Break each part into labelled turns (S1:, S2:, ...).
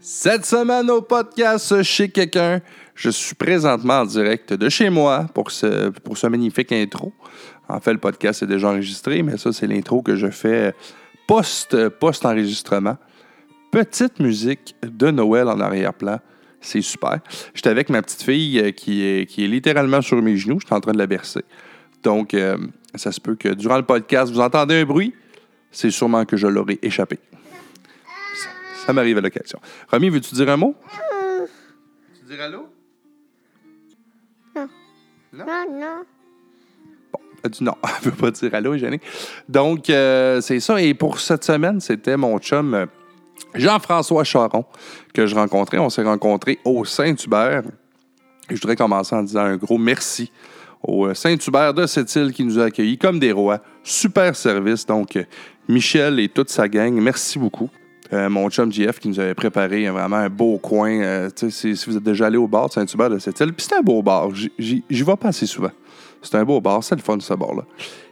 S1: Cette semaine au podcast euh, Chez quelqu'un, je suis présentement en direct de chez moi pour ce, pour ce magnifique intro. En fait, le podcast est déjà enregistré, mais ça, c'est l'intro que je fais post, post-enregistrement. Petite musique de Noël en arrière-plan. C'est super. J'étais avec ma petite fille euh, qui est, qui est littéralement sur mes genoux. J'étais en train de la bercer. Donc, euh, ça se peut que durant le podcast, vous entendez un bruit. C'est sûrement que je l'aurai échappé. Ça, ça m'arrive à l'occasion. Romy, veux-tu dire un mot? Tu dire allô?
S2: Non, non.
S1: Elle dit non, elle veut pas dire allô, elle est gênée. Donc, euh, c'est ça. Et pour cette semaine, c'était mon chum euh, Jean-François Charon que je rencontrais. On s'est rencontrés au Saint-Hubert. Et je voudrais commencer en disant un gros merci au euh, Saint-Hubert de cette île qui nous a accueillis comme des rois. Super service. Donc, euh, Michel et toute sa gang, merci beaucoup. Euh, mon chum JF qui nous avait préparé euh, vraiment un beau coin. Euh, tu sais, si, si vous êtes déjà allé au bar de Saint-Hubert de cette île, puis c'est un beau bar. J'y- J'y j'y vais pas assez souvent. C'est un beau bar, c'est le fun ce bar-là.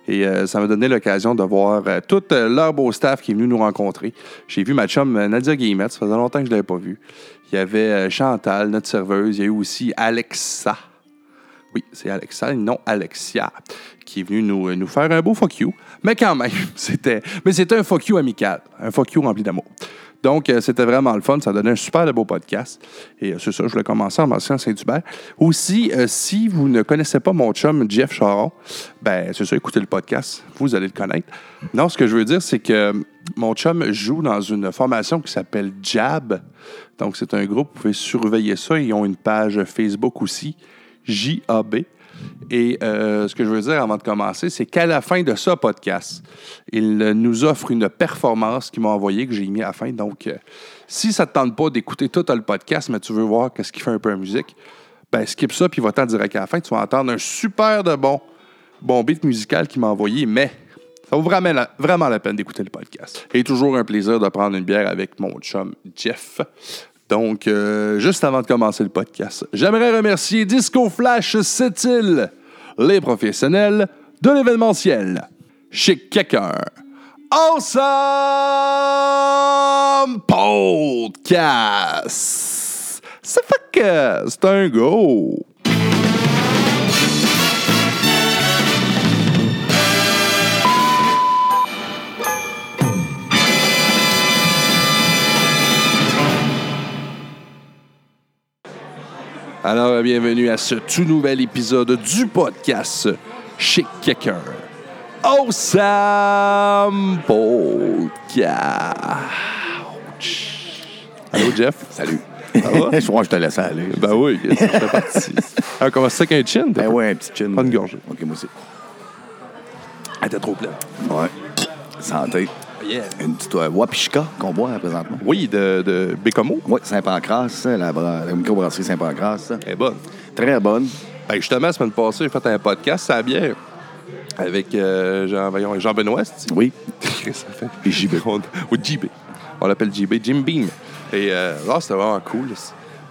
S1: Et euh, ça m'a donné l'occasion de voir euh, tout euh, leur beau staff qui est venu nous rencontrer. J'ai vu ma chum euh, Nadia Guillemette, ça faisait longtemps que je ne l'avais pas vue. Il y avait euh, Chantal, notre serveuse. Il y a eu aussi Alexa. Oui, c'est Alexa, et non Alexia, qui est venue nous, nous faire un beau fuck you. Mais quand même, c'était, mais c'était un fuck you amical, un fuck you rempli d'amour. Donc, euh, c'était vraiment le fun. Ça donnait un super de beau podcast. Et euh, c'est ça, je voulais commencer en mentionnant Saint-Hubert. Aussi, euh, si vous ne connaissez pas mon chum Jeff Charon, ben, c'est ça, écoutez le podcast. Vous allez le connaître. Non, ce que je veux dire, c'est que euh, mon chum joue dans une formation qui s'appelle JAB. Donc, c'est un groupe. Vous pouvez surveiller ça. Ils ont une page Facebook aussi. JAB. Et euh, ce que je veux dire avant de commencer, c'est qu'à la fin de ce podcast, il euh, nous offre une performance qu'il m'a envoyée, que j'ai mis à la fin. Donc, euh, si ça ne te tente pas d'écouter tout le podcast, mais tu veux voir qu'est-ce qu'il fait un peu en musique, ben skip ça, puis va-t'en direct à la fin. Tu vas entendre un super de bon, bon beat musical qu'il m'a envoyé, mais ça vaut vraiment la, vraiment la peine d'écouter le podcast. Et toujours un plaisir de prendre une bière avec mon chum Jeff. Donc, euh, juste avant de commencer le podcast, j'aimerais remercier Disco Flash Sept-Îles, les professionnels de l'événementiel, chez quelqu'un. Awesome Podcast! Ça fait que c'est un go! Alors, euh, bienvenue à ce tout nouvel épisode du podcast Chez quelqu'un. Awesome Podcast. Allô, Jeff? Salut. Ça va?
S3: Eh, Je crois que je te laisse aller.
S1: ben oui, ça fait partie. Alors, comment ça qu'un chin? t'as
S3: Ben
S1: pas-
S3: ouais, un petit chin.
S1: Prends une gorgée.
S3: OK, moi aussi.
S1: Ah, t'es trop plein.
S3: Ouais. Santé.
S1: Yeah.
S3: Une petite euh, Wapishka qu'on boit euh, présentement.
S1: Oui, de, de Bécomo.
S3: Oui, Saint-Pancras, euh, la, bra- la microbrasserie Saint-Pancras.
S1: Elle est bonne.
S3: Très bonne.
S1: Ben, justement, la semaine passée, j'ai fait un podcast à la bière avec euh, Jean, voyons, Jean-Benoît. c'est-tu?
S3: Oui.
S1: Chris, ça fait.
S3: Et JB.
S1: On- oui, JB. On l'appelle JB, Jim Beam. Et euh, là, c'était vraiment cool.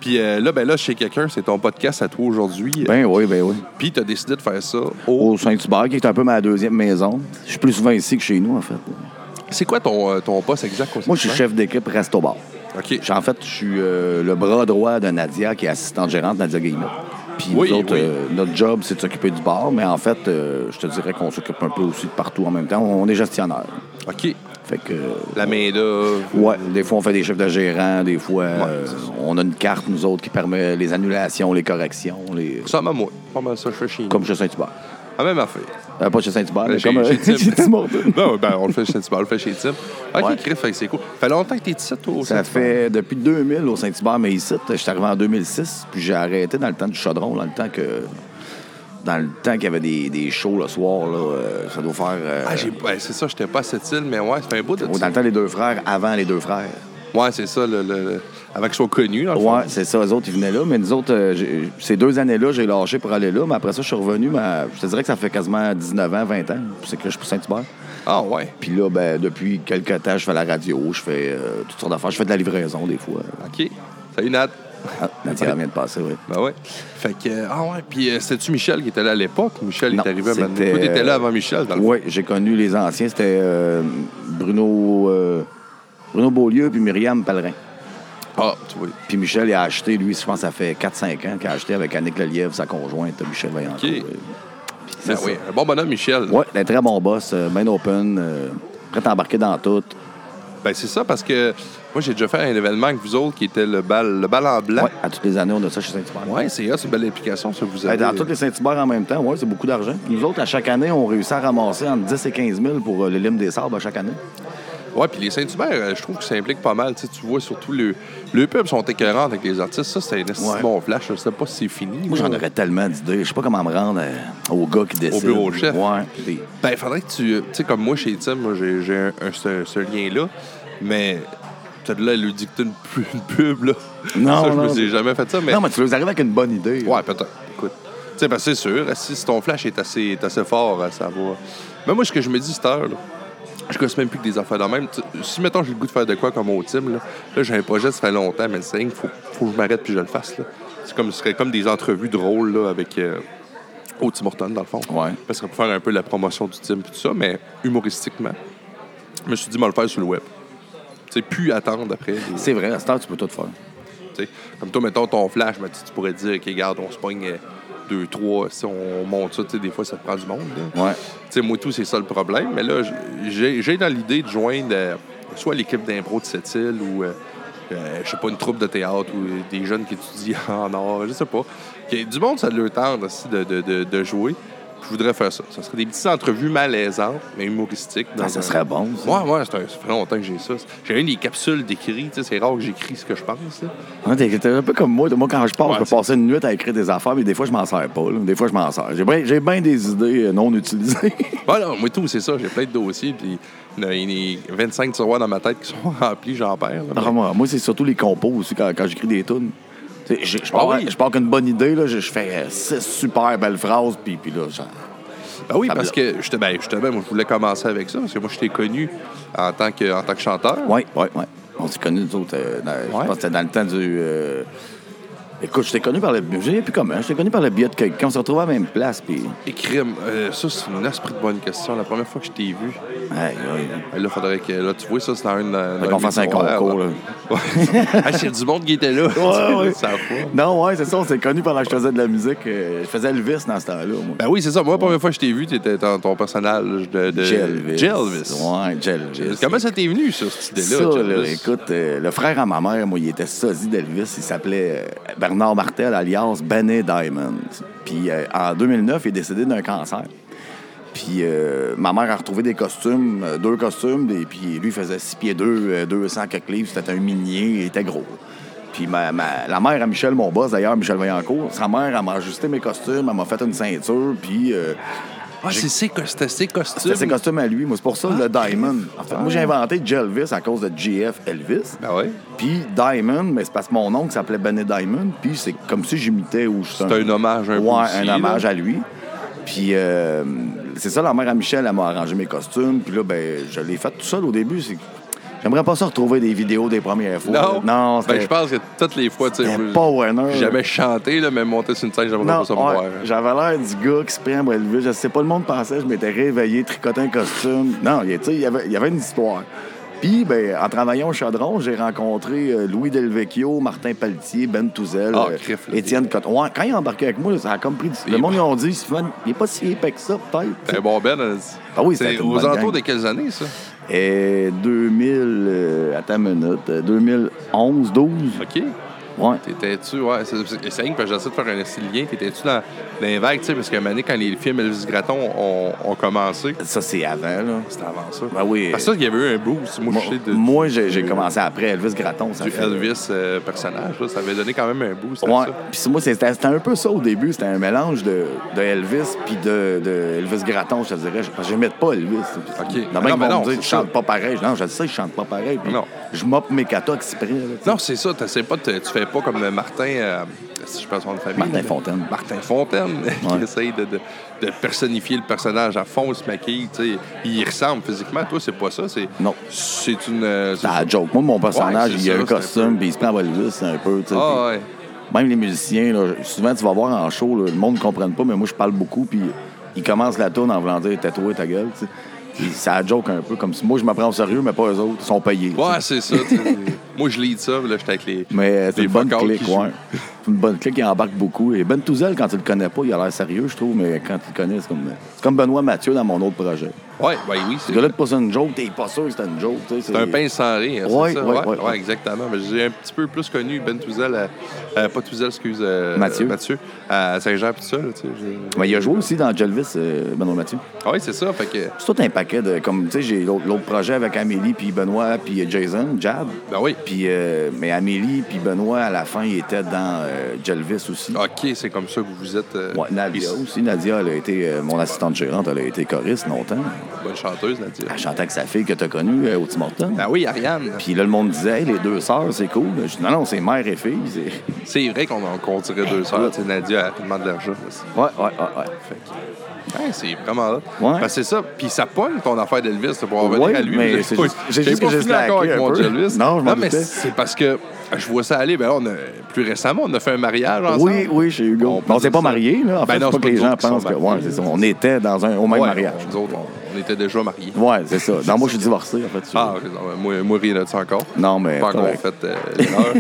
S1: Puis euh, là, ben là, chez quelqu'un, c'est ton podcast à toi aujourd'hui.
S3: Ben oui, ben oui.
S1: Puis t'as décidé de faire ça au.
S3: Au Saint-Hubert, qui est un peu ma deuxième maison. Je suis plus souvent ici que chez nous, en fait.
S1: C'est quoi ton, euh, ton poste exact au
S3: Moi, je suis
S1: Saint-Hubert?
S3: chef d'équipe Resto-Bar.
S1: OK.
S3: En fait, je suis euh, le bras droit de Nadia, qui est assistante gérante, Nadia Guillemot. Puis
S1: Oui,
S3: nous autres,
S1: oui.
S3: euh, notre job, c'est de s'occuper du bar, mais en fait, euh, je te dirais qu'on s'occupe un peu aussi de partout en même temps. On est gestionnaire.
S1: OK.
S3: Fait que.
S1: La main d'œuvre.
S3: Ouais, des fois on fait des chefs de gérant, des fois euh,
S1: c'est
S3: on a une carte, nous autres, qui permet les annulations, les corrections, les.
S1: Ça m'a moi. Pas mal ça, je fais chez nous.
S3: Comme chez Saint-Hubert.
S1: La même affaire.
S3: Euh, pas chez Saint-Hubert, mais
S1: Chez-
S3: comme euh,
S1: chez Tim.
S3: chez Tim Hortons.
S1: ben, ouais, ben, on le fait chez Saint-Hubert, on le fait chez Tim. OK,
S3: Ouais.
S1: Chris, fait que c'est cool. Fait longtemps que t'es ici, toi, au
S3: Ça
S1: Saint-Hubert?
S3: fait depuis 2000 au Saint-Hubert, mais ici, je suis arrivé en 2006, puis j'ai arrêté dans le temps du chaudron, dans le temps que. Dans le temps qu'il y avait des, des shows le soir, là, euh, ça doit faire. euh,
S1: Ah, j'ai- ben, c'est ça, j'étais pas à cette île, mais ouais, ça fait un bout de
S3: dans
S1: ça.
S3: le temps des deux frères, avant les deux frères.
S1: Ouais, c'est ça, le, le- le- avant qu'ils soient connus, dans le fond.
S3: Ouais, c'est ça. Eux autres, ils venaient là. Mais nous autres, euh, j'ai- ces deux années-là, j'ai lâché pour aller là. Mais après ça, je suis revenu. mais, euh, je te dirais que ça fait quasiment 19 ans, 20 ans. C'est que je suis pour Saint-Hubert.
S1: Ah, ouais.
S3: Puis là, ben, depuis quelques temps, je fais la radio, je fais euh, toutes sortes d'affaires. Je fais de la livraison, des fois.
S1: OK. Salut, Nat.
S3: Ah, Nadia vient de passer, oui.
S1: Ben ouais. Fait que, euh, ah ouais, puis euh, c'était-tu Michel qui était là à l'époque? Michel
S3: Non,
S1: est arrivé maintenant.
S3: c'était-
S1: Toi, t'étais là avant Michel, dans le fond.
S3: Oui, j'ai connu les anciens. C'était euh, Bruno, euh, Bruno Beaulieu puis Myriam Pellerin.
S1: Ah, tu vois.
S3: Puis Michel, il a acheté, lui, je pense, ça fait 4-5 ans qu'il a acheté avec Annick Lelièvre, sa conjointe, Michel Vaillancourt.
S1: OK.
S3: C'est
S1: Ben
S3: ça.
S1: oui, un bon bonhomme, Michel.
S3: Ouais, un très bon boss, euh, main open, euh, prêt à embarquer dans tout.
S1: Ben, c'est ça, parce que moi, j'ai déjà fait un événement avec vous autres qui était le bal, le bal en blanc.
S3: Ouais, à toutes les années, on a ça chez Saint-Hubert.
S1: Ouais, c'est ça, c'est une belle implication, ça, vous
S3: Ben,
S1: avez.
S3: dans toutes les Saint-Hubert en même temps, ouais, c'est beaucoup d'argent. Nous autres, à chaque année, on réussit à ramasser entre 10 et 15 000 pour euh, le lime des sables à chaque année.
S1: Ouais, puis les Saint-Hubert, euh, je trouve que ça implique pas mal. Tu sais, tu vois, surtout, le, le pub sont écœurants avec les artistes. Ça, c'est un esti
S3: Ouais.
S1: bon flash. Je sais pas si c'est fini.
S3: Moi, j'en
S1: là.
S3: aurais tellement d'idées. Je sais pas comment me rendre euh, au gars qui décide.
S1: bureau de chef.
S3: Ouais. des-
S1: Ben, faudrait que tu. Tu sais, comme moi, chez Tim, moi, j'ai, j'ai un, un- ce, ce lien-là, mais. T'as de là, elle lui dicter une pub, une pub, là.
S3: Non,
S1: ça, je me
S3: non.
S1: suis jamais fait ça, mais.
S3: Non, mais tu leur arrives avec une bonne idée.
S1: Ouais, peut-être. Écoute. Tu sais, ben, c'est sûr, si si ton flash est assez, est assez fort, euh, ça va. Mais moi, ce que je me dis, cette heure, là, je casse même plus que des affaires de même. Tu- Si, mettons, j'ai le goût de faire de quoi comme au team, là, là, j'ai un projet, ça fait longtemps, mais c'est dingue, faut, faut que je m'arrête puis je le fasse, là. C'est comme, ce serait comme des entrevues drôles, là, avec. Euh, au Tim Hortons, dans le fond.
S3: Ouais.
S1: Parce qu'on peut faire un peu la promotion du team puis tout ça, mais humoristiquement. Je me suis dit, m'en le faire sur le web. Tu sais, plus attendre après. des-
S3: C'est vrai, à cette heure, tu peux tout faire.
S1: T'sais, Comme toi, mettons ton flash, mais tu tu pourrais dire, OK, regarde, on se pogne euh, deux, trois, si on monte ça, tu sais, des fois, ça te prend du monde. là.
S3: Ouais.
S1: T'sais, moi, tout, c'est ça le problème. Mais là, j'ai j'ai dans l'idée de joindre euh, soit l'équipe d'impro de cette île ou, euh, euh, je sais pas, une troupe de théâtre ou euh, des jeunes qui étudient en art, je sais pas. Qu'il y ait du monde, ça leur tente aussi de, de- de- de jouer. Je voudrais faire ça. Ça serait des petites entrevues malaisantes, mais humoristiques. dans
S3: Ah, ça
S1: un-
S3: serait bon. ça.
S1: Ouais, ouais, c'est un- ça fait longtemps que j'ai ça. J'ai une des capsules d'écrit, tu sais, c'est rare que j'écris ce que je pense. là.
S3: Ouais, t'es, t'es un peu comme moi. Moi, quand je pars,
S1: Ouais,
S3: je peux
S1: c'est-
S3: passer une nuit à écrire des affaires, mais des fois, je m'en sers pas. là. Des fois, je m'en sers. J'ai bien j'ai bien des idées euh, non utilisées.
S1: Voilà, moi tout, c'est ça. J'ai plein de dossiers, puis il y en a- il y en a 25 tiroirs dans ma tête qui sont remplis, j'en perds. là.
S3: Non, moi, moi, c'est surtout les compos aussi quand, quand j'écris des tunes. Tu sais, Je je pars,
S1: Ah oui.
S3: je pars qu'une bonne idée, là, je, je fais euh, six super belles phrases, puis, puis là, ça-
S1: Ben oui,
S3: ça
S1: parce
S3: bloque.
S1: que je ben, justement, moi, je voulais commencer avec ça, parce que moi, je t'ai connu en tant que, en tant que chanteur.
S3: Ouais, ouais, ouais. On s'est connus, nous autres. euh, dans- Je
S1: Ouais.
S3: pense que c'était dans le temps du. euh, Écoute, je t'ai connu par le. Je sais plus comment. Je t'ai connu par le biais de quelqu'un. On s'est retrouvés à la même place, puis.
S1: Et crime, euh, ça, c'est une esprit de bonne question. La première fois que je t'ai vu,
S3: Aïe, aïe.
S1: ben, là, faudrait que. Là, tu vois, ça, c'est dans une. dans
S3: qu'on
S1: une
S3: fasse un
S1: tiroir,
S3: concours, là.
S1: Ouais. ah, c'est du monde qui était là.
S3: Ouais, ouais.
S1: Ça va pas.
S3: Non, ouais, c'est ça. On s'est connus pendant que je faisais de la musique. euh, Je faisais Elvis dans ce temps-là, moi.
S1: Ben oui, c'est ça. Moi, la première fois que je t'ai vu, t'étais dans ton personnage de. de...
S3: Jelvis.
S1: Euh, Jelvis.
S3: Ouais, Jelvis.
S1: Comment ça t'est venu, ça, cette idée-là?
S3: Ça, là,
S1: Jelvis?
S3: écoute, euh, le frère à ma mère, moi, il était sosie d'Elvis. Il s'appelait euh, Bernard Martel, alias Benny Diamond. Puis euh, en 2009, il est décédé d'un cancer. Puis euh, ma mère a retrouvé des costumes, euh, deux costumes, et puis lui il faisait 6 pieds 2, 200 quelques livres, c'était un minier, il était gros. Puis ma, ma- la mère à Michel, mon boss d'ailleurs, Michel Vaillancourt, sa mère, elle m'a ajusté mes costumes, elle m'a fait une ceinture, puis euh,
S1: Ah, c'est ses cos- c'était ses costumes.
S3: c'était ses costumes à lui. Moi, c'est pour ça le Diamond. Ah. En fait, moi, j'ai inventé Jelvis à cause de GF Elvis.
S1: Ben oui.
S3: Puis Diamond, mais c'est parce que mon oncle s'appelait Benny Diamond, puis c'est comme si j'imitais ou je
S1: C'est un hommage un peu
S3: Ouais,
S1: aussi,
S3: un
S1: là.
S3: hommage à lui. Puis euh, c'est ça, la mère à Michel, elle m'a arrangé mes costumes, puis là, ben, je l'ai fait tout seul au début. c'est- J'aimerais pas ça retrouver des vidéos des premières fois.
S1: Non,
S3: non
S1: ben,
S3: c'était
S1: je pense que toutes les fois, tu sais,
S3: c'était
S1: moi,
S3: pas winner.
S1: j'ai jamais chanté, là, mais monter sur une scène, j'aimerais
S3: Non,
S1: pas ça me
S3: ouais,
S1: voir.
S3: j'avais l'air du gars qui se prend pour Elvis. Je sais pas, le monde pensait que je m'étais réveillé, tricoté un costume. Non, il y a- tu sais, il y avait, il y avait une histoire. Puis, ben, en travaillant au Chadron, j'ai rencontré euh, Louis Delvecchio, Martin Pelletier, Ben Touzel,
S1: Ah, crif, là,
S3: Étienne Coton. Ouais, quand il a embarqué avec moi, ça a comme pris du... Le
S1: est
S3: monde, ils ont dit, Sylvain, il est pas si épais que ça, peut-être.
S1: Ben, bon, Ben, elle-
S3: Ah oui, c'était
S1: c'est
S3: une
S1: aux
S3: bonne
S1: alentours
S3: gang.
S1: de quelles années, ça?
S3: Et 2000... euh, attends une minute. euh, 2011, 12.
S1: OK.
S3: Ouais.
S1: T'étais-tu, ouais, c'est c'est- c'est dingue, parce que j'essaie de faire un esti de lien. T'étais-tu dans, dans les vagues, tu sais, parce qu'à un moment donné, quand les films Elvis Gratton ont, ont commencé,
S3: Ça, c'est avant, là.
S1: c'était avant ça.
S3: Ben oui.
S1: Parce que ça, il y avait eu un boost. Moi,
S3: Moi,
S1: je sais de-
S3: moi, j'ai j'ai commencé après Elvis Gratton. Ça
S1: du
S3: fait-
S1: Elvis euh, personnage, là, ça avait donné quand même un boost. à
S3: Ouais.
S1: ça.
S3: Puis c'est- moi, c'était c'était un peu ça au début. C'était un mélange de, de Elvis puis de, de Elvis Gratton, je te dirais. Je- Parce que j'aimais pas Elvis.
S1: OK.
S3: Puis,
S1: Ah non,
S3: même ils
S1: mais
S3: vont
S1: non,
S3: me dire,
S1: c'est
S3: tu
S1: ça.
S3: chantes pas pareil. Je dis, Non, je le sais, je chante pas pareil. Puis
S1: Non.
S3: Je moppe mes katas exprès. là, tu sais.
S1: Non, c'est ça. t'essaies pas de- tu fais pas comme euh, Martin, euh, si je pense son nom de famille.
S3: Martin
S1: là.
S3: Fontaine.
S1: Martin Fontaine, qui
S3: Ouais.
S1: essaye de, de- de personnifier le personnage à fond, il se maquille, tu sais. Il y ressemble physiquement. Toi, c'est pas ça. C'est,
S3: Non.
S1: C'est une. euh, c'est-
S3: C'est un joke. Moi, mon personnage,
S1: Ouais, c'est
S3: il a
S1: ça,
S3: un
S1: c'est un
S3: costume,
S1: peu-
S3: puis il se prend à Elvis un peu. tu sais,
S1: Ah,
S3: puis-
S1: ouais.
S3: Même les musiciens, là, souvent tu vas voir en show, là, le monde ne comprenne pas, mais moi je parle beaucoup, puis ils commencent la tourne en voulant dire tatouer ta gueule. tu sais. Puis ça joke un peu, comme si moi je me prends au sérieux, mais pas eux autres, ils sont payés. tu sais.
S1: Ouais, Ah, c'est ça. tu sais. Moi, je lead ça, là, j'étais avec les.
S3: Mais euh, c'est
S1: les
S3: une bonne
S1: vocales
S3: clique,
S1: qui jouent.
S3: ouais. C'est une bonne clique, il embarque beaucoup. Et Ben Touzel, quand tu le connais pas, il a l'air sérieux, je trouve, mais quand tu le connais, c'est comme, c'est comme Benoît Mathieu dans mon autre projet.
S1: Ouais, ben oui, c'est
S3: Ce gars-là, te pose une joke, t'es pas sûr que c'était une joke. tu sais,
S1: c'est un pain sans rire. c'est
S3: Ouais,
S1: ça?
S3: ouais, ouais,
S1: ouais,
S3: ouais.
S1: exactement. Mais j'ai un petit peu plus connu Ben Touzel, à- euh, pas Touzel, excuse, euh,
S3: Mathieu.
S1: Mathieu, à Saint-Jean, puis tout ça. Là, tu sais, j'ai-
S3: Mais il a joué aussi dans Jelvis, euh, Benoît Mathieu.
S1: Ah oui, c'est ça. Fait que,
S3: C'est tout un paquet de. Comme, tu sais, j'ai l'autre l'autre projet avec Amélie, puis Benoît, puis Jason, Jab.
S1: ben oui.
S3: Puis, euh, mais Amélie, puis Benoît, à la fin, ils étaient dans euh, Jelvis aussi.
S1: OK, c'est comme ça que vous êtes. euh,
S3: Ouais, Nadia
S1: ici.
S3: aussi. Nadia, elle a été euh, mon assistante gérante, elle a été choriste longtemps.
S1: Bonne chanteuse, Nadia.
S3: Elle chantait avec sa fille que t'as connue, euh, au Tim Hortons.
S1: Ben oui, Ariane.
S3: Puis là, le monde disait, Hey, les deux sœurs, c'est cool. Je dis, non, non, c'est mère et fille. c'est-
S1: C'est vrai qu'on qu'on dirait deux sœurs. tu sais, Nadia a tellement de l'argent. là, c'est-
S3: Ouais, ouais, ouais, ouais.
S1: Hey, c'est vraiment là.
S3: Ouais.
S1: Parce que c'est ça. Puis ça pogne ton affaire d'Elvis là, pour en revenir
S3: Ouais,
S1: à lui.
S3: mais
S1: là.
S3: c'est
S1: Pas-
S3: juste- j'ai
S1: j'ai
S3: juste
S1: pas
S3: que j'ai
S1: fini encore
S3: slacké
S1: avec
S3: un
S1: mon
S3: peu.
S1: Elvis.
S3: Non, je m'en
S1: mais
S3: doutais.
S1: c'est parce que je vois ça aller. Ben là, on a, plus récemment, on a fait un mariage ensemble.
S3: Oui, oui, chez Hugo.
S1: On
S3: On,
S1: peut
S3: s'est
S1: dire
S3: pas
S1: ça.
S3: mariés, là. En
S1: Ben
S3: fait,
S1: non,
S3: c'est pas
S1: c'est
S3: que
S1: pas
S3: les
S1: nous
S3: gens
S1: autres qui
S3: pensent
S1: sont
S3: que.
S1: mariés.
S3: Ouais, c'est ça. On était dans un, au même
S1: Ouais,
S3: mariage.
S1: Nous autres, on, on était déjà mariés.
S3: Ouais, c'est ça. Non, moi, je suis divorcé, en fait. tu
S1: Ah,
S3: vois.
S1: non, moi, moi rien de ça encore.
S3: Non, mais
S1: Pas encore
S3: correct.
S1: fait euh, l'erreur.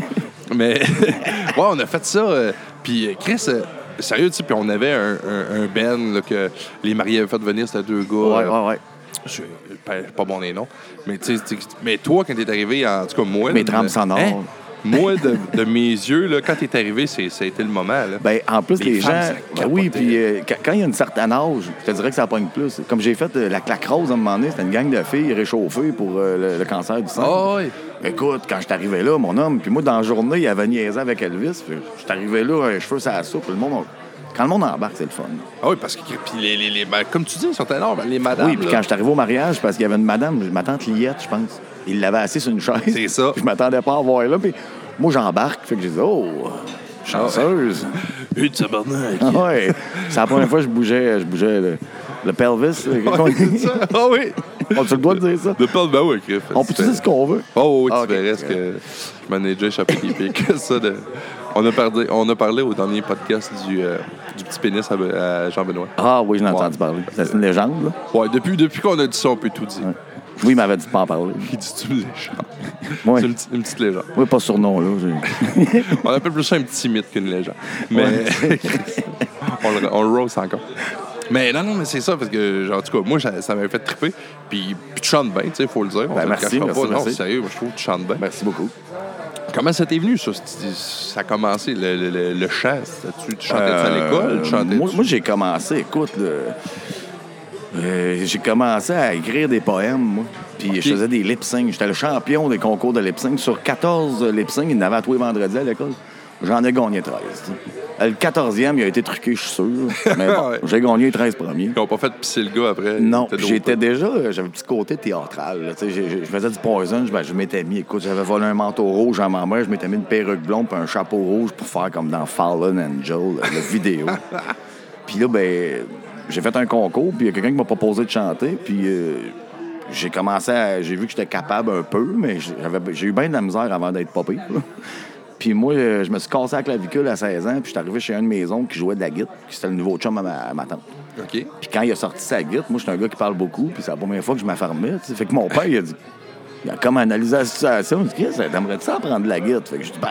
S1: mais, ouais, on a fait ça. euh, puis, euh, Chris, euh, sérieux, tu sais, puis on avait un, un, un Ben là, que les mariés avaient fait venir, c'était deux gars.
S3: Ouais,
S1: euh,
S3: ouais, ouais.
S1: Je je- pas, pas bon les noms. Mais, tu sais, tu- mais toi, quand t'es arrivé, en tout cas, moi.
S3: Mes
S1: de- Hein?
S3: trempes sonores.
S1: moi, de, de mes yeux, là, quand t'es arrivé, c'est- ça a été le moment. Là.
S3: Ben, en plus,
S1: Les
S3: les,
S1: femmes,
S3: gens.
S1: ça
S3: Ben oui,
S1: capotait.
S3: puis euh, quand- quand il y a une certaine âge, je te dirais que ça pogne plus. Comme j'ai fait euh, la claque rose à un moment donné, c'était une gang de filles réchauffées pour euh, le, le cancer du sang.
S1: Ah ouais.
S3: Écoute, quand je suis arrivé là, mon homme, puis moi, dans la journée, il avait niaisé avec Elvis. Puis je suis arrivé là, un cheveu sur la soupe. puis Le monde, on- Quand le monde embarque, c'est le fun.
S1: Ah oui, parce que puis les, les, les- ben, comme tu dis, ils sont à ben, les madames.
S3: oui, puis
S1: là,
S3: quand je suis arrivé au mariage, parce qu'il y avait une madame, ma tante Liette, je pense. Il l'avait assise sur une chaise.
S1: C'est ça.
S3: je m'attendais pas à voir là. Puis moi, j'embarque. Fait que j'ai dit, oh,
S1: Ah,
S3: chanceuse.
S1: Hey, tabarnak.
S3: Ah ouais. C'est la première fois que je bougeais, je bougeais le, le pelvis.
S1: Ouais, c'est ça. Ah oui.
S3: On tu le doit dire ça.
S1: De parle, ben oui, Chris.
S3: On peut dire ce qu'on veut.
S1: Oh, oui, tu
S3: Ah, ok.
S1: verrais ce que je m'en ai déjà échappé les pieds que ça. De... On, a parlé, on a parlé au dernier podcast du, euh, du petit pénis à, Be- à Jean-Benoît.
S3: Ah oui, je l'ai
S1: Ouais.
S3: entendu parler. C'est une légende, là.
S1: Ouais, depuis, depuis qu'on a dit ça, on peut tout dire.
S3: Oui, il m'avait dit de pas en parler.
S1: Qui dit tu me légende?
S3: Ouais.
S1: C'est une, petite- une petite légende.
S3: Oui, pas sur nom, là. j'ai-
S1: On appelle plus ça un petit mythe qu'une légende. Mais on, le, on le roast encore. Mais non, non, mais c'est ça, parce que, genre, en tout cas, moi, ça, ça m'avait fait triper. Puis, puis tu chantes bien, tu sais, il faut le dire. On te
S3: Ben,
S1: le
S3: merci,
S1: cachera
S3: merci,
S1: pas. Non,
S3: merci.
S1: sérieux, moi, je trouve que tu chantes bien.
S3: Merci beaucoup.
S1: Comment ça t'est venu, ça? C'est- Ça a commencé, le, le, le- le chant? Tu, tu chantais ça à
S3: Euh,
S1: l'école? Tu chantais
S3: moi, moi, j'ai commencé, écoute, là, euh, j'ai commencé à écrire des poèmes, moi. Puis je faisais des lip syncs. J'étais le champion des concours de lip sync. Sur 14 lip syncs, il y en avait à tous les vendredis à l'école. J'en ai gagné 13. tu sais. Le 14e, il a été truqué, je suis sûr. Mais bon,
S1: Ouais.
S3: j'ai gagné les 13 premiers.
S1: Ils n'ont pas fait pisser le gars après?
S3: Non,
S1: T'étais
S3: j'étais
S1: dopé.
S3: déjà, euh, j'avais un petit côté théâtral. là, tu sais, j'ai- j'ai- Je faisais du poison, je, ben, je m'étais mis, écoute, j'avais volé un manteau rouge à ma mère, je m'étais mis une perruque blonde puis un chapeau rouge pour faire comme dans Fallen Angel, là, la vidéo. puis là, ben, j'ai fait un concours, puis il y a quelqu'un qui m'a proposé de chanter, puis euh, j'ai commencé à. J'ai vu que j'étais capable un peu, mais j'avais- j'ai eu bien de la misère avant d'être popé. là. Puis moi, euh, je me suis cassé la clavicule à 16 ans, puis je suis arrivé chez un de mes oncles qui jouait de la guitare, qui c'était le nouveau chum à ma- à ma tante.
S1: OK.
S3: Puis quand il a sorti sa guitare, moi, j'étais un gars qui parle beaucoup, puis c'est la première fois que je m'affarmais. tu sais. Fait que mon père, il a dit, il a comme analysé la situation. Il dit, Chris, t'aimerais-tu ça prendre la guitare? Fait que je dis, ben.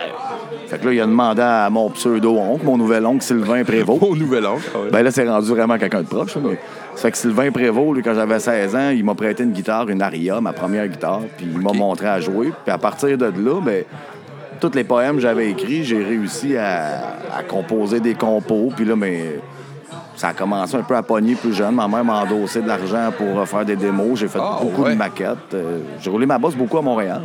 S3: Fait que là, il a demandé à mon pseudo-oncle, mon nouvel oncle Sylvain Prévost.
S1: Au nouvel oncle. ah ouais.
S3: Ben là, c'est rendu vraiment quelqu'un de proche. là, mais- Ça fait que Sylvain Prévost, lui, quand j'avais 16 ans, il m'a prêté une guitare, une aria, ma première guitare, puis il m'a montré à jouer. Puis à partir de là, ben, tous les poèmes que j'avais écrits, j'ai réussi à, à composer des compos. Puis là, mais ça a commencé un peu à pogner plus jeune. Ma mère m'a endossé de l'argent pour euh, faire des démos. J'ai fait
S1: Ah,
S3: beaucoup
S1: ouais.
S3: de maquettes. Euh, j'ai roulé ma bosse beaucoup à Montréal.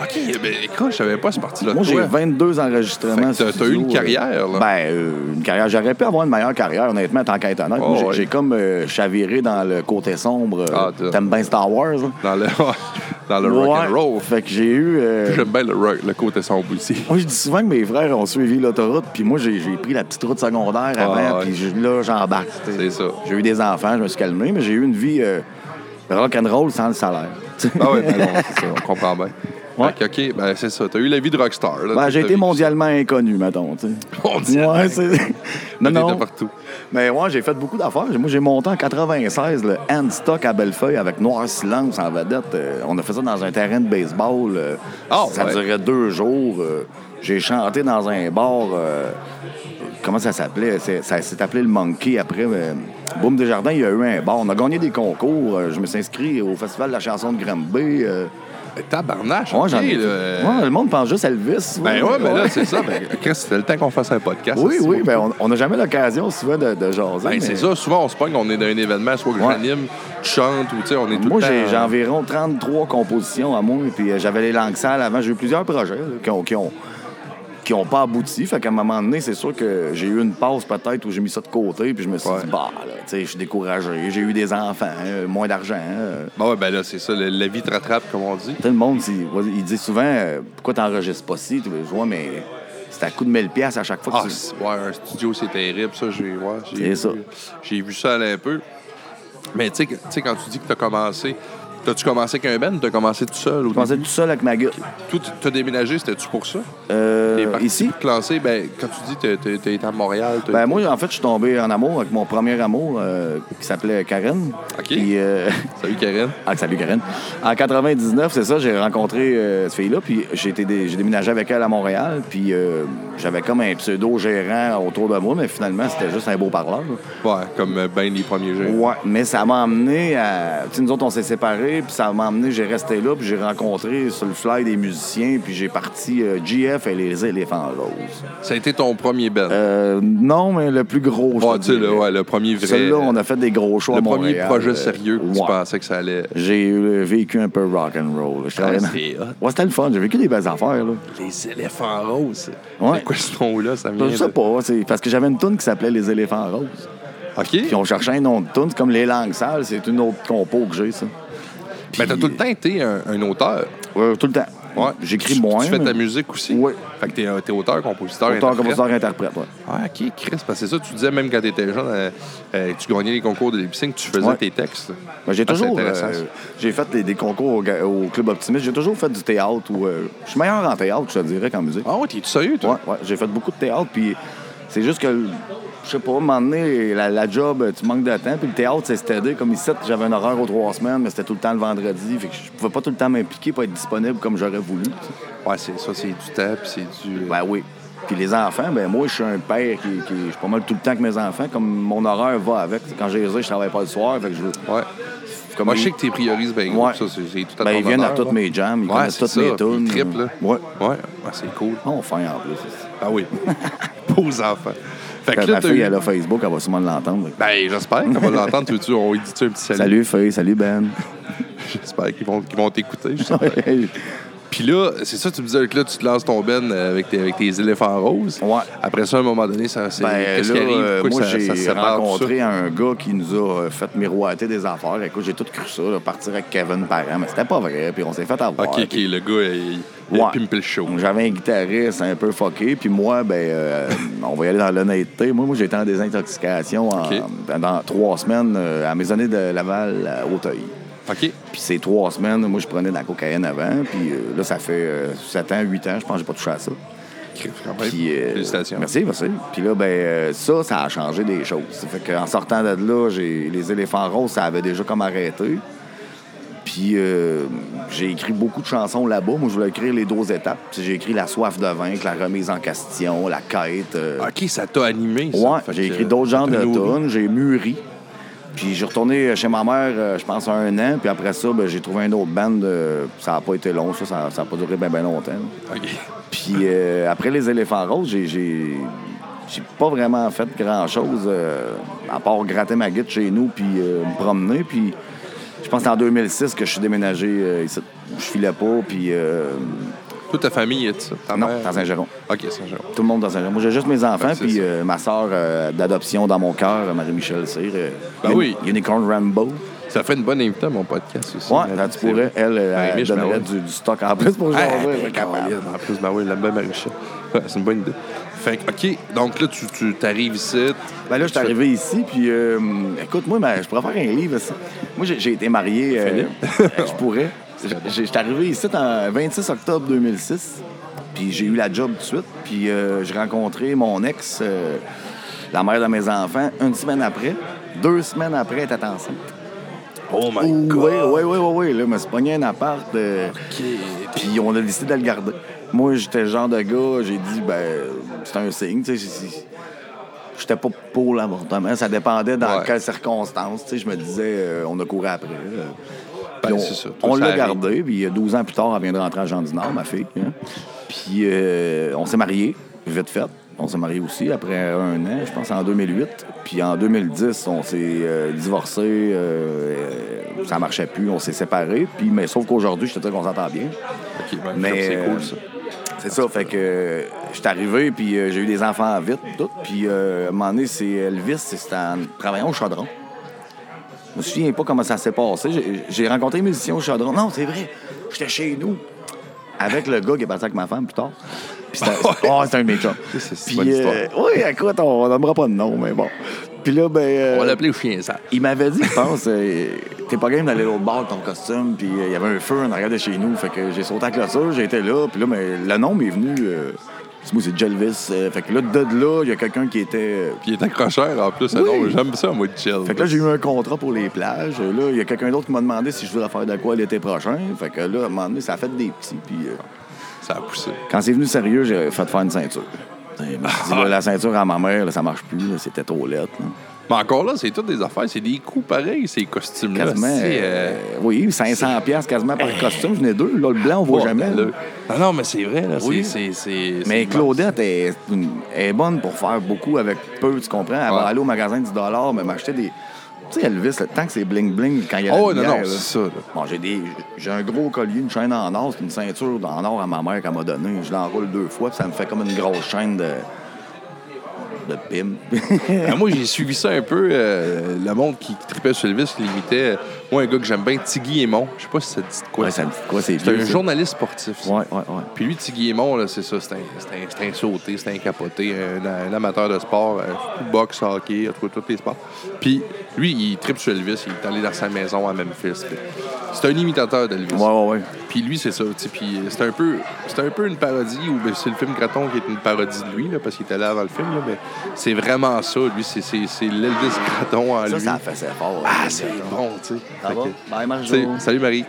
S1: OK, ben, écoute, je savais pas ce parti-là.
S3: Moi, j'ai
S1: Toi,
S3: 22 enregistrements.
S1: Fait que t'as- t'as eu
S3: studio,
S1: une
S3: euh,
S1: carrière, là.
S3: Ben, euh, une carrière. J'aurais pu avoir une meilleure carrière, honnêtement, en tant qu'intendant.
S1: Oh, ouais.
S3: J'ai comme euh, chaviré dans le côté sombre. euh,
S1: Ah, t'as-
S3: T'aimes bien Star Wars? Là?
S1: Dans le, dans le rock'n'roll.
S3: Ouais. Fait que j'ai eu. euh,
S1: J'aime bien le, rock, le côté sombre aussi.
S3: Moi, je dis souvent que mes frères ont suivi l'autoroute, puis moi, j'ai j'ai pris la petite route secondaire avant,
S1: Ah, ouais.
S3: puis je- là, j'embarque. tu sais.
S1: C'est ça.
S3: J'ai eu des enfants, je me suis calmé, mais j'ai eu une vie euh, rock'n'roll sans le salaire. tu sais.
S1: Ah oui, ben non, c'est ça, on comprend bien.
S3: Ouais.
S1: Fait que, OK, ben c'est ça. T'as eu la vie de rockstar. là.
S3: Ben,
S1: T'as
S3: j'ai été
S1: vécu
S3: mondialement inconnu, mettons. tu sais.
S1: Mondialement.
S3: Ouais, c'est-
S1: Non,
S3: non.
S1: de partout.
S3: Mais ouais, j'ai fait beaucoup d'affaires. Moi, j'ai monté en 96 le handstock à Bellefeuille avec Noir Silence en vedette. Euh, on a fait ça dans un terrain de baseball. euh,
S1: Ah,
S3: ça
S1: ouais.
S3: durait deux jours. euh, j'ai chanté dans un bar. euh, comment ça s'appelait? C'est- Ça s'est appelé le Monkey après. mais Boom des Jardins, il y a eu un bar. On a gagné des concours. euh, je me suis inscrit au Festival de la chanson de Granby. euh,
S1: Mais Tabarnache,
S3: ouais,
S1: OK,
S3: j'en ai-
S1: là, euh,
S3: Ouais, le monde pense juste à Elvis.
S1: Ben ouais, ben là,
S3: Ouais.
S1: c'est ça. Ben, Chris, c'était le temps qu'on fasse un podcast.
S3: Oui,
S1: c'est
S3: oui,
S1: beau.
S3: ben on- on n'a jamais l'occasion souvent de, de jaser.
S1: Ben, c'est
S3: mais-
S1: ça. Souvent, on se pogne, on est dans un événement, soit que
S3: Ouais.
S1: j'anime, tu chantes, ou tu sais, on est tout
S3: Moi,
S1: le temps...
S3: j'ai j'ai environ 33 compositions à moi, puis euh, j'avais les langues sales avant. J'ai eu plusieurs projets là, qui ont, qui ont- qui ont pas abouti. Fait qu'à un moment donné, c'est sûr que j'ai eu une pause peut-être où j'ai mis ça de côté, puis je me suis
S1: Ouais.
S3: dit, bah, là, tu sais, je suis découragé, j'ai eu des enfants, euh, moins d'argent. euh.
S1: Ben ouais, ben là, c'est ça. le- La vie te rattrape, comme on dit.
S3: Tu sais, le monde, il, il dit souvent, euh, pourquoi t'enregistres pas si? Tu vois, mais c'est à coup de 1000 pièces à chaque fois
S1: Ah,
S3: que tu-
S1: c'est- ouais, un studio, c'est terrible, ça. J'ai ouais, j'ai
S3: C'est
S1: vu-
S3: ça.
S1: J'ai vu ça aller un peu. Mais tu sais, que- tu sais, quand tu dis que t'as commencé, t'as-tu commencé avec un band ou t'as commencé tout seul? Ou
S3: Je pensais tout seul avec ma gueule.
S1: tout, t'as déménagé, c'était-tu pour ça?
S3: Euh,
S1: T'es parti
S3: ici?
S1: te classer, ben, quand tu dis que t'es, t'es- t'es à Montréal, t'as-
S3: Ben moi, en fait, je suis tombé en amour avec mon premier amour euh, qui s'appelait Karen.
S1: OK.
S3: Puis, euh,
S1: Salut, Karen.
S3: Ah, salut Karen. En 99, c'est ça, j'ai rencontré euh, cette fille-là, puis j'ai été dé- j'ai déménagé avec elle à Montréal, puis euh, j'avais comme un pseudo-gérant autour de moi, mais finalement, c'était juste un beau parleur. là.
S1: Ouais, comme euh, ben les premiers jeux.
S3: Ouais, mais ça m'a amené à. Tu sais, nous autres, on s'est séparés, puis ça m'a amené, j'ai resté là, puis j'ai rencontré sur le fly des musiciens, puis j'ai parti euh, GF et les éléphants roses.
S1: Ça a été ton premier band.
S3: Euh, non, mais le plus gros. je
S1: Ouais, tu
S3: te
S1: sais, le,
S3: dirais.
S1: ouais, le premier vrai.
S3: Celui-là, on a fait des gros choix
S1: le
S3: à
S1: premier
S3: Montréal,
S1: projet
S3: euh,
S1: sérieux que tu
S3: ouais.
S1: pensais que ça allait.
S3: J'ai euh, vécu un peu rock and roll. Je travaillais dans-
S1: Ah, c'est hot.
S3: Ouais, c'était le fun. J'ai vécu des belles affaires. Là.
S1: Les éléphants roses.
S3: Ouais.
S1: C'est quoi ce nom-là? Ça vient
S3: Je sais
S1: de...
S3: pas, c'est parce que j'avais une toune qui s'appelait Les éléphants roses.
S1: OK.
S3: Puis on cherchait un nom de toune, c'est comme Les langues sales, c'est une autre compo que j'ai, ça.
S1: Mais Ben, t'as tout le temps été un, un auteur.
S3: Euh, tout le temps.
S1: Ouais.
S3: J'écris
S1: Tu-
S3: moins.
S1: Tu fais ta
S3: mais-
S1: musique aussi.
S3: Ouais.
S1: Fait que t'es, euh, t'es auteur, compositeur,
S3: Auteur,
S1: interprète.
S3: compositeur, interprète, ouais.
S1: Ah, OK, Chris. Parce que c'est ça, tu disais même quand t'étais jeune, euh, euh, tu gagnais les concours de lip sync, tu faisais
S3: Ouais.
S1: tes textes.
S3: Ben, j'ai
S1: Ah, c'est
S3: toujours.
S1: intéressant,
S3: euh,
S1: ça.
S3: j'ai fait des, des concours au, ga- au Club Optimiste. J'ai toujours fait du théâtre. ou euh, je suis meilleur en théâtre, je te dirais, qu'en musique.
S1: Ah ouais, t'es sérieux, toi?
S3: Ouais, ouais, j'ai fait beaucoup de théâtre, puis c'est juste que, je sais pas, à un moment donné, la, la job, euh, tu manques de temps, puis le théâtre, c'est stédé. Comme ici, j'avais un horaire aux trois semaines, mais c'était tout le temps le vendredi, fait que je pouvais pas tout le temps m'impliquer, pas être disponible comme j'aurais voulu. tu sais.
S1: Ouais, c'est ça, c'est du temps, puis c'est du... euh,
S3: Ben oui. Puis les enfants, ben moi, je suis un père qui, qui- je suis pas mal tout le temps avec mes enfants, comme mon horaire va avec. Quand j'ai les ai, je travaille pas le soir, fait que je veux...
S1: Ouais.
S3: Comme
S1: Moi, je sais que t'es priorisé, ben, gros,
S3: Ouais.
S1: ça, c'est, c'est tout à
S3: Ben,
S1: ton
S3: ils viennent à
S1: honneur,
S3: toutes
S1: là.
S3: mes jams, ils
S1: Ouais,
S3: connaissent
S1: c'est
S3: toutes
S1: ça,
S3: mes
S1: puis
S3: tunes.
S1: ils trippent, là.
S3: Ouais.
S1: Ouais, Ah, c'est cool.
S3: On fait Oh, en plus.
S1: Ah oui. Pauvres enfants. Fait que là,
S3: Ma
S1: t'as
S3: fille,
S1: eu-
S3: elle a Facebook, elle va sûrement l'entendre.
S1: Ben, j'espère qu'on va l'entendre. Tu veux-tu- on lui dit-tu un petit salut?
S3: Salut, fille, salut, Ben.
S1: J'espère qu'ils vont, qu'ils vont t'écouter. je sais pas. Puis là, c'est ça, tu me disais que là, tu te lances ton ben avec tes, avec tes éléphants roses.
S3: Ouais.
S1: Après ça, à un moment donné, ça, c'est,
S3: Ben,
S1: qu'est-ce
S3: là,
S1: qui arrive?
S3: euh,
S1: Pourquoi
S3: moi,
S1: ça, ça se
S3: j'ai
S1: sépare, tout
S3: rencontré un gars qui nous a euh, fait miroiter des affaires. Écoute, j'ai tout cru ça, là, partir avec Kevin Parent, mais c'était pas vrai, puis on s'est fait
S1: ça?
S3: avoir.
S1: OK, OK,
S3: puis-
S1: le gars, il, il a
S3: Ouais.
S1: pimpé le show.
S3: J'avais un guitariste un peu fucké, puis moi, ben, euh, on va y aller dans l'honnêteté. Moi, moi j'étais en désintoxication en-
S1: OK.
S3: dans trois semaines euh, à mes années de Laval à Hauteuil.
S1: OK.
S3: Puis ces trois semaines, moi, je prenais de la cocaïne avant, puis euh, là, ça fait 7 ans, 8 ans, je pense que j'ai pas touché à ça.
S1: Quand même.
S3: Puis, euh,
S1: Félicitations.
S3: Merci, merci. Puis là, ben, euh, ça, ça a changé des choses. Ça fait qu'en sortant de là, j'ai les éléphants roses, ça avait déjà comme arrêté. Puis euh, j'ai écrit beaucoup de chansons là-bas. Moi, je voulais écrire les 12 étapes. Puis J'ai écrit La soif de vaincre, La remise en question, La quête. euh,
S1: OK, ça t'a animé, Ah, ça.
S3: Ouais,
S1: Fait
S3: j'ai
S1: que,
S3: écrit d'autres
S1: ça
S3: genres
S1: t'a
S3: de
S1: nourri.
S3: tunes, j'ai mûri. Puis j'ai retourné chez ma mère, euh, je pense, à un an. Puis après ça, ben, j'ai trouvé un autre band. euh, ça n'a pas été long, ça. Ça n'a pas duré bien longtemps.
S1: OK.
S3: Puis euh, après les éléphants roses, j'ai- j'ai j'ai pas vraiment fait grand-chose, euh, à part gratter ma guide chez nous puis euh, me promener. Puis je pense que c'est en 2006 que je suis déménagé euh, ici. Je filais pas, puis... euh,
S1: Toute ta famille est ça? Ta
S3: non,
S1: mère?
S3: dans Saint-Géron.
S1: OK, Saint-Géron.
S3: Tout le monde dans Saint-Géron. Moi, j'ai juste mes enfants,
S1: Ouais, Ah, c'est
S3: puis
S1: ça.
S3: euh, ma soeur d'adoption dans mon cœur, Marie-Michel Cyr. euh,
S1: Ben
S3: Uni-
S1: oui.
S3: Unicorn Rambo.
S1: Ça fait une bonne invitée à mon podcast aussi.
S3: Ouais,
S1: Marie,
S3: là, tu
S1: c'est
S3: pourrais,
S1: vrai.
S3: elle, euh,
S1: Ben,
S3: elle
S1: Mich, ben
S3: donnerait
S1: ouais.
S3: du, du stock en plus pour jaser.
S1: Ouais,
S3: elle est capable.
S1: Caroline, en plus, ben oui, la même Marie-Michel. Ouais, c'est une bonne idée. Fait que, OK, donc là, tu, tu t'arrives ici.
S3: Ben là, je suis arrivé ici, puis euh, écoute, moi, ben, je pourrais faire un livre. ça. Moi, j'ai j'ai été marié. euh, je pourrais. J'ai- Je suis arrivé ici en 26 octobre 2006, puis j'ai eu la job tout de suite, puis euh, j'ai rencontré mon ex. euh, la mère de mes enfants, une semaine après, deux semaines après, elle était enceinte.
S1: Oh my
S3: Oui,
S1: God.
S3: oui, oui, oui, oui. Là, je me suis pogné un appart. euh, Puis on a décidé de le garder. Moi, j'étais le genre de gars, j'ai dit, ben, c'est un signe. tu sais, j'ai- j'ai- J'étais pas pour l'avortement. Ça dépendait dans
S1: Ouais.
S3: quelles circonstances. tu sais, Je me disais, euh, on a couru après. euh. Puis
S1: Ben,
S3: on
S1: c'est ça. Toi,
S3: on
S1: ça
S3: l'a
S1: arrive.
S3: gardé. Puis euh, 12 ans plus tard, elle vient de rentrer à Jean du Nord, ma fille. hein. Puis euh, on s'est mariés, vite fait. On s'est mariés aussi après un an, je pense, en 2008. Puis en 2010, on s'est euh, divorcés. euh, euh, ça marchait plus, on s'est séparés. Puis, mais sauf qu'aujourd'hui, je te dis qu'on s'entend bien.
S1: Ok, ben,
S3: Mais, euh,
S1: c'est cool, ça.
S3: C'est ça, fait que euh, je suis arrivé, puis euh, j'ai eu des enfants vite, tout. Puis euh, à un moment donné, c'est Elvis, c'était en travaillant au chaudron. Je me souviens pas comment ça s'est passé. J'ai- J'ai rencontré un musicien au chaudron. Non, c'est vrai, j'étais chez nous. Avec le gars qui est parti avec ma femme plus tard. Puis c'était oh, c'était un de mes chums.
S1: C'est- c'est
S3: Puis,
S1: une bonne histoire.
S3: euh, oui, écoute, on n'aimera pas de nom, mais bon. Puis là, ben. euh,
S1: On l'appelait au chien ça.
S3: il m'avait dit, je pense, euh, t'es pas game d'aller l'autre bord avec ton costume, puis euh, il y avait un feu en arrière de chez nous, fait que j'ai sauté à la clôture, j'étais là, puis là, mais le nom m'est venu, euh, c'est moi, c'est Jelvis, euh, fait que là, de là, il y a quelqu'un qui était... euh,
S1: Puis il est accrocheur en plus. Ah
S3: Oui.
S1: Non, J'aime ça, moi, de chill.
S3: fait que là, j'ai eu un contrat pour les plages. Euh, Là, il y a quelqu'un d'autre qui m'a demandé si je voulais faire de quoi l'été prochain. Fait que là, à un moment donné, ça a fait des petits. Puis euh,
S1: Ça a poussé.
S3: quand c'est venu sérieux, j'ai fait faire une ceinture. Et ben, je me suis dit, là, la ceinture à ma mère, là, ça marche plus. là, C'était trop laid. là.
S1: Mais encore là, c'est toutes des affaires. C'est des coups pareils, ces costumes-là.
S3: Quasiment.
S1: C'est, Eh,
S3: euh,
S1: euh,
S3: oui, 500 pièces quasiment par costume. J'en ai deux. Là, le blanc, on voit
S1: ouais,
S3: jamais.
S1: là.
S3: là.
S1: Non, Ah non, mais c'est vrai, là. c'est-
S3: Oui.
S1: c'est- c'est-
S3: Mais
S1: c'est-
S3: Claudette est, une- est bonne pour faire beaucoup avec peu, tu comprends? Elle va
S1: Ouais.
S3: aller au magasin du dollar, mais m'acheter des. Tu sais, Elvis, le temps que c'est bling-bling quand il y a la
S1: Oh, ouais, non,
S3: lumière,
S1: non,
S3: là.
S1: c'est ça, là.
S3: Bon, j'ai des. J'ai un gros collier, une chaîne en or, c'est une ceinture en or à ma mère qu'elle m'a donnée. Je l'enroule deux fois, puis ça me fait comme une grosse chaîne de. de pim.
S1: Ben, moi, j'ai suivi ça un peu. euh, le monde qui tripait sur Elvis, qui l'imitait. Moi, un gars que j'aime bien, Tiggy Aymon. Je sais pas si ça te dit de quoi.
S3: ouais, ça me dit quoi, c'est
S1: C'est
S3: vieux,
S1: un
S3: ça?
S1: journaliste sportif. ça.
S3: Ouais, ouais, ouais.
S1: Puis lui, Tiggy Aymon, là, c'est ça. C'est un, c'est un- c'est un sauté, c'est un capoté, un, un amateur de sport, euh, boxe, hockey, en tout cas, tous les sports. Puis lui, il tripe sur Elvis. Il est allé dans sa maison à Memphis. puis C'est un imitateur d'Elvis.
S3: Ouais, ouais, ouais.
S1: Puis lui, c'est ça. tu sais, Puis euh, c'est un, peu- c'est un peu une parodie, ou ben, c'est le film Graton qui est une parodie de lui, là, parce qu'il était là avant le film. là, mais c'est vraiment ça. Lui, c'est c'est- c'est l'Elvis Graton en
S3: Ça,
S1: lui.
S3: ça fait ça fort.
S1: Ah, c'est bon, tu sais.
S3: Ça
S1: Fait
S3: va?
S1: que-
S3: Bye, Marjo.
S1: tu sais, Salut, Marie.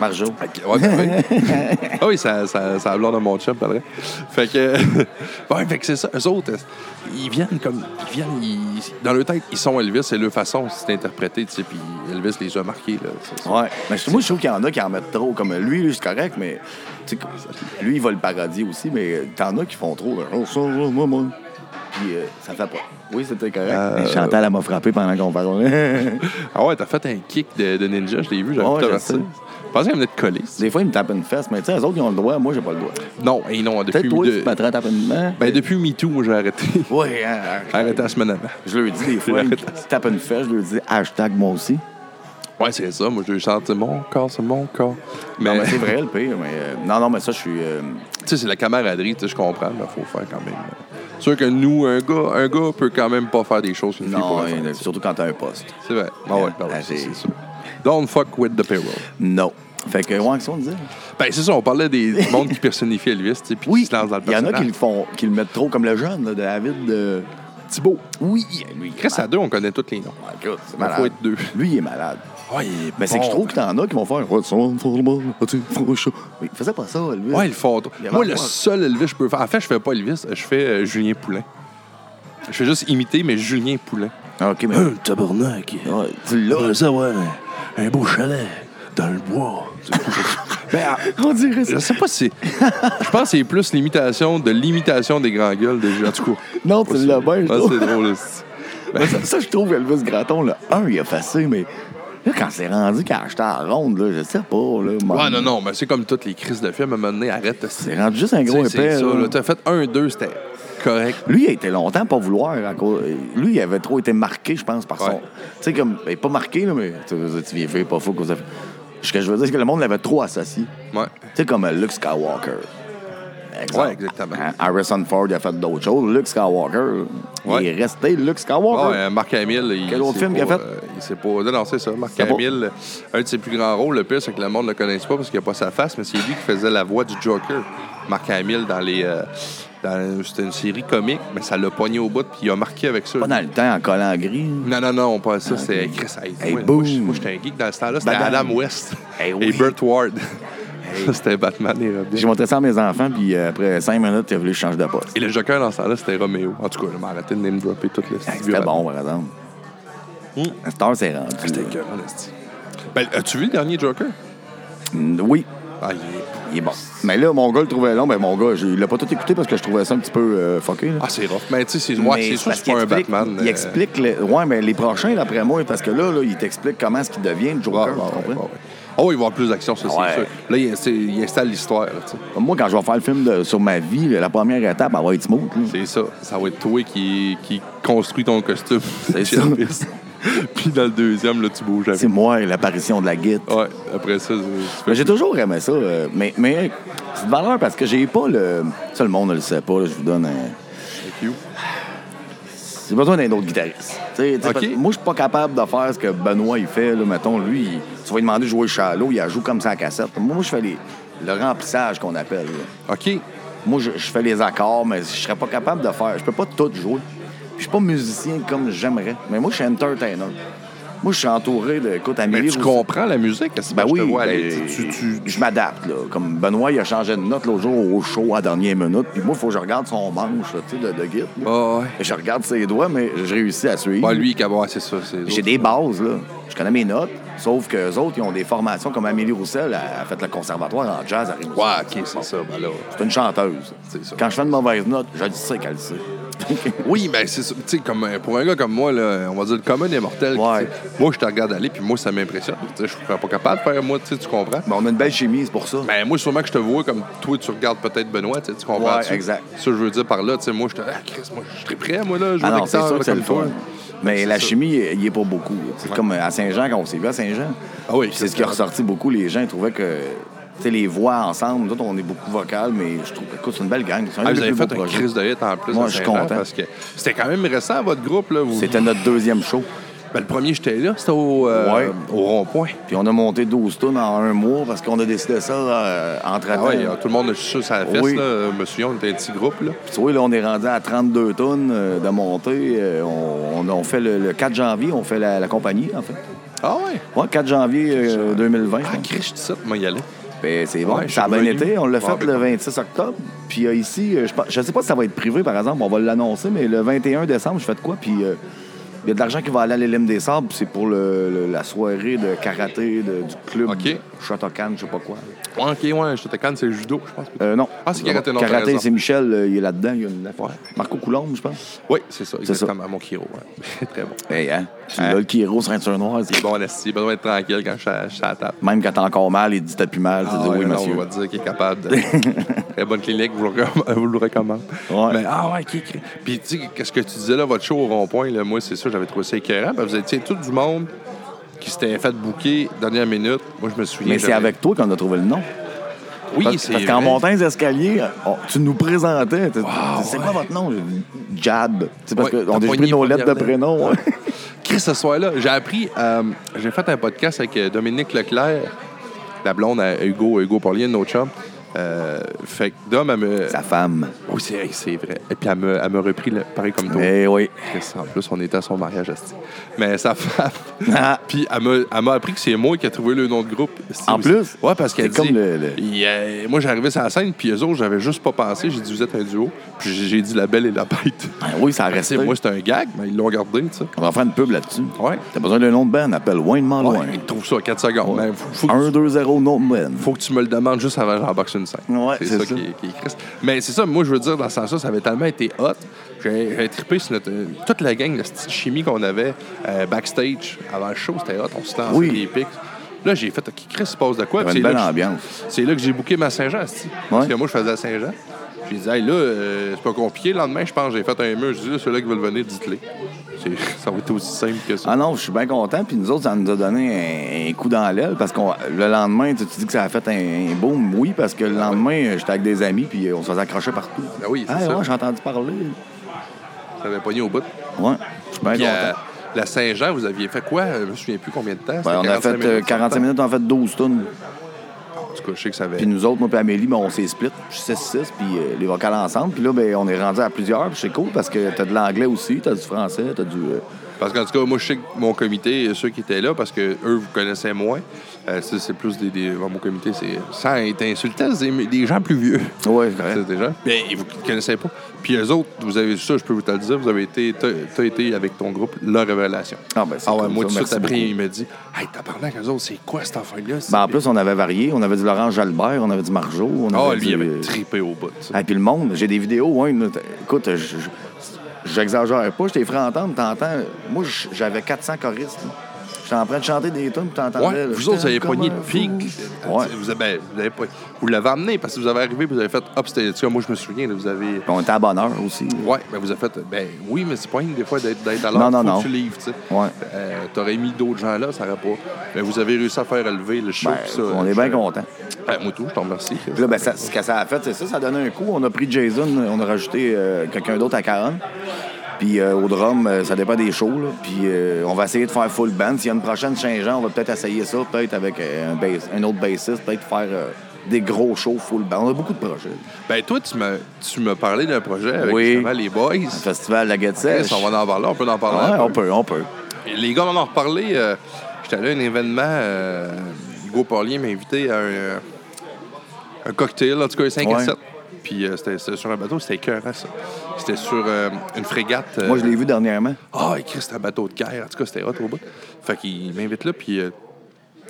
S3: Marjo.
S1: Ouais, ben oui. ah oui, ça, ça, ça a l'air de mon chum, pas vrai. Fait que. ouais, fait que c'est ça. Eux autres, euh, ils viennent comme. Ils viennent, ils- dans leur tête, ils sont Elvis, c'est leur façon de s'interpréter, tu sais. Puis Elvis les a marqués, là. tu sais.
S3: Ouais. Mais je- moi, je trouve qu'il y en a qui en mettent trop. Comme lui, lui c'est correct, mais tu sais, comme- lui, il va le parodier aussi, mais t'en as qui font trop. là. Oh, ça, oh, moi, moi. Puis euh, ça fait pas. Oui, c'était correct.
S1: Euh,
S3: Mais Chantal, elle m'a frappé pendant qu'on parlait.
S1: Ah ouais, t'as fait un kick de, de ninja, je l'ai vu, j'avais
S3: Ouais,
S1: pu
S3: je
S1: traversé.
S3: sais.
S1: Je pensais qu'elle venait de coller.
S3: Des fois, ils me tapent une fesse, mais tu sais, les autres, ils ont le droit. Moi, j'ai pas le droit.
S1: Non, et non,
S3: Peut-être
S1: depuis.
S3: toi,
S1: de-
S3: tu te mettrais à taper une main.
S1: Ben, depuis MeToo, moi, j'ai arrêté.
S3: Oui, hein,
S1: J'ai arrêté la semaine avant.
S3: je leur dis des fois, ils me tapent une fesse, je leur dis hashtag moi aussi.
S1: Ouais, c'est ça, moi, je chante, c'est mon corps, c'est mon corps. Mais,
S3: Non, mais c'est vrai, le pire. Mais, euh, non, non, mais ça, je suis. euh,
S1: tu sais, c'est la camaraderie, tu sais, je comprends, mais faut faire quand même. C'est sûr que nous, un gars, un gars peut quand même pas faire des choses qu'une fille
S3: non,
S1: pourrait faire,
S3: euh,
S1: tu sais.
S3: surtout quand t'as un poste.
S1: C'est vrai.
S3: Ah ouais,
S1: Pardon,
S3: ah,
S1: ça,
S3: c'est-
S1: c'est sûr. Don't fuck with the payroll.
S3: Non. Fait que, ouais, qu'est-ce qu'on disait?
S1: Ben, c'est ça, on parlait des du monde qui personnifie Elvis, tu sais, puis qui se lance dans le
S3: il y en a
S1: personnage.
S3: qui le font, qui le mettent trop, comme le jeune, là, David euh, Thibault. Oui, lui.
S1: Chris, à deux, on connaît tous les noms.
S3: Ah, écoute, c'est
S1: Il faut être deux.
S3: Lui, il est malade.
S1: Ouais, il est
S3: Mais Ben, c'est que je
S1: bon,
S3: trouve que t'en as qui vont faire. Ouais, tu vas me faire le mal, tu vas me faire chaud. Mais il faisait pas ça, lui.
S1: Ouais, ils le font.
S3: Il y avait
S1: Moi,
S3: un
S1: le
S3: point.
S1: seul Elvis que je peux faire. En fait, je fais pas Elvis, je fais euh, Julien Poulain. Je fais juste imiter, mais Julien Poulain.
S3: Ah, Ok,
S1: Euh.
S3: mais.
S2: Un Euh, tabarnak.
S3: Ouais, tu l'as.
S2: Ça, ouais. Un beau chalet dans le bois.
S1: Ben, ah,
S3: On dirait
S1: je sais pas si. Je pense que c'est plus l'imitation de l'imitation des grands gueules de Julien. En tout cas.
S3: Non, tu l'as bien, je
S1: Ah,
S3: trouve.
S1: c'est drôle aussi.
S3: Mais ça, ça, je trouve Elvis Graton, là, un, il a facé, mais là, quand c'est rendu qu'à acheter à la ronde, là, je sais pas, là.
S1: Ouais, non, non, mais c'est comme toutes les crises de film. À un moment donné, arrête. C'est
S3: C'est rendu juste un gros
S1: c'est
S3: épais.
S1: ça,
S3: là.
S1: là. T'as fait un, deux, c'était correct.
S3: Lui, il a été longtemps pas vouloir. à cause- Lui, il avait trop été marqué, je pense, par son.
S1: Ouais.
S3: Tu sais, comme. ben, pas marqué, là, mais. Tu veux dire, tu viens faire pas fou, qu'on s'est fait- Ce que je veux dire, c'est que le monde l'avait trop associé.
S1: Ouais.
S3: Tu sais, comme euh, Luke Skywalker. Exemple.
S1: Ouais, exactement.
S3: Hein, Harrison Ford a fait d'autres choses. Luke Skywalker, là,
S1: Ouais.
S3: il est resté Luke Skywalker.
S1: Bon, euh, Marc Hamill, il
S3: Quel autre
S1: c'est
S3: film qu'il a
S1: pas,
S3: fait?
S1: euh, il sait pas. Non, non, c'est ça. Marc
S3: C'est pas-
S1: Hamill, un de ses plus grands rôles, le pire, c'est que le monde ne le connaisse pas parce qu'il a pas sa face, mais c'est lui qui faisait la voix du Joker. Marc Hamill, dans les. euh, dans- C'était une série comique, mais ça l'a pogné au bout, puis il a marqué avec ça.
S3: Pas dans le temps, en collant gris.
S1: Non, non, non, pas ça. C'est Chris Hayes.
S3: Ah, Hey,
S1: moi,
S3: boom.
S1: moi, j'étais- moi, j'étais un geek dans ce temps-là. C'était
S3: Badam.
S1: Adam West
S3: Hey, oui.
S1: et Burt Ward. Ça, c'était Batman et Robin.
S3: J'ai montré ça à mes enfants, puis euh, après cinq minutes, il a voulu que je change de poste.
S1: Et le Joker dans ce temps-là, c'était Romeo. En tout cas, je m'ai arrêté de name dropper toute la
S3: Hey, C'était bon, par exemple.
S1: Hmm.
S3: La star s'est rendu.
S1: C'était
S3: là.
S1: que Ben, as-tu vu le dernier Joker?
S3: Mm, Oui,
S1: Ah, il est-
S3: il est bon. Mais là, mon gars le trouvait long. Mais mon gars, je- il l'a pas tout écouté parce que je trouvais ça un petit peu euh, fucké. là.
S1: Ah, c'est rough. Mais tu sais, c'est ouais,
S3: Mais
S1: c'est sûr que
S3: parce
S1: c'est pas un
S3: qu'il explique-
S1: Batman.
S3: Il
S1: euh,
S3: explique. le- Ouais, mais les prochains, d'après moi, parce que là, là il t'explique comment est-ce qu'il devient le
S1: ah,
S3: Joker.
S1: ouais,
S3: tu
S1: ouais,
S3: comprends?
S1: ouais. Oh, il va y avoir plus d'action, ça,
S3: Ouais.
S1: c'est sûr. Là, il, c'est- il installe l'histoire, là, tu sais.
S3: Moi, quand je vais faire le film de- sur ma vie, la première étape, elle va être smooth. là.
S1: C'est ça. Ça va être toi qui, qui construis ton costume.
S3: C'est
S1: Puis
S3: ça.
S1: en plus- Puis dans le deuxième, là, tu bouges avec.
S3: C'est moi, l'apparition de la guide.
S1: Ouais, après ça, c'est-
S3: Mais J'ai toujours aimé ça, euh, mais, mais c'est de valeur parce que j'ai pas le. Ça, le monde ne le sait pas, là, je vous donne un.
S1: c'est cute.
S3: J'ai besoin d'un autre guitariste. Tu sais, tu sais,
S1: OK.
S3: parce que Moi, je suis pas capable de faire ce que Benoît il fait. Là, mettons, lui, il- tu vas lui demander de jouer Shallow, il la joue comme ça à cassette. Moi, moi, je fais les- le remplissage qu'on appelle. là.
S1: OK.
S3: Moi, je, je fais les accords, mais je serais pas capable de faire. Je peux pas tout jouer. Puis, je suis pas musicien comme j'aimerais. Mais moi, je suis entertainer. Moi, je suis entouré de. Écoute,
S1: Mais
S3: Amélie
S1: tu
S3: Rousseau-
S1: comprends la musique, c'est
S3: Ben
S1: pas que
S3: oui,
S1: je te vois
S3: ben,
S1: aller. Tu- tu- tu-
S3: je m'adapte. là. Comme Benoît, il a changé de note l'autre jour au show à la dernière minute. Puis moi, il faut que je regarde son manche là, tu sais, de, de guide. là.
S1: Ah, ouais.
S3: Je regarde ses doigts, mais je réussis à suivre.
S1: Bah, lui, qui a- ouais, c'est ça. c'est-
S3: J'ai des bases, là. Je connais mes notes, sauf qu'eux autres, ils ont des formations comme Amélie Roussel, elle a fait le conservatoire en jazz à Rimouski.
S1: Ouais, OK, c'est ça. Ben là.
S3: C'est une chanteuse.
S1: C'est ça.
S3: Quand je fais une mauvaise note, je le sais qu'elle le sait.
S1: Oui, mais c'est ça. Tu sais, comme, euh, pour un gars comme moi, là, on va dire le commun des mortels. qui, tu
S3: Ouais.
S1: sais, Moi, je te regarde aller, puis moi, ça m'impressionne. Tu sais, Je serais pas capable de faire moi, tu sais, tu comprends?
S3: Mais on a une belle chimie, c'est pour ça.
S1: Ben, moi, sûrement que je te vois comme toi, tu regardes peut-être Benoît, tu sais, tu comprends?
S3: Ouais, exact.
S1: Ça, je veux dire par là, tu sais, moi, je te. Ah, Chris, moi, je serais prêt, moi, là. Je
S3: Ah
S1: veux
S3: non, c'est
S1: l'acteur,
S3: sûr
S1: là,
S3: que c'est
S1: comme
S3: le fun.
S1: toi.
S3: Mais
S1: C'est
S3: la
S1: ça.
S3: chimie, il est pas beaucoup. C'est comme à Saint-Jean, quand on s'est vu à Saint-Jean.
S1: Ah oui,
S3: C'est ce qui a ressorti beaucoup. Les gens trouvaient que. Tu sais, les voix ensemble, nous autres, on est beaucoup vocal, mais je trouve que c'est une belle gang. C'est un
S1: Ah,
S3: des
S1: vous avez
S3: plus
S1: fait
S3: beaux
S1: un
S3: projets.
S1: crise de hit en plus.
S3: Moi,
S1: à
S3: je suis
S1: Saint-Jean,
S3: content.
S1: Parce que c'était quand même récent, votre groupe, là. Vous...
S3: C'était notre deuxième show.
S1: Ben, le premier, j'étais là, c'était au, euh,
S3: Ouais.
S1: au rond-point.
S3: Puis on a monté 12 tonnes en un mois parce qu'on a décidé ça euh, entre
S1: Ah
S3: temps.
S1: ouais, euh, tout le monde a su ça à la fesse,
S3: Oui.
S1: là. Euh, Je me souviens, on était un petit groupe, là.
S3: Puis tu vois, là, on est rendu à 32 tonnes euh, de montée. Euh, on, on- on fait le, le 4 janvier, on fait la, la compagnie, en fait.
S1: Ah ouais?
S3: Ouais, 4 janvier euh, 2020.
S1: Ah, Chris, je dis ça, moi, y aller.
S3: Ben, c'est bon.
S1: Ouais, je
S3: ça a
S1: suis
S3: bien
S1: revenu.
S3: été. On l'a
S1: Ah,
S3: fait
S1: ben,
S3: le 26 octobre. Puis euh, ici, euh, je pense- je sais pas si ça va être privé, par exemple. On va l'annoncer, mais le 21 décembre, je fais de quoi? Puis euh, il y a de l'argent qui va aller à l'élème des sables. puis C'est pour le- le- la soirée de karaté de- du club
S1: OK.
S3: Shotokan, je sais pas quoi.
S1: Ouais, ok, ouais, je te canne, c'est le judo, je pense.
S3: Euh, non.
S1: Ah, c'est karaté, non, t'as
S3: Karaté,
S1: raison.
S3: c'est Michel. euh, il est là-dedans. Il y a une affaire.
S1: Ouais.
S3: Marco Coulombe, je pense.
S1: Oui, c'est ça,
S3: ça.
S1: exactement, mon Kiro. ouais. Très bon.
S3: Hey, hein? Tu l'as, le Kiro, ceinture noire. c'est-
S1: Bon, Anastie, besoin d'être tranquille quand je suis à- je suis à la table.
S3: Même quand t'as encore mal, il te dit t'as plus mal. Tu dis
S1: Ah ouais,
S3: oui,
S1: non,
S3: monsieur.
S1: On va dire qu'il est capable. de- Très bonne clinique, vous le, recomm- vous le recommande.
S3: Ouais.
S1: Mais, ah ouais, qui qui- Puis, tu sais, qu'est-ce que tu disais là, votre show au rond-point, là, moi, c'est ça, j'avais trouvé ça écœurant. Ben, vous étiez tout du monde qui s'était fait bouquer dernière minute. Moi, je me souviens.
S3: Mais c'est
S1: j'avais-
S3: avec toi qu'on a trouvé le nom.
S1: Oui,
S3: Parce,
S1: c'est.
S3: parce qu'en
S1: vrai.
S3: montant les escaliers, on- tu nous présentais. Tu- tu- c'est
S1: ouais.
S3: quoi votre nom? J'ai dit, Jab. C'est parce
S1: Ouais,
S3: qu'on
S1: t'as
S3: a
S1: poigné
S3: pris nos
S1: première
S3: lettres de
S1: lettre.
S3: prénom. ouais.
S1: Chris, ce soir-là, j'ai appris. euh, j'ai fait un podcast avec euh, Dominique Leclerc, la blonde à Hugo, Hugo Paulien, notre chum. Euh, fait que Dom, elle me.
S3: Sa femme.
S1: Oui, c'est c'est vrai. Et puis, elle me, elle me repris le- pareil comme toi.
S3: Mais Eh oui.
S1: Chris, En plus, on était à son mariage, esti. Mais sa femme.
S3: Ah.
S1: Puis elle m'a- elle m'a appris que c'est moi qui ai trouvé le nom de groupe. esti,
S3: En
S1: aussi.
S3: plus?
S1: Ouais, parce qu'elle dit.
S3: C'est comme le- le-
S1: Il, euh, moi, j'arrivais sur la scène, puis eux autres, j'avais juste pas pensé. J'ai dit, vous êtes un duo. Puis j'ai- j'ai dit, la belle et la bête.
S3: Ben oui, ça a
S1: Ah, Tu sais,
S3: resté.
S1: moi, c'était un gag, mais ils l'ont gardé, tu sais.
S3: On va faire une pub là-dessus.
S1: Ouais.
S3: T'as besoin d'un nom de band, appelle Wayne Malouin.
S1: Ouais, ils trouvent ça 4 secondes. Mais faut, faut que
S3: 1-2-0 nom de band.
S1: faut que tu me le demandes juste avant que j'embarque sur une scène.
S3: Ouais,
S1: c'est
S3: c'est
S1: ça,
S3: ça.
S1: Qui, est- qui est Christ. Mais c'est ça, moi, je veux dire, dans ce sens-là, ça avait tellement été hot. J'ai j'ai trippé sur notre, euh, toute la gang, la petite chimie qu'on avait euh, backstage avant le show, c'était hot. On se lançait
S3: Oui.
S1: des pics. Là, j'ai fait, OK, Chris, il se passe de quoi?
S3: avait
S1: Puis
S3: une
S1: c'est
S3: belle
S1: là que-
S3: ambiance.
S1: C'est là que j'ai booké ma Saint-Jean, esti. Parce que moi, je faisais à Saint-Jean. J'ai dit, hey, là, euh, c'est pas compliqué. Le lendemain, je pense, j'ai fait un mur. J'ai dit, là, ceux-là qui veulent venir, dites-les. C'est- Ça va être aussi simple que ça.
S3: Ah non, je suis bien content. Puis nous autres, ça nous a donné un, un coup dans l'aile parce que le lendemain, tu, tu dis que ça a fait un, un boom. Oui, parce que le lendemain, euh, j'étais avec des amis puis euh, on se faisait accrocher partout.
S1: Ah Ben oui, c'est
S3: Ah,
S1: ça.
S3: ouais, j'ai entendu parler. Ah.
S1: Ça avait pogné au bout.
S3: Ouais, je suis bien
S1: Puis
S3: content.
S1: à la Saint-Jean, vous aviez fait quoi? Je me souviens plus combien de temps.
S3: Ben, on
S1: C'était
S3: a fait euh, 45 minutes, on a fait 12 tonnes.
S1: En tout cas, je sais que ça avait...
S3: Puis nous autres, moi et Amélie, ben, on s'est split, 6-6, puis euh, les vocales ensemble. Puis là, ben, on est rendu à plusieurs, puis c'est cool parce que t'as de l'anglais aussi, t'as du français, t'as du. euh,
S1: Parce qu'en tout cas, moi, je sais que mon comité, euh, ceux qui étaient là, parce que eux, vous connaissez moins, euh, c'est c'est plus des, des- bon, mon comité, c'est sans être insultant, c'est des, des gens plus vieux.
S3: Ouais, c'est vrai.
S1: C'est des gens. Mais ils vous connaissaient pas. Puis eux autres, vous avez ça, je peux vous te le dire, vous avez été, t'as t'as été avec ton groupe La Révélation.
S3: Ah, ben, c'est
S1: ouais,
S3: cool,
S1: moi, tout de
S3: ça,
S1: suite
S3: merci
S1: après,
S3: beaucoup.
S1: il me dit, hey, t'as parlé avec eux autres, c'est quoi cette affaire-là? C'est-
S3: Ben, en plus, on avait varié. On avait du Laurent Jalbert, on avait du Marjo. On
S1: Ah,
S3: avait
S1: lui,
S3: du- euh,
S1: il avait trippé au bout. ça.
S3: Ah, puis le monde, j'ai des vidéos. Hein, nous, t- écoute, je- je- j'exagère pas, je t'ai fait entendre, t'entends. Moi, j- j'avais 400 choristes. là. J'étais en train de chanter des tunes, puis t'entendais.
S1: Ouais,
S3: là,
S1: vous autres, vous avez
S3: J'étais
S1: pogné
S3: comme
S1: le
S3: un
S1: pic.
S3: fou. Ouais.
S1: Vous, avez- vous l'avez pas- vous l'avez amené parce que vous avez arrivé, vous avez fait hop, c'était. en tout cas, Moi, je me souviens, là, vous avez.
S3: Puis on était à bonne heure aussi. là.
S1: Ouais, mais vous avez fait. Ben oui, mais c'est pas une des fois d'être d'être à l'heure.
S3: Non, non,
S1: faut que
S3: non.
S1: tu livres, tu sais.
S3: Ouais.
S1: Euh, T'aurais mis d'autres gens là, ça aurait pas. Mais vous avez réussi à faire élever le show.
S3: Ben,
S1: pis ça,
S3: on
S1: je-
S3: est bien content.
S1: Ben, moi, tout, je t'en remercie.
S3: Puis là, ben, ça- ce que ça a fait, c'est ça, ça a donné un coup. On a pris Jason, on a rajouté euh, quelqu'un d'autre à 40. Puis euh, au drum, euh, ça dépend des shows. là. Puis euh, on va essayer de faire full band. S'il y a une prochaine changeant, on va peut-être essayer ça, peut-être avec euh, un, bass- un autre bassiste, peut-être faire euh, des gros shows full band. On a beaucoup de projets.
S1: Ben, toi, tu m'as tu m'as parlé d'un projet avec
S3: Oui.
S1: justement les boys.
S3: Le festival La Guette Sèche.
S1: Chris, on va hein. en parler, on peut en parler.
S3: Ouais,
S1: un peu.
S3: on peut, on peut.
S1: Et Les gars, on en a reparlé. euh, J'étais allé à un événement. euh, Hugo Parlier m'a invité à un, euh, un cocktail, en tout cas, un 5 à
S3: Ouais.
S1: 7. Puis euh, c'était c'était sur un bateau, c'était écœurant, ça. C'était sur euh, une frégate. euh,
S3: Moi, je l'ai vu dernièrement.
S1: Ah, et Chris, c'était un bateau de guerre. En tout cas, c'était hot au bout. Fait qu'il m'invite là, puis euh,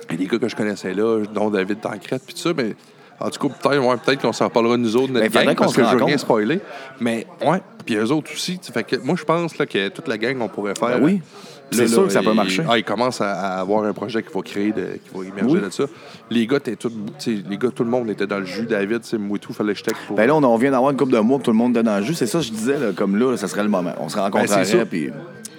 S1: il y a des gars que je connaissais là, dont David Tancrette, puis tout ça, mais en tout cas, peut-être ouais, peut-être qu'on s'en reparlera de nous autres, de notre
S3: Ben, faudrait
S1: gang,
S3: qu'on
S1: parce
S3: se
S1: que je veux
S3: rencontre.
S1: rien spoiler. Mais, ouais, puis eux autres aussi. tu sais, Fait que moi, je pense là, que toute la gang, on pourrait faire...
S3: Ben oui.
S1: Là,
S3: C'est
S1: là,
S3: sûr que ça
S1: ils-
S3: peut marcher.
S1: Ah, ils commencent à, à avoir un projet qu'il faut créer, de- qu'il faut émerger
S3: Oui.
S1: de ça. Les gars, t'es tout, tu sais, les gars, tout le monde était dans le jus. David, c'est moi et tout, fallait que je texte pour...
S3: Ben là, on, on vient d'avoir une couple de mois que tout le monde est dans le jus. C'est ça que je disais, là, comme là, ça serait le moment. On se
S1: Ben,
S3: rencontrerait,
S1: ça.
S3: puis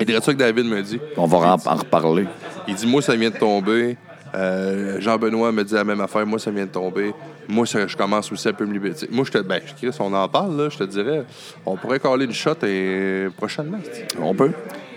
S1: Et dirais ça que David me dit.
S3: on va en, en reparler.
S1: Il dit, moi, ça vient de tomber. Euh, Jean-Benoît me dit la même affaire. Moi, ça vient de tomber. Moi, ça- je commence aussi à peu me libérer. Tu sais, Moi, je te. Ben, je- Chris, on en parle, là. Je te dirais, on pourrait caler une shot et prochainement. tu sais.
S3: On peut.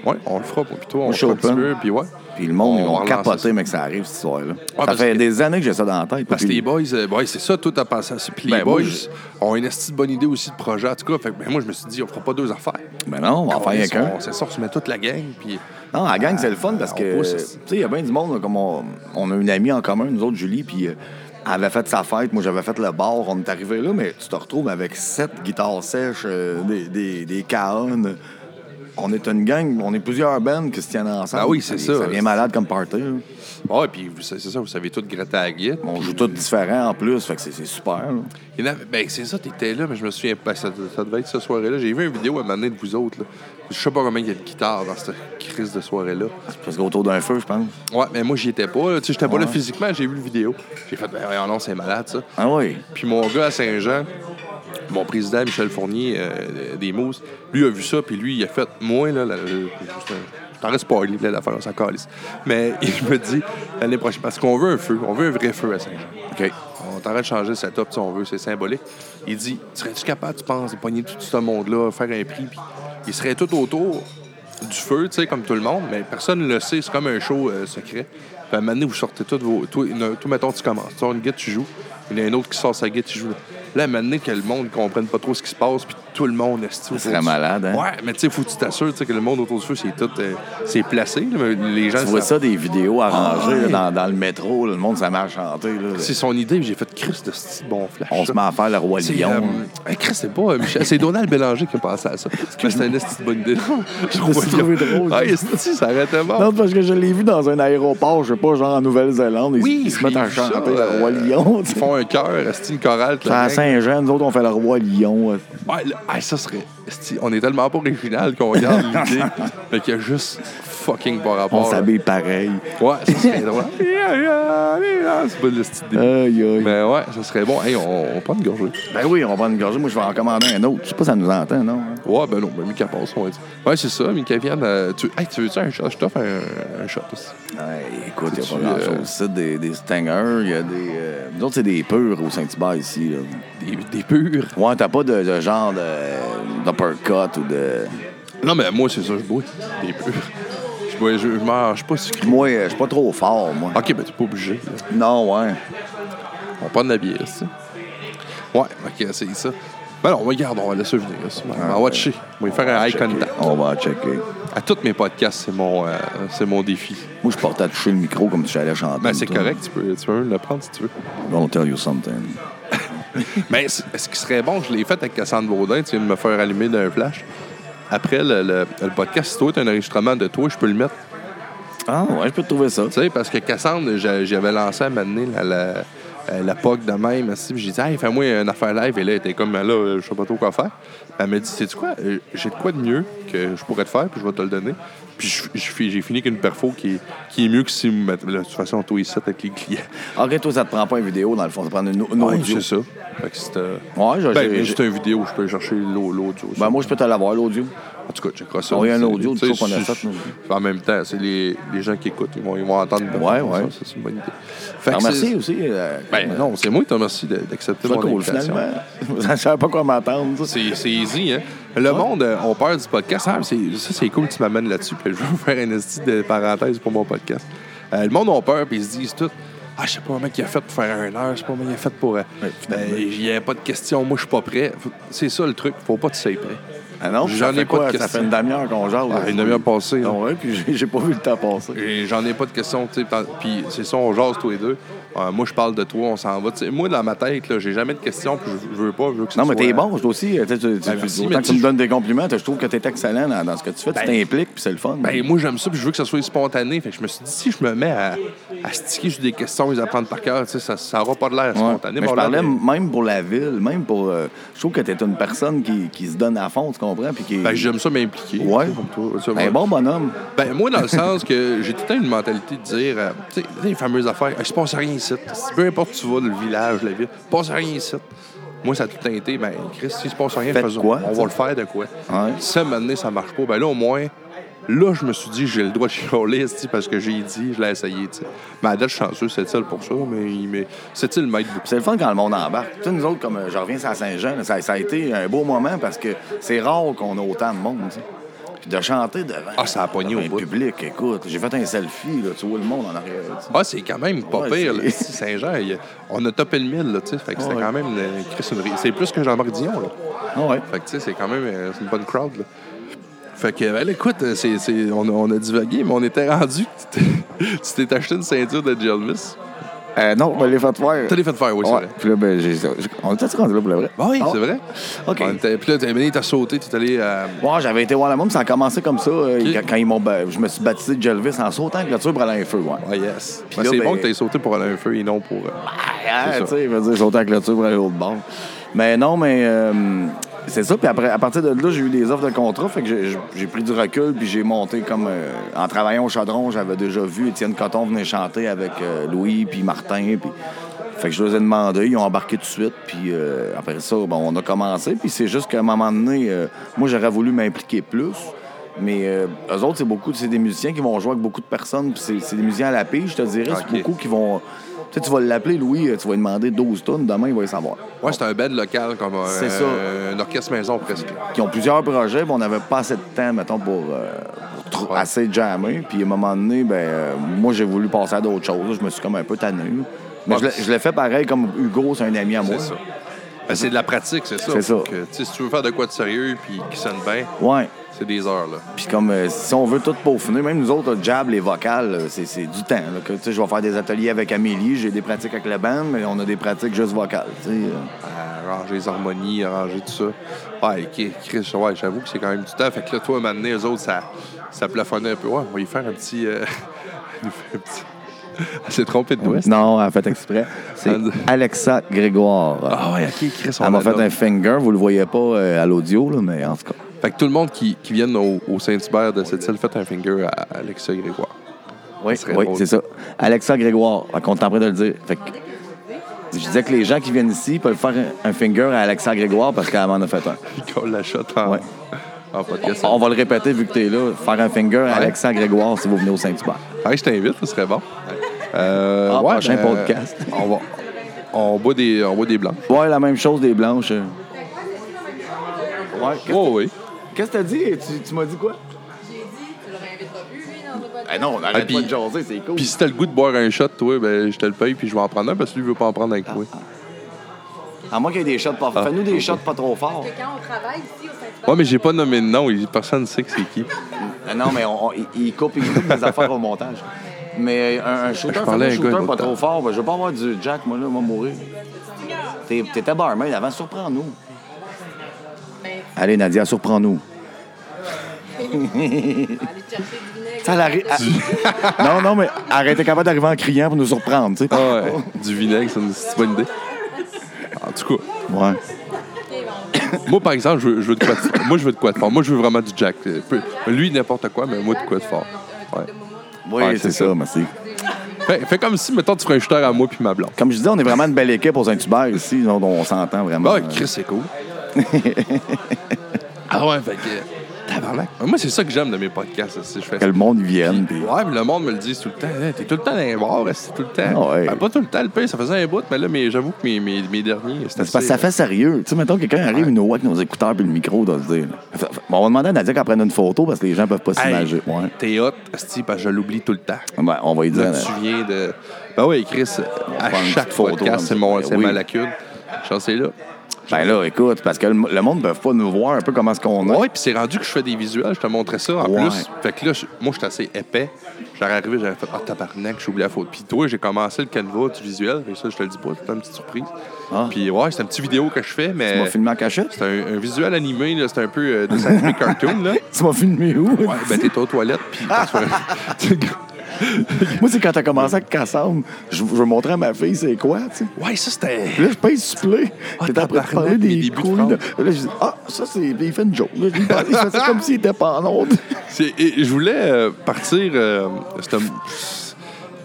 S1: Ouais, on le fera. Puis toi, on
S3: Moi,
S1: le
S3: je suis
S1: fera un petit
S3: open.
S1: peu. Puis ouais.
S3: Puis le
S1: On
S3: monde, ils
S1: va
S3: vont
S1: relancer ça. Ah,
S3: capoter, mais que ça arrive, cette histoire-là. ça
S1: parce
S3: fait
S1: que-
S3: des années que j'ai ça dans la tête.
S1: Parce que
S3: Puis-
S1: les boys, euh, ouais, c'est ça, tout à pensé à ça. Puis les
S3: Ben, moi,
S1: boys
S3: je-
S1: ont une esti de bonne idée aussi de projet. En tout cas, fait, que, ben, moi, je me suis dit, on fera pas deux affaires.
S3: Ben non, on va en faire rien
S1: C'est
S3: qu'un.
S1: ça, C'est ça, on se met toute la gang. Puis.
S3: Non, la gang, c'est le fun parce
S1: Ah, on
S3: que,
S1: pousse.
S3: tu sais, il y a bien du monde, là, comme on, on a une amie en commun, nous autres, Julie, puis euh, elle avait fait sa fête, moi j'avais fait le bar, on est arrivé là, mais tu te retrouves avec sept guitares sèches, euh, des, des, des caonnes. On est une gang, on est plusieurs bands qui se tiennent ensemble.
S1: Ah oui, c'est
S3: Puis
S1: ça.
S3: Ça vient malade comme party. là.
S1: Ouais, puis vous- c'est c'est ça, vous savez tous gratter à la guide.
S3: On joue tous différents en plus, fait que c'est c'est super. là.
S1: Il y en avait- ben, c'est ça, t'étais là, mais je me souviens pas. Ça, ça devait être cette soirée-là. J'ai vu une vidéo à un moment donné de vous autres. Là. Je sais pas combien il y a de guitare dans cette crise de soirée-là.
S3: C'est presque autour d'un feu, je pense.
S1: Ouais, mais moi, j'y étais pas. là. Tu sais, j'étais pas là
S3: Ouais.
S1: physiquement, j'ai vu la vidéo. J'ai fait, ben, voyons, non, c'est malade, ça.
S3: Ah oui.
S1: Puis mon gars à Saint-Jean, mon président Michel Fournier euh, des Mousses, lui a vu ça, puis lui, il a fait, moi, là, la- la- juste un- je t'en reste pas, il voulait la faire, on s'en calisse. Mais il me dit, l'année prochaine, parce qu'on veut un feu, on veut un vrai feu à Saint-Jean.
S3: OK.
S1: On t'arrête de changer le setup si on veut, c'est symbolique. Il dit Serais-tu capable, tu penses, de pogner tout ce monde-là, faire un prix puis Il serait tout autour du feu, tu sais, comme tout le monde, mais personne ne le sait, c'est comme un show euh, secret. Puis à un moment donné, vous sortez toutes vos. Tout, une- tout, mettons, tu commences. Tu sors une guette, tu joues. Il y en a un autre qui sort sa guette, tu joues. Là, à un moment donné, que le monde ne comprenne pas trop ce qui se passe, puis tout le monde est Ça
S3: serait malade, hein?
S1: Ouais, mais tu sais, faut que tu t'assures tu sais, que le monde autour du feu, c'est tout. euh, c'est placé, là, mais les gens
S3: Tu
S1: le
S3: vois
S1: savent
S3: ça, des vidéos arrangées
S1: Ah, ouais.
S3: là, dans, dans le métro, là, le monde, ça marche chanter. là.
S1: C'est son idée, puis j'ai fait Chris de ce petit bon flash.
S3: On
S1: ça.
S3: se met à faire le roi
S1: C'est,
S3: lion.
S1: euh,
S3: là.
S1: euh, Chris, c'est pas euh, Michel. C'est Donald Bélanger qui a pensé à ça. Mais c'est une petite bonne idée. Je
S3: me suis trouvé drôle.
S1: Ah, esti, ça arrêtait mort.
S3: Non, parce que je l'ai vu dans un aéroport, je sais pas, genre en Nouvelle-Zélande. Ils, ils se mettent à chanter le roi lion. tu
S1: euh, Ils
S3: sais.
S1: font un cœur, esti, une chorale.
S3: C'est à Saint-Jean, nous autres, on fait le roi lion. euh.
S1: Ouais, là, ah, ça serait. esti, on est tellement pas original qu'on regarde l'idée. mais qu'il y a juste fucking par rapport.
S3: On s'habille pareil.
S1: Ouais, ça serait drôle. c'est pas le style début.
S3: Aïe, aïe.
S1: Mais ouais, ça serait bon. Hey, on, on prend une gorgée.
S3: Ben oui, on va prendre une gorgée. Moi, je vais en commander un autre. Je sais pas si ça nous entend, non? hein?
S1: Ouais, ben non, ben Mika passe, on va dire. Ouais, c'est ça, Mika vienne. euh, tu... Hey, tu veux-tu un shot? Je t'offre un, un shot aussi.
S3: Ouais, écoute, il n'y a
S1: C'est-tu,
S3: pas grand-chose.
S1: euh,
S3: C'est des, des Stingers, il y a des... euh, Nous autres, c'est des purs au Saint-Hubert, ici. Là.
S1: Des, des purs.
S3: Ouais, t'as pas de, de genre de, d'uppercut ou de...
S1: Non, mais moi, c'est ça, je bois. Des purs. Je bois, je, je mange pas sucré.
S3: Moi, euh, je suis pas trop fort, moi.
S1: Ok, ben t'es pas obligé. là.
S3: Non, ouais.
S1: On prend de la bière, ça. Ouais, ok, c'est ça. Ben non, regarde, on va laisser venir. ça. On va watcher. Ah, On va y faire un high
S3: Checker.
S1: contact.
S3: On va checker.
S1: À tous mes podcasts, c'est mon, euh, c'est mon défi.
S3: Moi, je portais à toucher le micro comme si j'allais chanter.
S1: Ben, c'est
S3: toi.
S1: correct, tu peux, tu peux le prendre si tu veux.
S3: I'll tell you something.
S1: Mais c- ce qui serait bon, je l'ai fait avec Cassandre Baudin, tu viens de me faire allumer d'un flash. Après le, le- le podcast, si toi, tu un enregistrement de toi, je peux le mettre.
S3: Ah, ouais, je peux te trouver ça.
S1: Tu sais, parce que Cassandre, j'a- j'avais lancé à un moment donné la, la, euh, la POC de même. ainsi, puis J'ai dit, hey, fais-moi une affaire live. Et là, elle était comme, là, euh, je sais pas trop quoi faire. Elle m'a dit, sais-tu quoi, Euh, j'ai de quoi de mieux que je pourrais te faire, puis je vais te le donner. Puis je- je fi- j'ai fini qu'une perfo qui, est- qui est mieux que si. là, de toute façon, toi, ici, avec les clients.
S3: Ok, toi, ça te prend pas une vidéo, dans le fond, ça te prend une, une
S1: Ouais,
S3: audio.
S1: c'est ça. Fait que c'est. euh,
S3: Ouais, j'ai-
S1: Ben,
S3: j'ai-
S1: c'est une vidéo, je peux chercher l'au- l'audio.
S3: Ben, moi, je peux te l'avoir, l'audio.
S1: En tout cas, checkera ça.
S3: On a un
S1: C'est-
S3: audio, du
S1: tu sais,
S3: coup, qu'on a
S1: c'est-
S3: fait, nous.
S1: En même temps, c'est les, les gens qui écoutent, ils vont, ils vont entendre.
S3: Ouais, ouais.
S1: Ça, c'est une bonne idée. Fait
S3: Ben,
S1: que
S3: Merci
S1: c'est-
S3: aussi. euh,
S1: Ben non, c'est moi qui te remercie de- d'accepter
S3: C'est pas
S1: mon
S3: cool,
S1: invitation.
S3: finalement. Je ne savais pas quoi m'attendre. ça.
S1: C'est c'est easy, hein? Le monde, euh, on perd du podcast. Ah, c'est- ça, c'est cool que tu m'amènes là-dessus. Puis je vais vous faire une petite de parenthèse pour mon podcast. Euh, le monde a peur, puis ils se disent tout. Ah, je sais pas comment il a fait pour faire une heure, je sais pas comment il a fait pour. euh,
S3: finalement.
S1: euh, Il n'y a pas de question, moi je suis pas prêt. Faut- C'est ça le truc, faut pas que tu sois prêt.
S3: Ah non,
S1: J'en
S3: ça fait
S1: ai pas de
S3: quoi? Ça
S1: questions.
S3: fait une demi-heure qu'on jase.
S1: Ah, une demi-heure passée, là.
S3: Ah ouais, puis j'ai- j'ai pas vu le temps passer.
S1: Et J'en ai pas de questions, tu sais. tant- Puis c'est ça, on jase tous les deux. Euh, moi, je parle de toi, on s'en va. tu sais. moi, dans ma tête, là, j'ai jamais de questions, puis je je veux pas. Je veux que ça
S3: Non, mais t'es
S1: soit- Ben,
S3: bon, toi aussi. euh, tu- tu- tu-
S1: merci,
S3: autant
S1: mais
S3: que
S1: tu-
S3: tu me donnes des compliments, je trouve que t'es excellent dans, dans ce que tu fais. Tu t'impliques, puis c'est le fun.
S1: Ben, moi, j'aime ça, puis je veux que ça soit spontané. Fait que je me suis dit, si je me mets à, à sticker sur des questions, ils apprennent par cœur, tu sais, ça- ça n'aura pas de l'air
S3: Ouais.
S1: spontané.
S3: Mais
S1: Bon,
S3: je
S1: là,
S3: parlais
S1: mais-
S3: même pour la ville, même pour. euh, je trouve que t'es une personne qui, qui se donne à fond, tu comprends? Puis qui.
S1: Ben, j'aime ça m'impliquer.
S3: Ouais.
S1: tu sais, comme toi, tu sais,
S3: Un
S1: moi.
S3: bon bonhomme.
S1: Ben, moi, dans le sens que j'ai tout le temps une mentalité de dire, euh, tu sais, les fameuses affaires, il se passe rien ici. Peu importe où tu vas, le village, la ville, il se passe rien ici. Moi, ça a tout le temps été, ben, Chris, s'il se passe rien,
S3: Faites
S1: faisons.
S3: quoi,
S1: on
S3: t'sais.
S1: va le faire de quoi.
S3: Ouais.
S1: Si à un moment donné, ça marche pas, ben là, au moins, là, je me suis dit, j'ai le droit de chialer, esti, parce que j'ai dit, je l'ai essayé, tu sais. Ma date chanceux, c'est il pour ça, mais, il m'est- c'est il m'aide beaucoup.
S3: C'est le fun quand le monde embarque. Tu sais, nous autres, comme euh, je reviens à Saint-Jean, là, ça, ça a été un beau moment parce que c'est rare qu'on a autant de monde. tu sais. Puis de chanter devant,
S1: Ah, ça a pogné
S3: devant
S1: au
S3: un
S1: bout.
S3: public, écoute, j'ai fait un selfie, là, tu vois le monde en arrière. tu sais.
S1: Ah, c'est quand même pas
S3: Ouais,
S1: pire,
S3: c'est-
S1: là. Esti, Saint-Jean, il- on a topé le mille, là, tu sais. Fait que c'était
S3: Ouais.
S1: quand même une- Chris, une ri- C'est plus que Jean-Marc Dion, là.
S3: Ah ouais.
S1: Fait que, tu sais, c'est quand même euh, c'est une bonne crowd. Là. Fait que, ben, là, écoute, euh, c'est, c'est- on, a- on a divagué, mais on était rendu. que Tu t'es- tu t'es acheté une ceinture de Jelvis.
S3: Euh, non, on les fait faire.
S1: T'as les fait faire, oui, c'est
S3: Ouais.
S1: vrai. Ben
S3: Puis là, ben, j'ai- j'ai- on était rendu là pour le vrai.
S1: oui,
S3: Ah.
S1: c'est vrai.
S3: OK.
S1: On était- puis là, t'es venu, t'as sauté, t'es allé. euh,
S3: Ouais, j'avais été voir la môme, ça a commencé comme ça euh,
S1: Ok.
S3: quand, quand ils m'ont ba- je me suis baptisé de Jelvis en sautant avec le tube à un feu, ouais.
S1: Ah, yes.
S3: Puis
S1: Ben,
S3: là,
S1: c'est
S3: ben-
S1: bon que t'aies sauté pour aller à un feu et non pour. euh,
S3: Ah,
S1: C'est ça.
S3: tu sais, je veux dire, sauter avec le tube pour aller au bord. Mais non, mais euh, c'est ça. Puis après, à partir de là, j'ai eu des offres de contrat. Fait que j'ai- j'ai pris du recul, puis j'ai monté comme. euh, en travaillant au chaudron, j'avais déjà vu Étienne Coton venir chanter avec euh, Louis, puis Martin. Puis... Fait que je les ai demandé, ils ont embarqué tout de suite. Puis euh, après ça, bon, on a commencé. Puis c'est juste qu'à un moment donné, euh, moi, j'aurais voulu m'impliquer plus. Mais euh, eux autres, c'est beaucoup, c'est des musiciens qui vont jouer avec beaucoup de personnes. puis c'est- c'est des musiciens à la pige, je te dirais.
S1: Ok.
S3: C'est beaucoup qui vont. Tu sais, tu vas l'appeler, Louis, euh, tu vas lui demander 12 tonnes, demain, il va y savoir.
S1: Ouais, c'est un bed local comme un,
S3: C'est ça.
S1: un orchestre maison presque.
S3: Qui ont plusieurs projets, puis on n'avait pas assez de temps, mettons, pour, euh, pour tr-
S1: Ouais.
S3: assez jammer. Puis à un moment donné, ben, euh, moi, j'ai voulu passer à d'autres choses. Je me suis comme un peu tanné. Mais
S1: Ouais,
S3: je l'ai- je l'ai fait pareil comme Hugo, c'est un ami à moi.
S1: C'est ça. Ben, c'est de la pratique, c'est ça.
S3: C'est ça.
S1: Faut que, tu sais, si tu veux faire de quoi de sérieux puis qui sonne bien,
S3: Ouais.
S1: c'est des heures, là.
S3: Puis comme euh, si on veut tout peaufiner, même nous autres, le jab, les vocales, euh, c'est, c'est du temps. là, que, tu sais, je vais faire des ateliers avec Amélie, j'ai des pratiques avec le band, mais on a des pratiques juste vocales. tu sais, euh.
S1: arranger les harmonies, arranger tout ça. Ouais, Ki- Chris, ouais, j'avoue que c'est quand même du temps. Fait que là, toi, maintenant, eux autres, ça, ça plafonnait un peu. Ouais, on va y faire un petit. euh, un petit- Elle s'est trompée de doigt.
S3: Non, elle a fait exprès. C'est Alexa Grégoire.
S1: Ah ouais, ok, Chris, on
S3: Elle m'a
S1: l'a
S3: fait
S1: là.
S3: un finger, vous le voyez pas euh, à l'audio, là, mais en tout cas.
S1: Fait que tout le monde qui, qui vient au, au Saint-Hubert de cette île, faites un finger à Alexa Grégoire.
S3: Oui,
S1: serait
S3: oui
S1: drôle.
S3: c'est ça. Alexa Grégoire, on est en train de le dire. Fait que Je disais que les gens qui viennent ici peuvent faire un un finger à Alexandre Grégoire parce qu'elle m'en a fait un.
S1: Qu'on l'achète en,
S3: Ouais.
S1: en podcast.
S3: On va le répéter vu que t'es là. Faire un finger à Alexandre Grégoire si vous venez au Saint-Hubert.
S1: Hey, Ah, je t'invite, ce serait bon. Euh,
S3: Ah, prochain podcast.
S1: On va. On boit des, on boit des blancs.
S3: Ouais, la même chose des blanches. euh. Ouais, qu'est-
S1: Oh, oui.
S3: Qu'est-ce que t'as dit? Tu, tu m'as dit quoi?
S4: J'ai dit, tu le réinviteras plus, lui, dans un podcast.
S3: Eh non, on arrête
S1: Ah, puis-
S3: pas de jaser, c'est cool.
S1: Puis si t'as le goût de boire un shot, toi, ben, je te le paye, puis je vais en prendre un parce que lui, il veut pas en prendre
S3: Ah.
S1: avec moi.
S3: À moins qu'il y ait des shots
S1: Ah.
S3: pas... Fais-nous des shots pas trop forts.
S4: Que quand on travaille ici au Saint-Hubert.
S1: Ouais, mais j'ai pas nommé de nom, il- personne ne sait que c'est qui.
S3: Ah non, mais on, on- il- il coupe, il coupe des affaires au montage. Mais un, un
S1: Je
S3: shooter, fais-nous
S1: parlais à
S3: un
S1: un gars
S3: shooter
S1: l'autre
S3: pas trop
S1: temps.
S3: fort. Ben, je veux pas avoir du Jack, moi, là, moi, mourir. T'es- T'étais barmaid avant, surprends-nous. Allez, Nadia, surprends-nous.
S4: Aller chercher du vinaigre.
S3: Ça, elle arri- elle- non, non, mais arrêtez capable d'arriver en criant pour nous surprendre, tu sais.
S1: Ah ouais, du vinaigre, c'est une c'est une bonne idée. En tout cas,
S3: Ouais.
S1: moi, par exemple, je veux, je veux de quoi de fort. Moi, je veux de quoi de fort. Moi, je veux vraiment du Jack. Euh, peu- Lui, n'importe quoi, mais moi, de quoi de fort. Ouais.
S3: Oui,
S1: Ouais,
S3: c'est
S1: c'est
S3: ça,
S1: ça.
S3: merci.
S1: Fais, fais comme si, mettons, tu ferais un shooter à moi puis ma blonde.
S3: Comme je disais, on est vraiment une belle équipe aux Saint-Hubert ici, donc on s'entend vraiment. euh,
S1: Bah, Chris, c'est cool. ah ouais, fait que. Tabarnak. Moi, c'est ça que j'aime de mes podcasts. c'est- Je fais
S3: que le monde vienne. puis-
S1: Ouais, mais le monde me le dit tout le temps. Hey, T'es tout le temps dans les bars, c'est tout le temps.
S3: Ah ouais.
S1: Ben, pas tout le temps, le pire, ça faisait un bout, mais là, mais j'avoue que mes, mes, mes derniers, c'était
S3: C'est parce que ça fait sérieux. Tu sais, mettons, quelqu'un arrive, il nous voit avec nos écouteurs puis le micro, on doit se dire. Fait- fait- On va demander à Nadia qu'elle prenne une photo parce que les gens peuvent pas
S1: Hey,
S3: s'imager. Ouais.
S1: T'es hot, esti, parce que je l'oublie tout le temps.
S3: Ben, on va lui
S1: Là,
S3: dire.
S1: tu viens de. Ben oui, Chris, à
S3: prend une
S1: chaque
S3: petite photo, comme
S1: podcast,
S3: ça.
S1: c'est mon- c'est
S3: Oui.
S1: ma lacune. J'en sais là.
S3: Ben là, écoute, parce que le le monde ne peut pas nous voir un peu comment est-ce qu'on est.
S1: Ouais, puis c'est rendu que je fais des visuels, je te montrais ça en
S3: Ouais.
S1: plus. Fait que là, je- moi, j'étais assez épais. J'aurais arrivé, j'aurais fait Ah, tabarnak, j'ai oublié la faute. Puis toi, j'ai commencé le canevas du visuel, mais ça, je te le dis pas, c'était une petite surprise.
S3: Ah.
S1: Puis ouais, c'est une petite vidéo que je fais,
S3: Tu m'as
S1: mais.
S3: filmé en cachette?
S1: C'est un, un visuel animé, là, c'est un peu euh, dessin animé cartoon, là.
S3: Tu m'as filmé où?
S1: Ouais, ben t'es aux toilettes, puis
S3: Ah.
S1: t'as fait un-
S3: Moi, c'est quand t'as commencé avec Cassandre, je, je veux montrer à ma fille c'est quoi, tu sais.
S1: Ouais, ça c'était...
S3: Puis là, je paye supplé.
S1: Ah,
S3: T'es en train de
S1: tabarnak,
S3: parler
S1: mes
S3: des
S1: débuts de
S3: couilles.
S1: phrase.
S3: de- Là, je dis, ah, ça, c'est. Il fait une joke. Là, je lui parlais, il faisait comme s'il était pas en ordre.
S1: C'est- et Je voulais euh, partir... euh, c'était-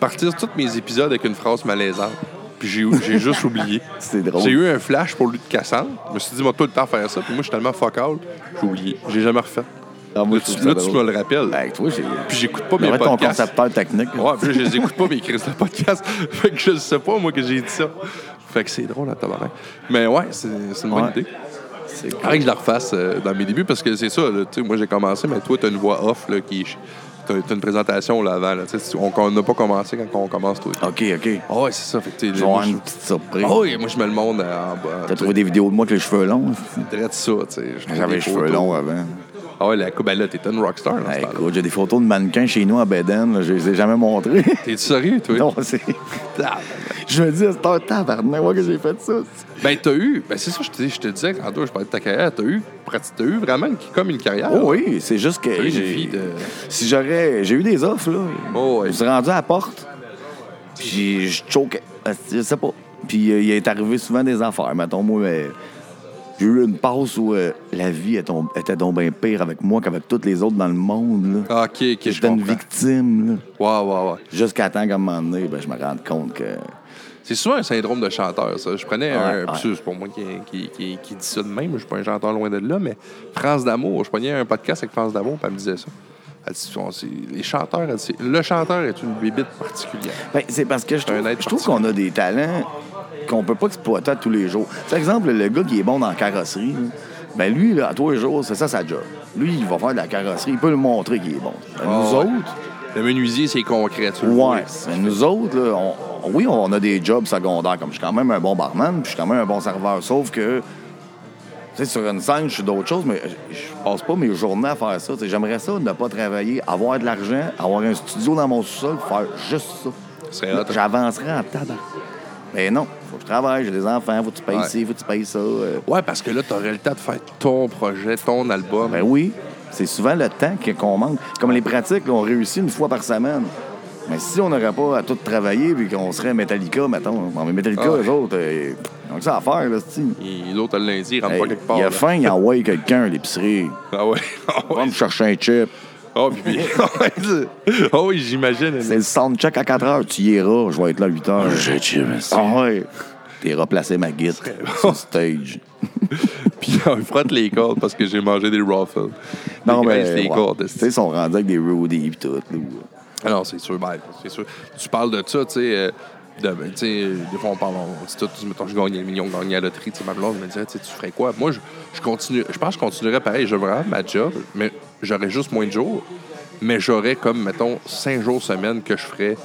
S1: partir tous mes épisodes avec une phrase malaisante. Puis j'ai, j'ai juste oublié.
S3: C'est drôle.
S1: J'ai eu un flash pour lui de Cassandre. Je me suis dit, moi, tout le temps faire ça. Puis moi, je suis tellement fuck all, j'ai oublié. J'ai jamais refait.
S3: Ah, moi,
S1: là,
S3: je
S1: tu,
S3: trouve ça
S1: là, tu
S3: drôle.
S1: me le rappelles.
S3: Ben, toi, j'ai.
S1: Puis j'écoute pas mes
S3: Arrête ton
S1: podcasts.
S3: concepteur technique.
S1: Ouais, puis là, je les écoute pas, mais ils crissent le podcast. fait que je le sais pas, moi, que j'ai dit ça. Fait que c'est drôle, la tabarnak. Mais ouais, c'est c'est une bonne
S3: Ouais.
S1: idée.
S3: C'est
S1: Faudrait que je la refasse euh, dans mes débuts, parce que c'est ça, là, tu sais, moi, j'ai commencé, mais toi, t'as une voix off, là, qui... T'as t'as une présentation, là, avant, là, tu sais, on on n'a pas commencé quand on commence, toi.
S3: OK, OK.
S1: Ah ouais, c'est ça, fait que t'es...
S3: Je vais
S1: moi,
S3: avoir
S1: je-
S3: une petite surprise.
S1: Ah ouais, moi, je mets le monde en bas.
S3: T'as trouvé des vidéos de moi avec les cheveux longs?
S1: Tu dirais de ça, tu sais. je trouve
S3: J'avais
S1: des
S3: les cheveux
S1: photos.
S3: longs avant.
S1: Ah ouais, la coupe, ben là, t'es une rockstar, là,
S3: Ben,
S1: ce temps-là.
S3: écoute, j'ai des photos de mannequins chez nous à Beden, là, je les ai jamais montrées.
S1: T'es-tu sérieux, toi?
S3: non, c'est. Je me dis, c'est un tabarnak, moi, que j'ai fait ça.
S1: Ben, t'as eu, ben, c'est ça, je te, je te disais, quand toi, je parlais de ta carrière, t'as eu, prati- t'as eu vraiment une- comme une carrière.
S3: Oh oui, c'est juste
S1: T'as eu
S3: que.
S1: une
S3: j'ai-
S1: vie de-
S3: Si j'aurais. J'ai eu des offres, là.
S1: Oh oui.
S3: Je me suis rendu à la porte, puis je choquais. Asti, Je sais pas. Puis euh, il est arrivé souvent des affaires. Mettons, moi, euh, j'ai eu une passe où euh, la vie est tom- était donc bien pire avec moi qu'avec toutes les autres dans le monde, là.
S1: Ah, ok, ok, je
S3: J'étais une
S1: comprends.
S3: victime, là.
S1: Ouais, ouais, ouais.
S3: Jusqu'à temps qu'à un moment donné, ben, je me rende compte que.
S1: C'est souvent un syndrome de chanteur, ça. Je prenais un.
S3: Ouais,
S1: puis C'est pour moi qui, qui, qui, qui dit ça de même, je suis pas un chanteur loin de là, mais France d'amour. Je prenais un podcast avec France d'amour, puis elle me disait ça. Elle dit, on- c'est- les chanteurs, elle dit, le chanteur est une bibite particulière.
S3: Ben, c'est parce que je
S1: un
S3: trouve,
S1: être
S3: je trouve qu'on a des talents qu'on peut pas exploiter à tous les jours. Par exemple, le gars qui est bon dans la carrosserie, là, ben lui, là, à tous les jours, c'est ça sa job. Lui, il va faire de la carrosserie, il peut le montrer qu'il est bon. Ben, nous
S1: Ah, ouais.
S3: autres,
S1: Le menuisier, c'est concret. Tu le vois.
S3: ouais. Ben, nous autres, là, on- on- oui, on a des jobs secondaires, comme je suis quand même un bon barman, puis je suis quand même un bon serveur, sauf que. Tu sais, sur une scène, je suis d'autres choses, mais je je passe pas mes journées à faire ça. Tu sais, J'aimerais ça, ne pas travailler, avoir de l'argent, avoir un studio dans mon sous-sol, faire juste ça.
S1: Ce serait hot.
S3: J'avancerai en tabac. Mais non, faut que je travaille, j'ai des enfants, faut que tu payes
S1: Ouais.
S3: ci, faut que tu payes ça. euh.
S1: Ouais, parce que là, t'aurais le temps de faire ton projet, ton album.
S3: Ben oui, c'est souvent le temps que- qu'on manque. Comme les pratiques, là, on réussit une fois par semaine. Mais si on n'aurait pas à tout travailler puis qu'on serait Metallica, mettons. hein. Bon, mais Metallica,
S1: Ah ouais.
S3: eux autres, euh, ils ont que ça à faire, là, c'ti.
S1: Et L'autre, le lundi, il rentre
S3: Hey,
S1: pas quelque part.
S3: il a
S1: là.
S3: faim, il envoie quelqu'un à l'épicerie.
S1: Ah ouais. Ah
S3: Va
S1: ouais.
S3: me chercher un chip.
S1: Ah, puis- puis- Ah oui, j'imagine.
S3: C'est le soundcheck à 4 heures, tu y iras, je vais être là à 8 heures.
S2: J'ai tué, mais c'est-
S3: Ah ouais. T'es replacé ma guitare sur stage.
S1: Puis on frotte les cordes parce que j'ai mangé des Ruffles.
S3: Non,
S1: Des
S3: mais.
S1: graisses, des
S3: ouais.
S1: cordes.
S3: Tu sais, ils sont rendus avec des roadies et tout. là, ouais.
S1: Ah non, c'est sûr, ben, c'est sûr. Tu parles de ça, tu sais. euh, de- ben, tu sais, des fois, on parle, on dit tout, mettons, je gagnais le million, je gagnais la loterie, tu sais, ma blonde me disait, tu sais, tu ferais quoi? Moi, je, je continue, je pense que je continuerais pareil, je vraiment ma job, mais j'aurais juste moins de jours, mais j'aurais comme, mettons, cinq jours semaine que je ferais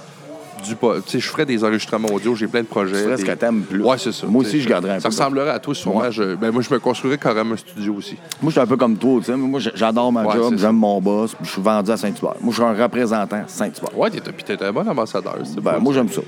S1: du po- tu sais, je ferais des enregistrements audio, j'ai plein de projets.
S3: ferais ce
S1: des-
S3: que t'aimes plus.
S1: Ouais, c'est ça.
S3: Moi
S1: tu
S3: aussi,
S1: sais,
S3: je garderais un
S1: Ça
S3: peu.
S1: ressemblerait à toi, sûrement.
S3: Ouais.
S1: Je- ben, moi, je me construirais quand même un studio aussi.
S3: Moi, je suis un peu comme toi, tu sais. Moi, j'- j'adore ma
S1: Ouais,
S3: job,
S1: c'est ça.
S3: j'aime mon boss, puis je suis vendu à Saint-Hubert. Moi, je suis un représentant Saint-Hubert.
S1: Ouais, t'es, puis t'es un bon ambassadeur. c'est
S3: Ben,
S1: beau,
S3: moi, j'aime ça.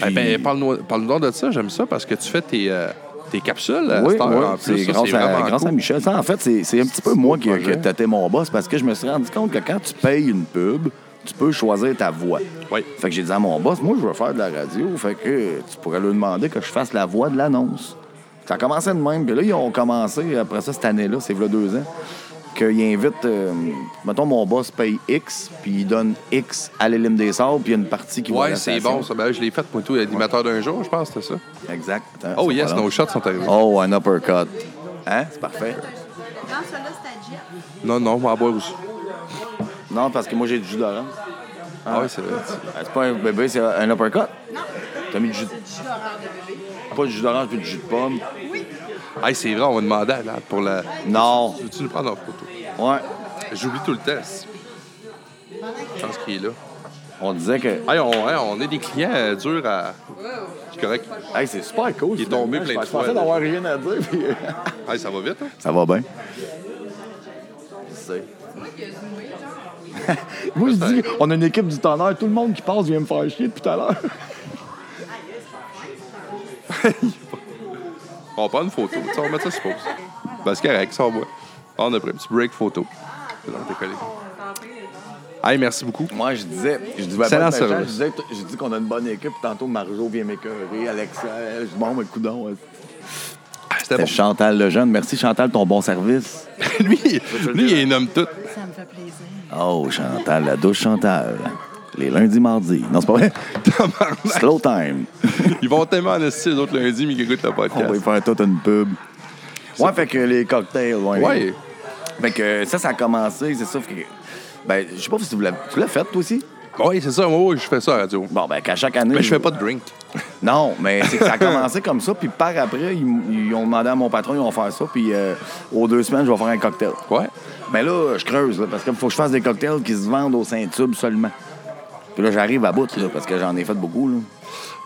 S1: Eh
S3: Puis-
S1: ben, parle-nous parle de ça, j'aime ça, parce que tu fais tes, euh, tes capsules à
S3: Oui,
S1: cette heure,
S3: oui,
S1: en plus.
S3: c'est
S1: ça,
S3: grâce, à,
S1: vraiment
S3: grâce
S1: cool.
S3: à Michel. Ça, en fait, c'est c'est un petit peu moi qui,
S1: projet.
S3: qui tâtais mon boss parce que je me suis rendu compte que quand tu payes une pub, tu peux choisir ta voix.
S1: Oui.
S3: Fait que j'ai dit à mon boss, moi, je veux faire de la radio. Fait que tu pourrais lui demander que je fasse la voix de l'annonce. Ça commençait de même. Puis là, ils ont commencé, après ça, cette année-là, c'est v'là deux ans, qu'ils invitent, euh, mettons, mon boss paye X, puis il donne X à l'élime des sables, puis il y a une partie qui va à
S1: Ouais,
S3: la
S1: c'est
S3: station.
S1: bon, ça. Ben, je l'ai fait, moi, tout, animateur d'un jour, je pense, c'était ça.
S3: Exact. Attends,
S1: Oh,
S3: c'est
S1: yes,
S3: pas long.
S1: nos shots sont arrivés.
S3: Oh, un uppercut. Hein? C'est parfait.
S4: Non, celui-là, c'est à Jeff.
S3: Ah.
S1: Non, non, on va en boire aussi.
S3: Non, parce que moi, j'ai du jus d'orange.
S1: Ah, oui, c'est vrai.
S3: Ah, C'est pas un bébé, c'est un uppercut.
S4: Non,
S3: T'as mis du jus,
S4: c'est du jus d'horreur de bébé.
S3: pas du jus d'orange puis du jus de pomme.
S1: Hey, c'est vrai, on va demander à Nat pour la.
S3: Non.
S1: Veux-tu nous prendre en photo?
S3: Ouais.
S1: J'oublie tout le temps. si. Je pense qu'il est là.
S3: On disait que.
S1: Hey, on, hey, on est des clients euh, durs à. C'est correct.
S3: Hey, c'est super cool.
S1: Il est tombé
S3: finalement.
S1: plein de
S3: Je
S1: fois,
S3: pensais
S1: là.
S3: d'avoir rien à dire. Puis...
S1: Hey, ça va vite, hein?
S3: Ça va bien. Je sais. Moi, je dis, on a une équipe du tonnerre. Tout le monde qui passe vient me faire chier depuis tout à l'heure.
S1: On prend une photo. Tu sais, on va mettre ça sur pause. Ben, c'est correct, ça, on voit. On a pris un petit break photo. Là, on est collé. Hey, merci beaucoup.
S3: Moi, je disais, je dis, ben,
S1: Excellent
S3: pas de méchant,
S1: service.
S3: je disais, t- je dis qu'on a une bonne équipe. Tantôt, Marjo vient m'écœurer, Alexa. Je dis, bon, mais coudon. euh,
S1: Ah, C'était bon.
S3: Chantal Lejeune. Merci, Chantal, ton bon service.
S1: lui, lui, il nomme tout.
S4: Ça me fait plaisir.
S3: Oh, Chantal, la douche Chantal. Les lundis, mardis. Non, c'est pas vrai.
S1: Tabarnak.
S3: Slow time.
S1: Ils vont tellement en esti les autres lundis, mais ils écoutent le
S3: On va y
S1: podcast.
S3: faire toute une pub. Ouais, fait que les cocktails, ouais.
S1: Ouais.
S3: Fait que euh, ça, ça a commencé, c'est sûr que. Ben, je sais pas si vous l'avez. Tu l'as fait, toi aussi?
S1: Oui, c'est ça. Moi, oui, je fais ça à la radio.
S3: Bon, ben, qu'à chaque année.
S1: Mais je fais pas de drink.
S3: Non, mais c'est que ça a commencé comme ça, puis par après, ils, m- ils ont demandé à mon patron, ils vont faire ça, puis euh, aux deux semaines, je vais faire un cocktail.
S1: Ouais.
S3: Mais là, je creuse, là, parce qu'il faut que je fasse des cocktails qui se vendent au Saint-Tube seulement. Puis là, j'arrive à bout, là, parce que j'en ai fait beaucoup, là.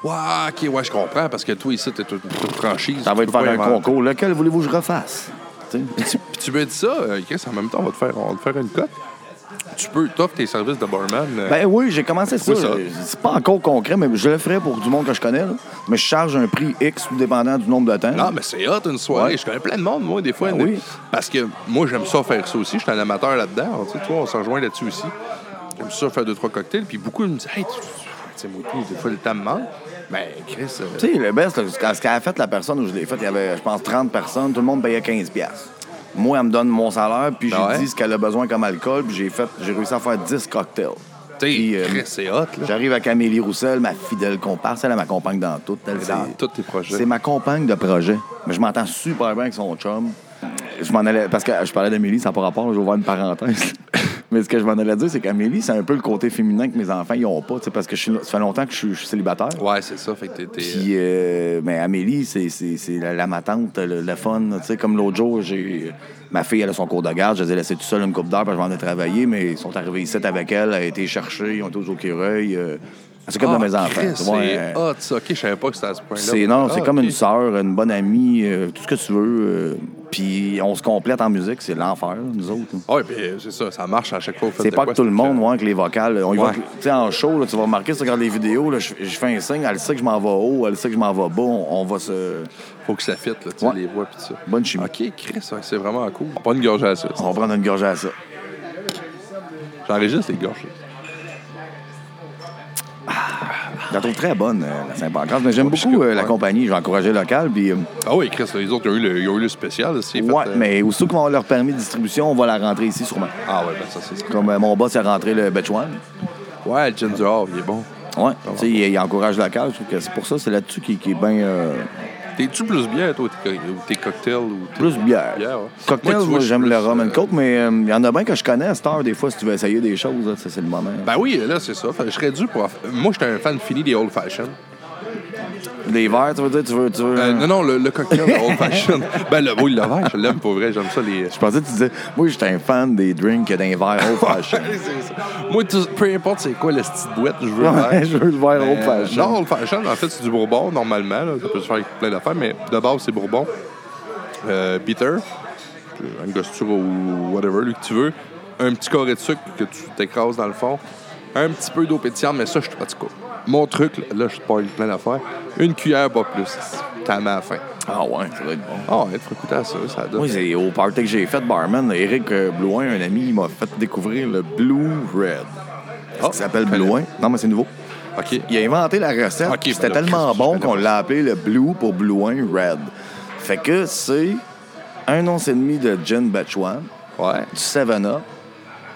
S1: Ouais, OK, ouais, je comprends, parce que toi, ici, t'es toute toute franchise.
S3: Ça
S1: Tu
S3: va être
S1: peux
S3: faire un
S1: pas inventer.
S3: concours. Lequel voulez-vous que je refasse? Tu sais.
S1: Puis tu me dis ça, euh, Chris, en même temps, on va te faire, on va te faire une cote. Tu peux, t'offres tes services de barman. euh,
S3: Ben oui, j'ai commencé ça.
S1: Oui, ça.
S3: Je- C'est pas encore concret, mais je le ferai pour du monde que je connais. là. Mais je charge un prix X tout dépendant du nombre de temps.
S1: Non, Ah, mais c'est hot une soirée.
S3: Ouais.
S1: Je connais plein de monde, moi, des fois.
S3: Ben
S1: de-
S3: oui.
S1: Parce que moi, j'aime ça faire ça aussi. Je suis un amateur là-dedans. Tu sais, toi, on s'en rejoint là-dessus aussi. J'aime ça faire deux, trois cocktails. Puis beaucoup me disent, hey, tu tu- tu sais, moi, tout, des fois, le temps me manque. Ben, Chris, euh,
S3: Tu sais, le best, là, quand- ce qu'elle a fait la personne où je l'ai fait, il y avait, je pense, 30 personnes, tout le monde payait 15 pièces. Moi, elle me donne mon salaire, puis j'ai
S1: Ah ouais?
S3: dit ce qu'elle a besoin comme alcool, puis j'ai fait, j'ai réussi à faire 10 cocktails.
S1: tu
S3: Puis, euh,
S1: sais, Chris, c'est hot, là.
S3: J'arrive à Camélie Roussel, ma fidèle comparse, elle elle m'accompagne dans tout. Elle,
S1: Dans
S3: c'est-
S1: tous tes projets.
S3: C'est ma compagne de projet. Mais je m'entends super bien avec son chum. Je m'en allais. Parce que je parlais d'Amélie, ça n'a pas rapport, j'ai ouvert une parenthèse. Mais ce que je m'en allais dire, c'est qu'Amélie, c'est un peu le côté féminin que mes enfants ils ont pas. tu sais, Parce que je suis, ça fait longtemps que je suis, je suis célibataire.
S1: Ouais, c'est ça. Fait que t'es- t'es.
S3: Puis, euh, mais Amélie, c'est, c'est, c'est la, la matante, le, le fun. Tu sais, comme l'autre jour, j'ai, ma fille, elle a son cours de garde. Je les ai laissés tout seuls une coupe d'heure parce que je m'en ai travaillé, mais ils sont arrivés ici avec elle. Elle a été cherchée, ils ont été aux écureuils. Euh, elle s'occupe
S1: Ah,
S3: de mes enfants.
S1: Chris,
S3: tu vois, euh,
S1: c'est hot, ça. OK, je savais pas que c'était à ce point-là.
S3: c'est non, c'est
S1: Ah,
S3: comme
S1: ok.
S3: une sœur, une bonne amie, euh, tout ce que tu veux. euh, puis on se complète en musique, c'est l'enfer, nous autres. là.
S1: Ouais, puis euh, c'est ça. Ça marche à chaque fois. vous faites
S3: C'est
S1: de
S3: pas que
S1: quoi,
S3: tout le
S1: c'est
S3: monde, ouais, que les vocales. On y va,
S1: Ouais.
S3: tu sais, en show, là, tu vas remarquer, si tu regardes les vidéos, là, je, je fais un signe, elle sait que je m'en vais haut, elle sait que je m'en vais bas, on, on va se.
S1: Faut que ça fitte, là. Tu sais,
S3: Ouais.
S1: les voix, puis tout ça.
S3: Bonne chimie.
S1: OK, Chris, ouais, c'est vraiment cool. On prend une gorgée à ça.
S3: On va prendre une gorgée à ça.
S1: J'enregistre les gorges.
S3: Je la trouve très bonne, euh, la Saint-Pancras, mais j'aime beaucoup euh, la
S1: ouais.
S3: compagnie, j'ai encouragé le local, puis. euh,
S1: Ah oui, Chris, les autres, ils ont eu le, ils ont eu le spécial. c'est fait,
S3: ouais,
S1: euh,
S3: mais aussitôt qu'on va avoir leur permis de distribution, on va la rentrer ici sûrement.
S1: Ah ouais, ben ça, c'est ça.
S3: Comme euh, mon boss a rentré le Betchwan.
S1: Ouais, le Ginger, il est Ah, bon.
S3: Ouais, tu sais, il, il encourage le local. Je trouve que c'est pour ça, c'est là-dessus qu'il qu'il est bien. euh,
S1: T'es-tu plus bière, toi, tes, co- ou tes cocktails? Ou tes-
S3: Plus bière.
S1: ouais.
S3: Cocktail,
S1: Moi, tu vois,
S3: moi,
S1: je suis
S3: j'aime
S1: plus,
S3: le rum and
S1: euh,
S3: coke, mais euh, il y en a bien que je connais à cette heure, des fois, si tu veux essayer des choses, là, ça, c'est le moment.
S1: Ben oui, là, c'est ça. Fait que Je serais dû pour... Moi, j'étais un fan fini des Old Fashioned.
S3: Les verres, tu veux dire, tu veux... Tu veux
S1: Euh, non, non, le, le cocktail de Old Fashioned. ben, le, oui, le verre, je l'aime pour vrai. J'aime ça, les...
S3: Je pensais que tu disais, moi, j'étais un fan des drinks d'un verre old fashion.
S1: C'est ça. Moi, tout- peu importe c'est quoi, la petite boîte, je veux le verre.
S3: je veux le verre
S1: Euh,
S3: old fashion.
S1: Non, old fashion, en fait, c'est du bourbon, normalement. là. Ça peut se faire avec plein d'affaires, mais de base, c'est bourbon. Euh, bitter, une gosture ou whatever, lui que tu veux. Un petit carré de sucre que tu t'écrases dans le fond. Un petit peu d'eau pétillante, mais ça, je te pratique pas. Mon truc, là, là, je te parle plein d'affaires. Une cuillère, pas plus. T'as ma faim.
S3: Ah ouais, ça doit être bon.
S1: Ah, ouais, faut écouter à ça, ça donne.
S3: Moi, c'est au party que j'ai fait, barman, Eric euh, Blouin, un ami, il m'a fait découvrir le Blue Red.
S1: Ah,
S3: Ça s'appelle
S1: connais.
S3: Blouin. Non, mais c'est nouveau.
S1: OK.
S3: Il a inventé la recette.
S1: Ok,
S3: C'était
S1: ben là,
S3: tellement
S1: Christ, je
S3: bon
S1: connais
S3: qu'on
S1: pas.
S3: l'a appelé le Blue pour Blouin Red. Fait que c'est un once et demi de gin Batchwan,
S1: Ouais.
S3: du 7-Up.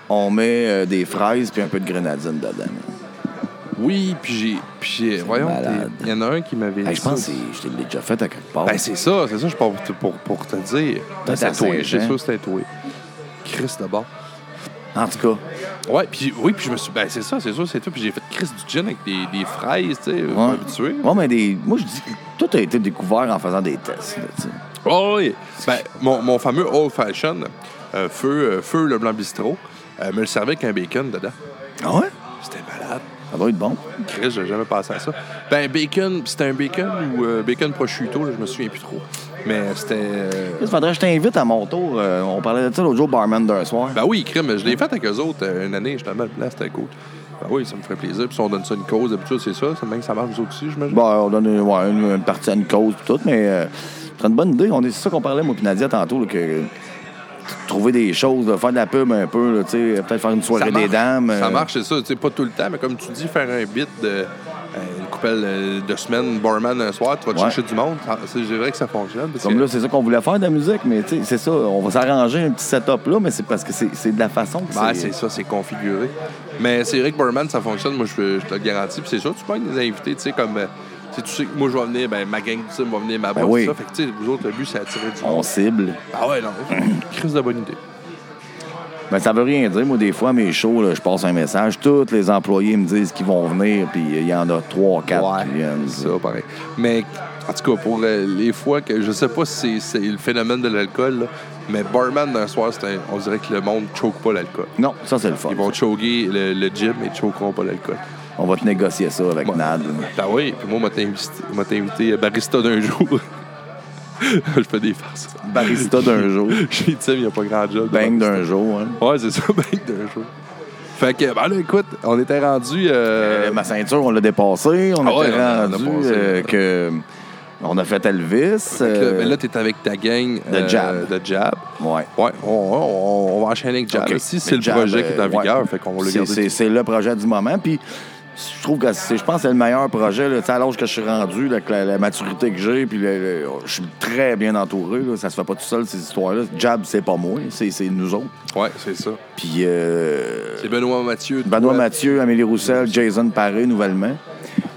S3: On met euh, des fraises puis un peu de grenadine dedans.
S1: Oui, puis j'ai. Puis j'ai. Voyons,
S3: malade.
S1: t'es- il y en a un qui m'avait
S3: Hey,
S1: dit
S3: je pense
S1: ça.
S3: que c'est- je te l'ai déjà fait à quelque part.
S1: Ben, c'est ça, c'est ça, je pars pour te, pour, pour te dire.
S3: T'as
S1: C'est
S3: tatoué,
S1: C'est
S3: hein?
S1: sûr, c'est tatoué. Chris d'abord.
S3: en tout cas,
S1: Ouais, puis oui, puis je me suis. Ben, c'est ça, c'est sûr, c'est tout. Puis j'ai fait Chris du gin avec des, des fraises, tu sais, pas
S3: Ouais.
S1: habitué.
S3: Ouais, mais des... moi, je dis que tout a été découvert en faisant des tests. là, tu sais.
S1: Oh, oui. Ben, mon, mon fameux old fashion, euh, feu, euh, feu le blanc bistrot, euh, me le servait avec un bacon dedans.
S3: Ah ouais?
S1: C'était malade.
S3: Ça doit être bon.
S1: Chris, j'ai jamais passé à ça. Ben, bacon, c'était un bacon ou euh, bacon prosciutto, là, je me souviens plus trop. Mais c'était. euh,
S3: Chris, faudrait que je t'invite à mon tour. Euh, on parlait de ça l'autre jour, barman d'un soir.
S1: Ben oui, crime, je l'ai fait avec eux autres euh, une année, justement. puis Là, c'était cool. Ben oui, ça me ferait plaisir. Puis si on donne ça une cause, d'habitude, c'est ça. C'est même que ça marche, vous autres aussi, j'imagine.
S3: Bon, Bah, on donne une, ouais, une- une partie à une cause pis tout, mais euh, c'est une bonne idée. On est- C'est ça qu'on parlait, moi puis Nadia, tantôt, là, que euh, trouver des choses, là, faire de la pub un peu, là, tu sais, peut-être faire une soirée
S1: ça
S3: des
S1: marche.
S3: dames.
S1: Ça
S3: euh,
S1: marche, c'est ça. Tu sais, pas tout le temps, mais comme tu dis, faire un bit de euh, une couple euh, de semaines, barman un soir, tu vas te
S3: Ouais.
S1: chercher du monde. Ça- C'est c'est vrai que ça fonctionne. parce
S3: Comme
S1: que-
S3: là, c'est ça qu'on voulait faire de la musique, mais tu sais, c'est ça, on va s'arranger un petit setup là, mais c'est parce que c'est c'est de la façon que
S1: Ben, c'est ça, c'est configuré. Mais c'est vrai que Burman, ça fonctionne, moi, je, je te le garantis. Puis c'est sûr, tu peux être des invités, tu sais, comme. euh, tu sais, tu sais que moi, je vais venir, ben, ma gang, tu sais, va venir, ma boîte,
S3: Ben oui.
S1: tout ça. Fait que, tu sais, vous autres, le but, c'est attirer du
S3: On
S1: monde.
S3: cible.
S1: Ah ouais, non. Crise de bonne idée.
S3: Ben, ça veut rien dire. Moi, des fois, à mes shows, là, je passe un message. Tous les employés me disent qu'ils vont venir, puis il y en a trois, quatre qui viennent.
S1: C'est ça, pareil. Mais en tout cas, pour euh, les fois que je sais pas si c'est c'est le phénomène de l'alcool, là, mais barman d'un soir, c'est un- on dirait que le monde choke pas l'alcool.
S3: Non, ça, c'est le fun.
S1: Ils vont choguer le, le gym, mais ils choqueront pas l'alcool.
S3: On va te négocier ça avec Nad.
S1: Ben oui, puis moi, m'a invité, m'a invité barista d'un jour. je fais des farces.
S3: Barista d'un jour.
S1: J'ai dit, il n'y a pas grand job. de
S3: Bang
S1: barista.
S3: d'un jour. Hein.
S1: Ouais, c'est ça, bang d'un jour. Fait que, ben là, écoute, on était rendu.
S3: Euh, ma ceinture, on l'a dépassée. On
S1: Ah ouais,
S3: était
S1: on a- on a
S3: rendu
S1: passé.
S3: euh, que. On a fait Elvis. euh,
S1: là, t'es avec ta gang euh,
S3: de Jab.
S1: De Jab.
S3: ouais.
S1: Ouais, on, on- on va enchaîner avec Jab.
S3: OK.
S1: Si
S3: Mais
S1: c'est le
S3: Jab,
S1: projet qui est en
S3: euh, ouais.
S1: vigueur, fait qu'on va le
S3: C'est-
S1: garder.
S3: C'est c'est le projet du moment. Puis je trouve que c'est, je pense que c'est le meilleur projet. Là, Tu sais, à l'âge que je suis rendu, là, avec la, la maturité que j'ai, puis le- le- je suis très bien entouré. Là, ça se fait pas tout seul, ces histoires-là. Jab, c'est pas moi, c'est, c'est nous autres.
S1: Ouais, c'est ça.
S3: Puis euh,
S1: C'est Benoît Mathieu.
S3: Benoît
S1: toi,
S3: Mathieu, Amélie Roussel, Jason Paré, nouvellement.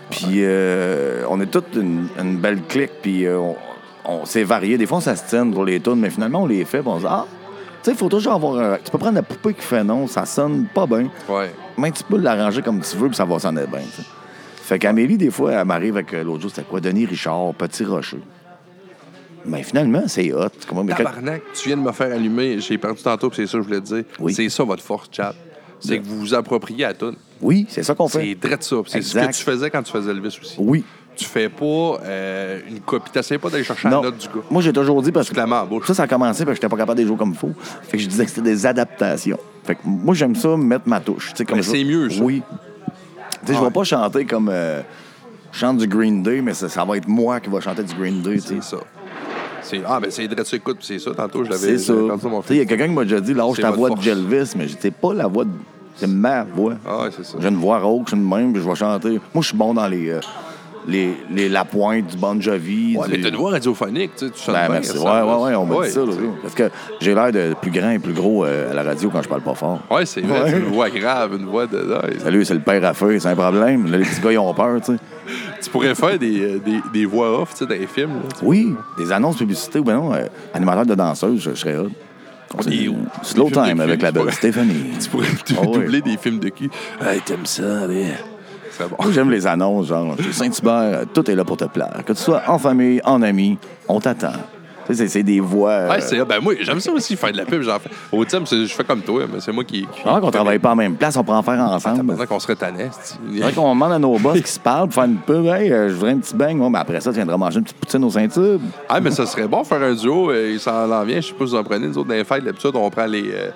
S3: Puis euh, on est toute une, une belle clique, puis euh, on, on s'est varié. Des fois, on s'astine pour les tunes, mais finalement, on les fait, puis on se dit Ah, tu sais, il faut toujours avoir. un- Tu peux prendre la poupée qui fait non, ça sonne pas bien.
S1: Ouais.
S3: Mais tu peux l'arranger comme tu veux, puis ça va sonner bien. tu sais. Fait qu'Amélie, des fois, elle m'arrive avec euh, l'autre jour, c'était quoi Denis Richard, Petit Rocher. Mais finalement, c'est hot. Comment, mais quand-
S1: Tabarnak, tu viens de me faire allumer. J'ai perdu tantôt, puis c'est ça que je voulais te dire.
S3: Oui.
S1: C'est ça votre force, Jab. C'est que vous vous appropriez à tout.
S3: Oui, c'est ça qu'on
S1: C'est
S3: fait.
S1: drette ça. puis C'est ce que
S3: Exact.
S1: tu faisais quand tu faisais Elvis aussi.
S3: Oui.
S1: Tu fais pas euh, une copie. T'essayes pas d'aller chercher
S3: Non.
S1: la note du gars.
S3: Moi, j'ai toujours dit parce que.
S1: te la mets en bouche.
S3: Ça, ça a commencé parce que j'étais pas capable de les jouer comme il faut. Fait que je disais que c'était des adaptations. Fait que moi, j'aime ça, mettre ma touche. tu sais, Comme
S1: Mais
S3: ça.
S1: c'est mieux, ça.
S3: Oui. Tu sais, je
S1: Ouais.
S3: vais pas chanter comme. euh, je chante du Green Day, mais ça, ça va être moi qui va chanter du Green Day. tu sais.
S1: C'est ça. C'est- Ah, ben c'est drette ça. Écoute, puis c'est ça. Tantôt, je l'avais
S3: C'est ça.
S1: j'avais perdu mon
S3: Tu sais, Il y a quelqu'un qui m'a déjà dit lâche
S1: C'est
S3: ta
S1: votre
S3: voix
S1: force.
S3: de Jelvis, mais c'est pas la voix de. C'est ma voix.
S1: Ah, ouais, c'est ça.
S3: J'ai une voix rauque, je suis une même, puis je vais chanter. Moi, je suis bon dans les. euh, les, les Lapointe du Bon Jovi.
S1: Ouais,
S3: du-
S1: mais t'as une voix radiophonique, tu sais, tu sonnes
S3: Ben,
S1: bien, ça
S3: merci. Ouais, ouais,
S1: ressemble.
S3: ouais, on m'a dit ça.
S1: tu
S3: l'autre
S1: sais.
S3: jour. Parce que j'ai l'air de plus grand et plus gros euh, à la radio quand je parle pas fort.
S1: Ouais, c'est vrai,
S3: Ouais.
S1: c'est une voix grave, une voix de. ouais,
S3: Salut, c'est le père à feu, c'est un problème. Là, les petits gars, ils ont peur, tu sais.
S1: Tu pourrais faire des, euh, des, des voix off tu sais, dans les films. là, tu sais.
S3: Oui, des annonces publicité ou ben non, euh, animateur de danseuse, je, je serais hot.
S1: est où?
S3: Slow
S1: Les films
S3: time
S1: de
S3: avec
S1: cul,
S3: la
S1: tu
S3: belle
S1: vois.
S3: Stéphanie.
S1: Tu pourrais tu
S3: Ah ouais.
S1: doubler des films de cul.
S2: Hey, t'aimes ça, mais.
S1: C'est bon.
S3: Moi, j'aime les annonces, genre, chez Saint-Hubert, euh, tout est là pour te plaire. Que tu sois en famille, en ami, on t'attend. Tu sais, c'est- c'est des voix. euh,
S1: Ouais, c'est, ben moi, j'aime ça aussi, faire de la pub. J'en fais. Au Tim, c'est- je fais comme toi, mais c'est moi qui. qui
S3: Pendant qu'on travaille pas en même place, on peut en faire
S1: Ah,
S3: ensemble.
S1: pendant qu'on serait tanné. c'est-
S3: C'est vrai qu'on demande à nos boss qui se parlent pour faire une pub. Hey, euh, je voudrais un petit bang. Ouais, mais après ça, tu viendras manger une petite poutine au Saint-Hubert.
S1: Ah, mais ça serait bon faire un duo. euh, Il s'en en vient. Je sais pas si vous en prenez. Nous autres, dans les fêtes, d'habitude, on prend les, euh,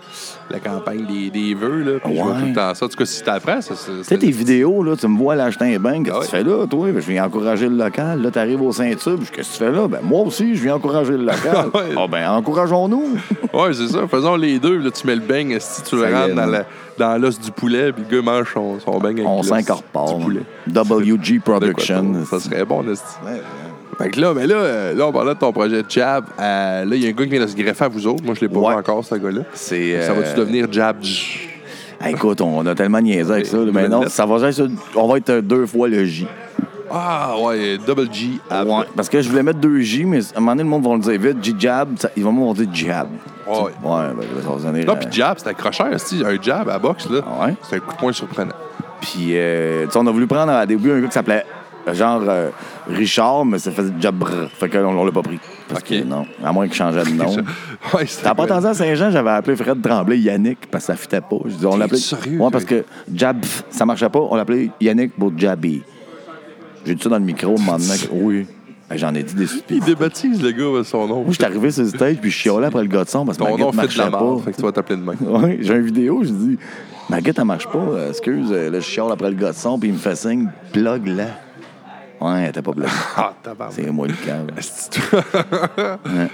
S1: la campagne des, des vœux. Là, puis je vois
S3: Ouais.
S1: tout le temps ça. En tout cas, si t'apprends, ça. c'est-
S3: Tu sais, tes vidéos, là, tu me vois l'acheter un bang. Qu'est-ce que
S1: Ah
S3: tu fais là, toi? Ben, je viens encourager le local. Là, tu arrives au Saint-Hubert. Qu'est-ce que tu fais là? Ben, moi aussi, je viens encourager le local.
S1: Ah ouais.
S3: Ah, ben, encourageons-nous.
S1: Ouais, c'est ça. Faisons les deux. Là, tu mets le beigne, si tu le
S3: Ça y
S1: rentres
S3: est,
S1: dans,
S3: non?
S1: la- dans l'os du poulet, puis le gars mange son, son beigne avec
S3: on
S1: l'os
S3: s'incorpore.
S1: Du poulet.
S3: WG
S1: De quoi,
S3: Production.
S1: ça serait bon, esti.
S3: Ouais, ouais.
S1: Fait que là, mais là, euh, là, on parlait de ton projet de jab. Euh, là, il y a un gars qui vient de se greffer à vous autres. Moi, je l'ai pas
S3: Ouais.
S1: vu encore, ce gars-là.
S3: C'est,
S1: Ça va-tu
S3: euh,
S1: devenir jab?
S3: Hey, écoute, on a tellement niaisé avec ça. là.
S1: Nouvelle
S3: Maintenant,
S1: lettre.
S3: ça va être, on va être euh, deux fois le J.
S1: Ah, ouais, double G. ab.
S3: Ouais, parce que je voulais mettre deux J, mais à un moment donné, le monde va le dire vite. J-Jab, ça- ils vont me dire Jab.
S1: Ouais.
S3: Ouais, ben, ça va sonner.
S1: Non,
S3: euh,
S1: puis jab, c'est accrocheur, esti. Un jab à boxe, là.
S3: Ah ouais?
S1: C'est un coup de poing surprenant.
S3: Puis, euh, tu sais, on a voulu prendre à début un gars qui s'appelait euh, genre euh, Richard, mais ça faisait Jabr. Fait que là, on, l'a pas pris. Parce
S1: Ok.
S3: que non, à moins qu'il changeait de nom.
S1: ouais, c'est
S3: Oh. T'as pas entendu à Saint-Jean, j'avais appelé Fred Tremblay Yannick parce que ça fitait pas. Je dis, on
S1: T'es
S3: l'appelait.
S1: sérieux,
S3: Ouais,
S1: toi?
S3: parce que Jab, ça marchait pas. On l'appelait Yannick pour Jabby. J'ai dit ça dans le micro maintenant. Oui. Ben, J'en ai dit des
S1: Il
S3: stupides.
S1: débaptise, le gars, son nom.
S3: Moi, je suis arrivé sur le stage puis je chiolais après le gars de son parce que
S1: Ton
S3: ma
S1: nom
S3: guette
S1: fait de
S3: marchait
S1: la
S3: pas.
S1: mort, fait que tu vas t'appeler demain.
S3: Ouais, j'ai une vidéo, je dis ma guette elle marche pas, euh, excuse, euh, là je chiale après le gars de son puis il me fait signe plug là. Ouais, elle était pas plug.
S1: Ah, tabarnak.
S3: C'est moi le câble.
S1: Esti.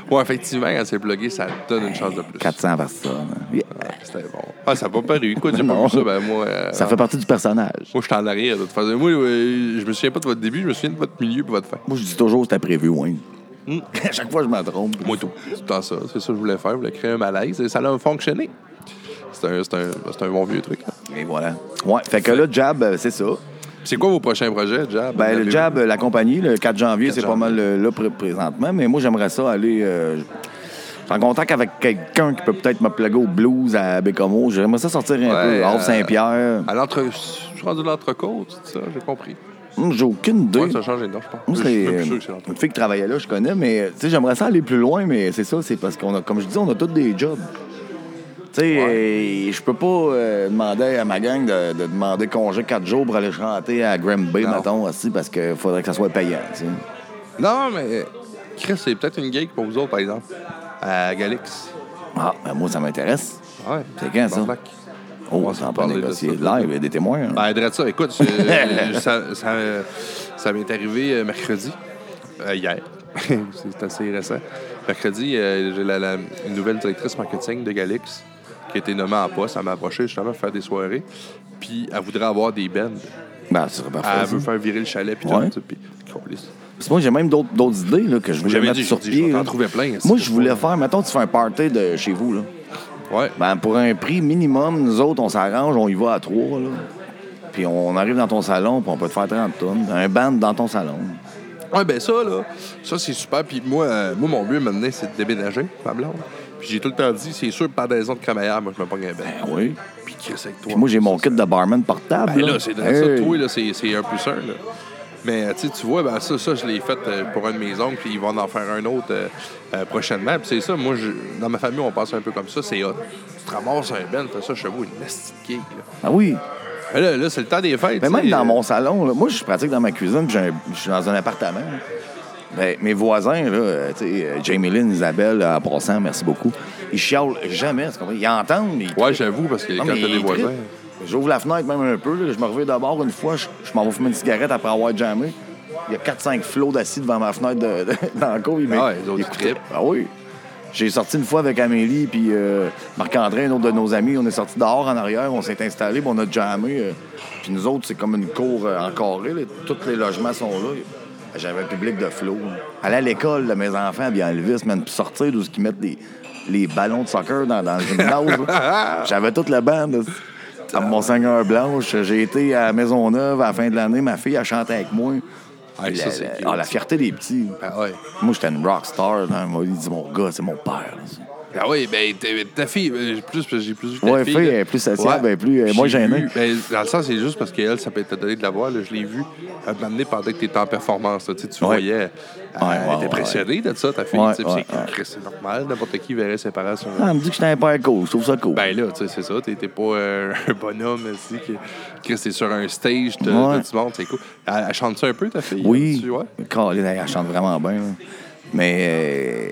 S1: Ouais, effectivement, quand c'est plugué, ça te donne une chance de plus.
S3: 400 personnes. Yeah.
S1: Ouais, C'était bon. Ah, ça n'a pas paru. Quoi, j'ai pas
S3: Non.
S1: vu ça? Ben, moi, euh,
S3: Ça fait partie du personnage.
S1: moi, je suis en arrière. De toute façon, moi, euh, je me souviens pas de votre début, je me souviens de votre milieu et votre fin.
S3: Moi, je dis toujours c'était prévu, ouais. à chaque fois, je me trompe.
S1: Hmm. Moi, tout. C'est tout le temps ça. C'est ça que je voulais faire. Je voulais créer un malaise et ça a fonctionné. C'est un, c'est un, c'est un bon vieux truc. hein.
S3: Et voilà. Ouais, fait que là, Jab, euh, c'est ça.
S1: C'est quoi vos prochains projets, Jab?
S3: Ben, le Jab, euh, la compagnie, le 4 janvier,
S1: 4
S3: c'est pas mal euh, là pr- présentement, mais moi, j'aimerais ça aller. euh, je suis en contact avec quelqu'un qui peut peut-être me plugger au blues à Bécamo. J'aimerais ça sortir un
S1: Ouais,
S3: peu.
S1: euh,
S3: Hors Saint-Pierre.
S1: À l'entre... Je suis rendu de l'entrecôte, c'est ça? J'ai compris.
S3: Hum, J'ai aucune idée.
S1: Ouais, ça a changé de nom, je pense.
S3: Moi,
S1: Je
S3: c'est
S1: suis même
S3: euh,
S1: plus sûr
S3: une
S1: que c'est l'entrecôte.
S3: fille qui travaillait là, je connais, mais tu sais, j'aimerais ça aller plus loin, mais c'est ça, c'est parce qu'on a, comme je dis, on a tous des jobs. Tu sais, euh, je peux pas euh, demander à ma gang de, de demander congé quatre jours pour aller chanter à Graham Bay,
S1: Non.
S3: mettons, aussi, parce qu'il faudrait que ça soit payant, tu sais.
S1: Non, mais Chris, c'est peut-être une gig pour vous autres, par exemple. À Galix.
S3: Ah, ben moi, ça m'intéresse.
S1: Ouais.
S3: C'est quand, ça?
S1: Barnac.
S3: Oh,
S1: va
S3: on
S1: se
S3: s'en peut
S1: parler de
S3: négocier.
S1: ça.
S3: Live, il y a des témoins. hein.
S1: Ben, Drette ça, écoute, c'est- ça, ça, ça m'est arrivé euh, mercredi, euh, hier. c'est assez récent. Mercredi, euh, j'ai la, la- une nouvelle directrice marketing de Galix qui a été nommée en poste. Elle m'a approché justement pour faire des soirées. Puis elle voudrait avoir des bennes.
S3: Ben, ça serait
S1: Elle
S3: parfait. ça.
S1: veut faire virer le chalet. Puis
S3: Ouais.
S1: tout. Puis, câlisse.
S3: Parce que moi, j'ai même d'autres d'autres idées là, que je voulais
S1: J'avais
S3: mettre
S1: dit,
S3: sur
S1: j'ai dit,
S3: pied.
S1: je vais t'en
S3: là.
S1: trouver plein, c'est pour
S3: Moi, je voulais
S1: ça.
S3: faire, mettons, tu fais un party de chez vous, là.
S1: ouais.
S3: Ben, pour un prix minimum, nous autres, on s'arrange, on y va à trois, là. Puis on arrive dans ton salon, puis on peut te faire 30 tonnes. Un band dans ton salon.
S1: Ouais, ben ça, là, ça, c'est super. Puis moi, euh, moi, mon but maintenant, c'est de déménager, ma blonde. Puis j'ai tout le temps dit, c'est sûr, pendaison de crémaillère, moi, je me pogne un bain.
S3: Ben oui.
S1: Puis Chris avec toi.
S3: Puis moi, j'ai mon kit de barman portable.
S1: Ben là, c'est dans
S3: Ah Hey.
S1: ça. Toi, là, c'est, c'est un plus un, là. Mais euh, tu sais, tu vois, ben, ça, ça, je l'ai fait euh, pour un de mes oncles, puis ils vont en faire un autre euh, euh, prochainement. Puis c'est ça, moi, je- dans ma famille, on passe un peu comme ça, c'est hot. Tu te ramasses un ben, fais ça chez vous, une nasty cake, là.
S3: Ah oui.
S1: Ben Là, là, c'est le temps des fêtes. tu
S3: Mais
S1: sais,
S3: même
S1: euh,
S3: dans mon salon, là, moi, je pratique dans ma cuisine, puis j'ai un- je suis dans un appartement. Ben, mes voisins, là, euh, tu sais, euh, Jamie Lynn, Isabelle, euh, en passant, merci beaucoup, ils chialent jamais, tu comprends? Ils entendent, mais ils
S1: Ouais, j'avoue, parce que
S3: Non,
S1: quand
S3: mais
S1: t'as des
S3: il trippe.
S1: voisins.
S3: J'ouvre la fenêtre même un peu. là. Je me reviens d'abord une fois. Je, je m'en vais fumer une cigarette après avoir jammé. Il y a 4-5 flots d'assis devant ma fenêtre de, de- dans le cours. Il
S1: Ah, les autres, ils trippent.
S3: Ah oui. J'ai sorti une fois avec Amélie, puis euh, Marc-André, un autre de nos amis. On est sorti dehors en arrière, on s'est installé, puis on a jammé. euh, puis nous autres, c'est comme une cour euh, encarrée. là. Tous les logements sont là. J'avais un public de flot. là. Aller à l'école de mes enfants, puis à Elvis, man, puis sortir d'où ils mettent des, les ballons de soccer dans, dans le gymnase. là. J'avais toute la bande. là. À Monseigneur Blanche, j'ai été à Maisonneuve à la fin de l'année. Ma fille, elle chantait avec moi.
S1: Ah,
S3: Puis
S1: ça,
S3: la-
S1: c'est
S3: la-
S1: cute.
S3: ah, la fierté des petits.
S1: Ah ouais.
S3: Moi, j'étais une rock star. là. Moi, Il dit, mon gars, c'est mon père. là, ça.
S1: Ah oui, ben t'es- ta fille, euh, j'ai plus, j'ai plus vu ta
S3: Ouais,
S1: fille.
S3: fille,
S1: là.
S3: elle est plus sociable, elle est plus, euh,
S1: J'ai
S3: moins gênée.
S1: vu- ben, dans le sens, c'est juste parce qu'elle, ça peut être donné de la voir. là, je l'ai vu m'amener pendant que t'étais en performance. là, tu sais, tu
S3: Ouais.
S1: voyais, elle
S3: Ouais,
S1: était
S3: ouais,
S1: impressionnée de ça, ta fille.
S3: Ouais,
S1: tu sais,
S3: ouais,
S1: c'est-
S3: ouais.
S1: Christ, c'est normal, n'importe qui verrait ses parents sur
S3: Ah, elle me dit que j'étais un père cool. Je trouve ça cool.
S1: Ben là, tu sais, c'est ça. T'es t'es pas euh, un bonhomme aussi qui, qui est sur un stage de,
S3: Ouais.
S1: du monde, c'est cool. Elle, elle chante ça un peu, ta fille?
S3: oui.
S1: Tu vois?
S3: Caroline, elle chante vraiment bien. là. Mais. euh,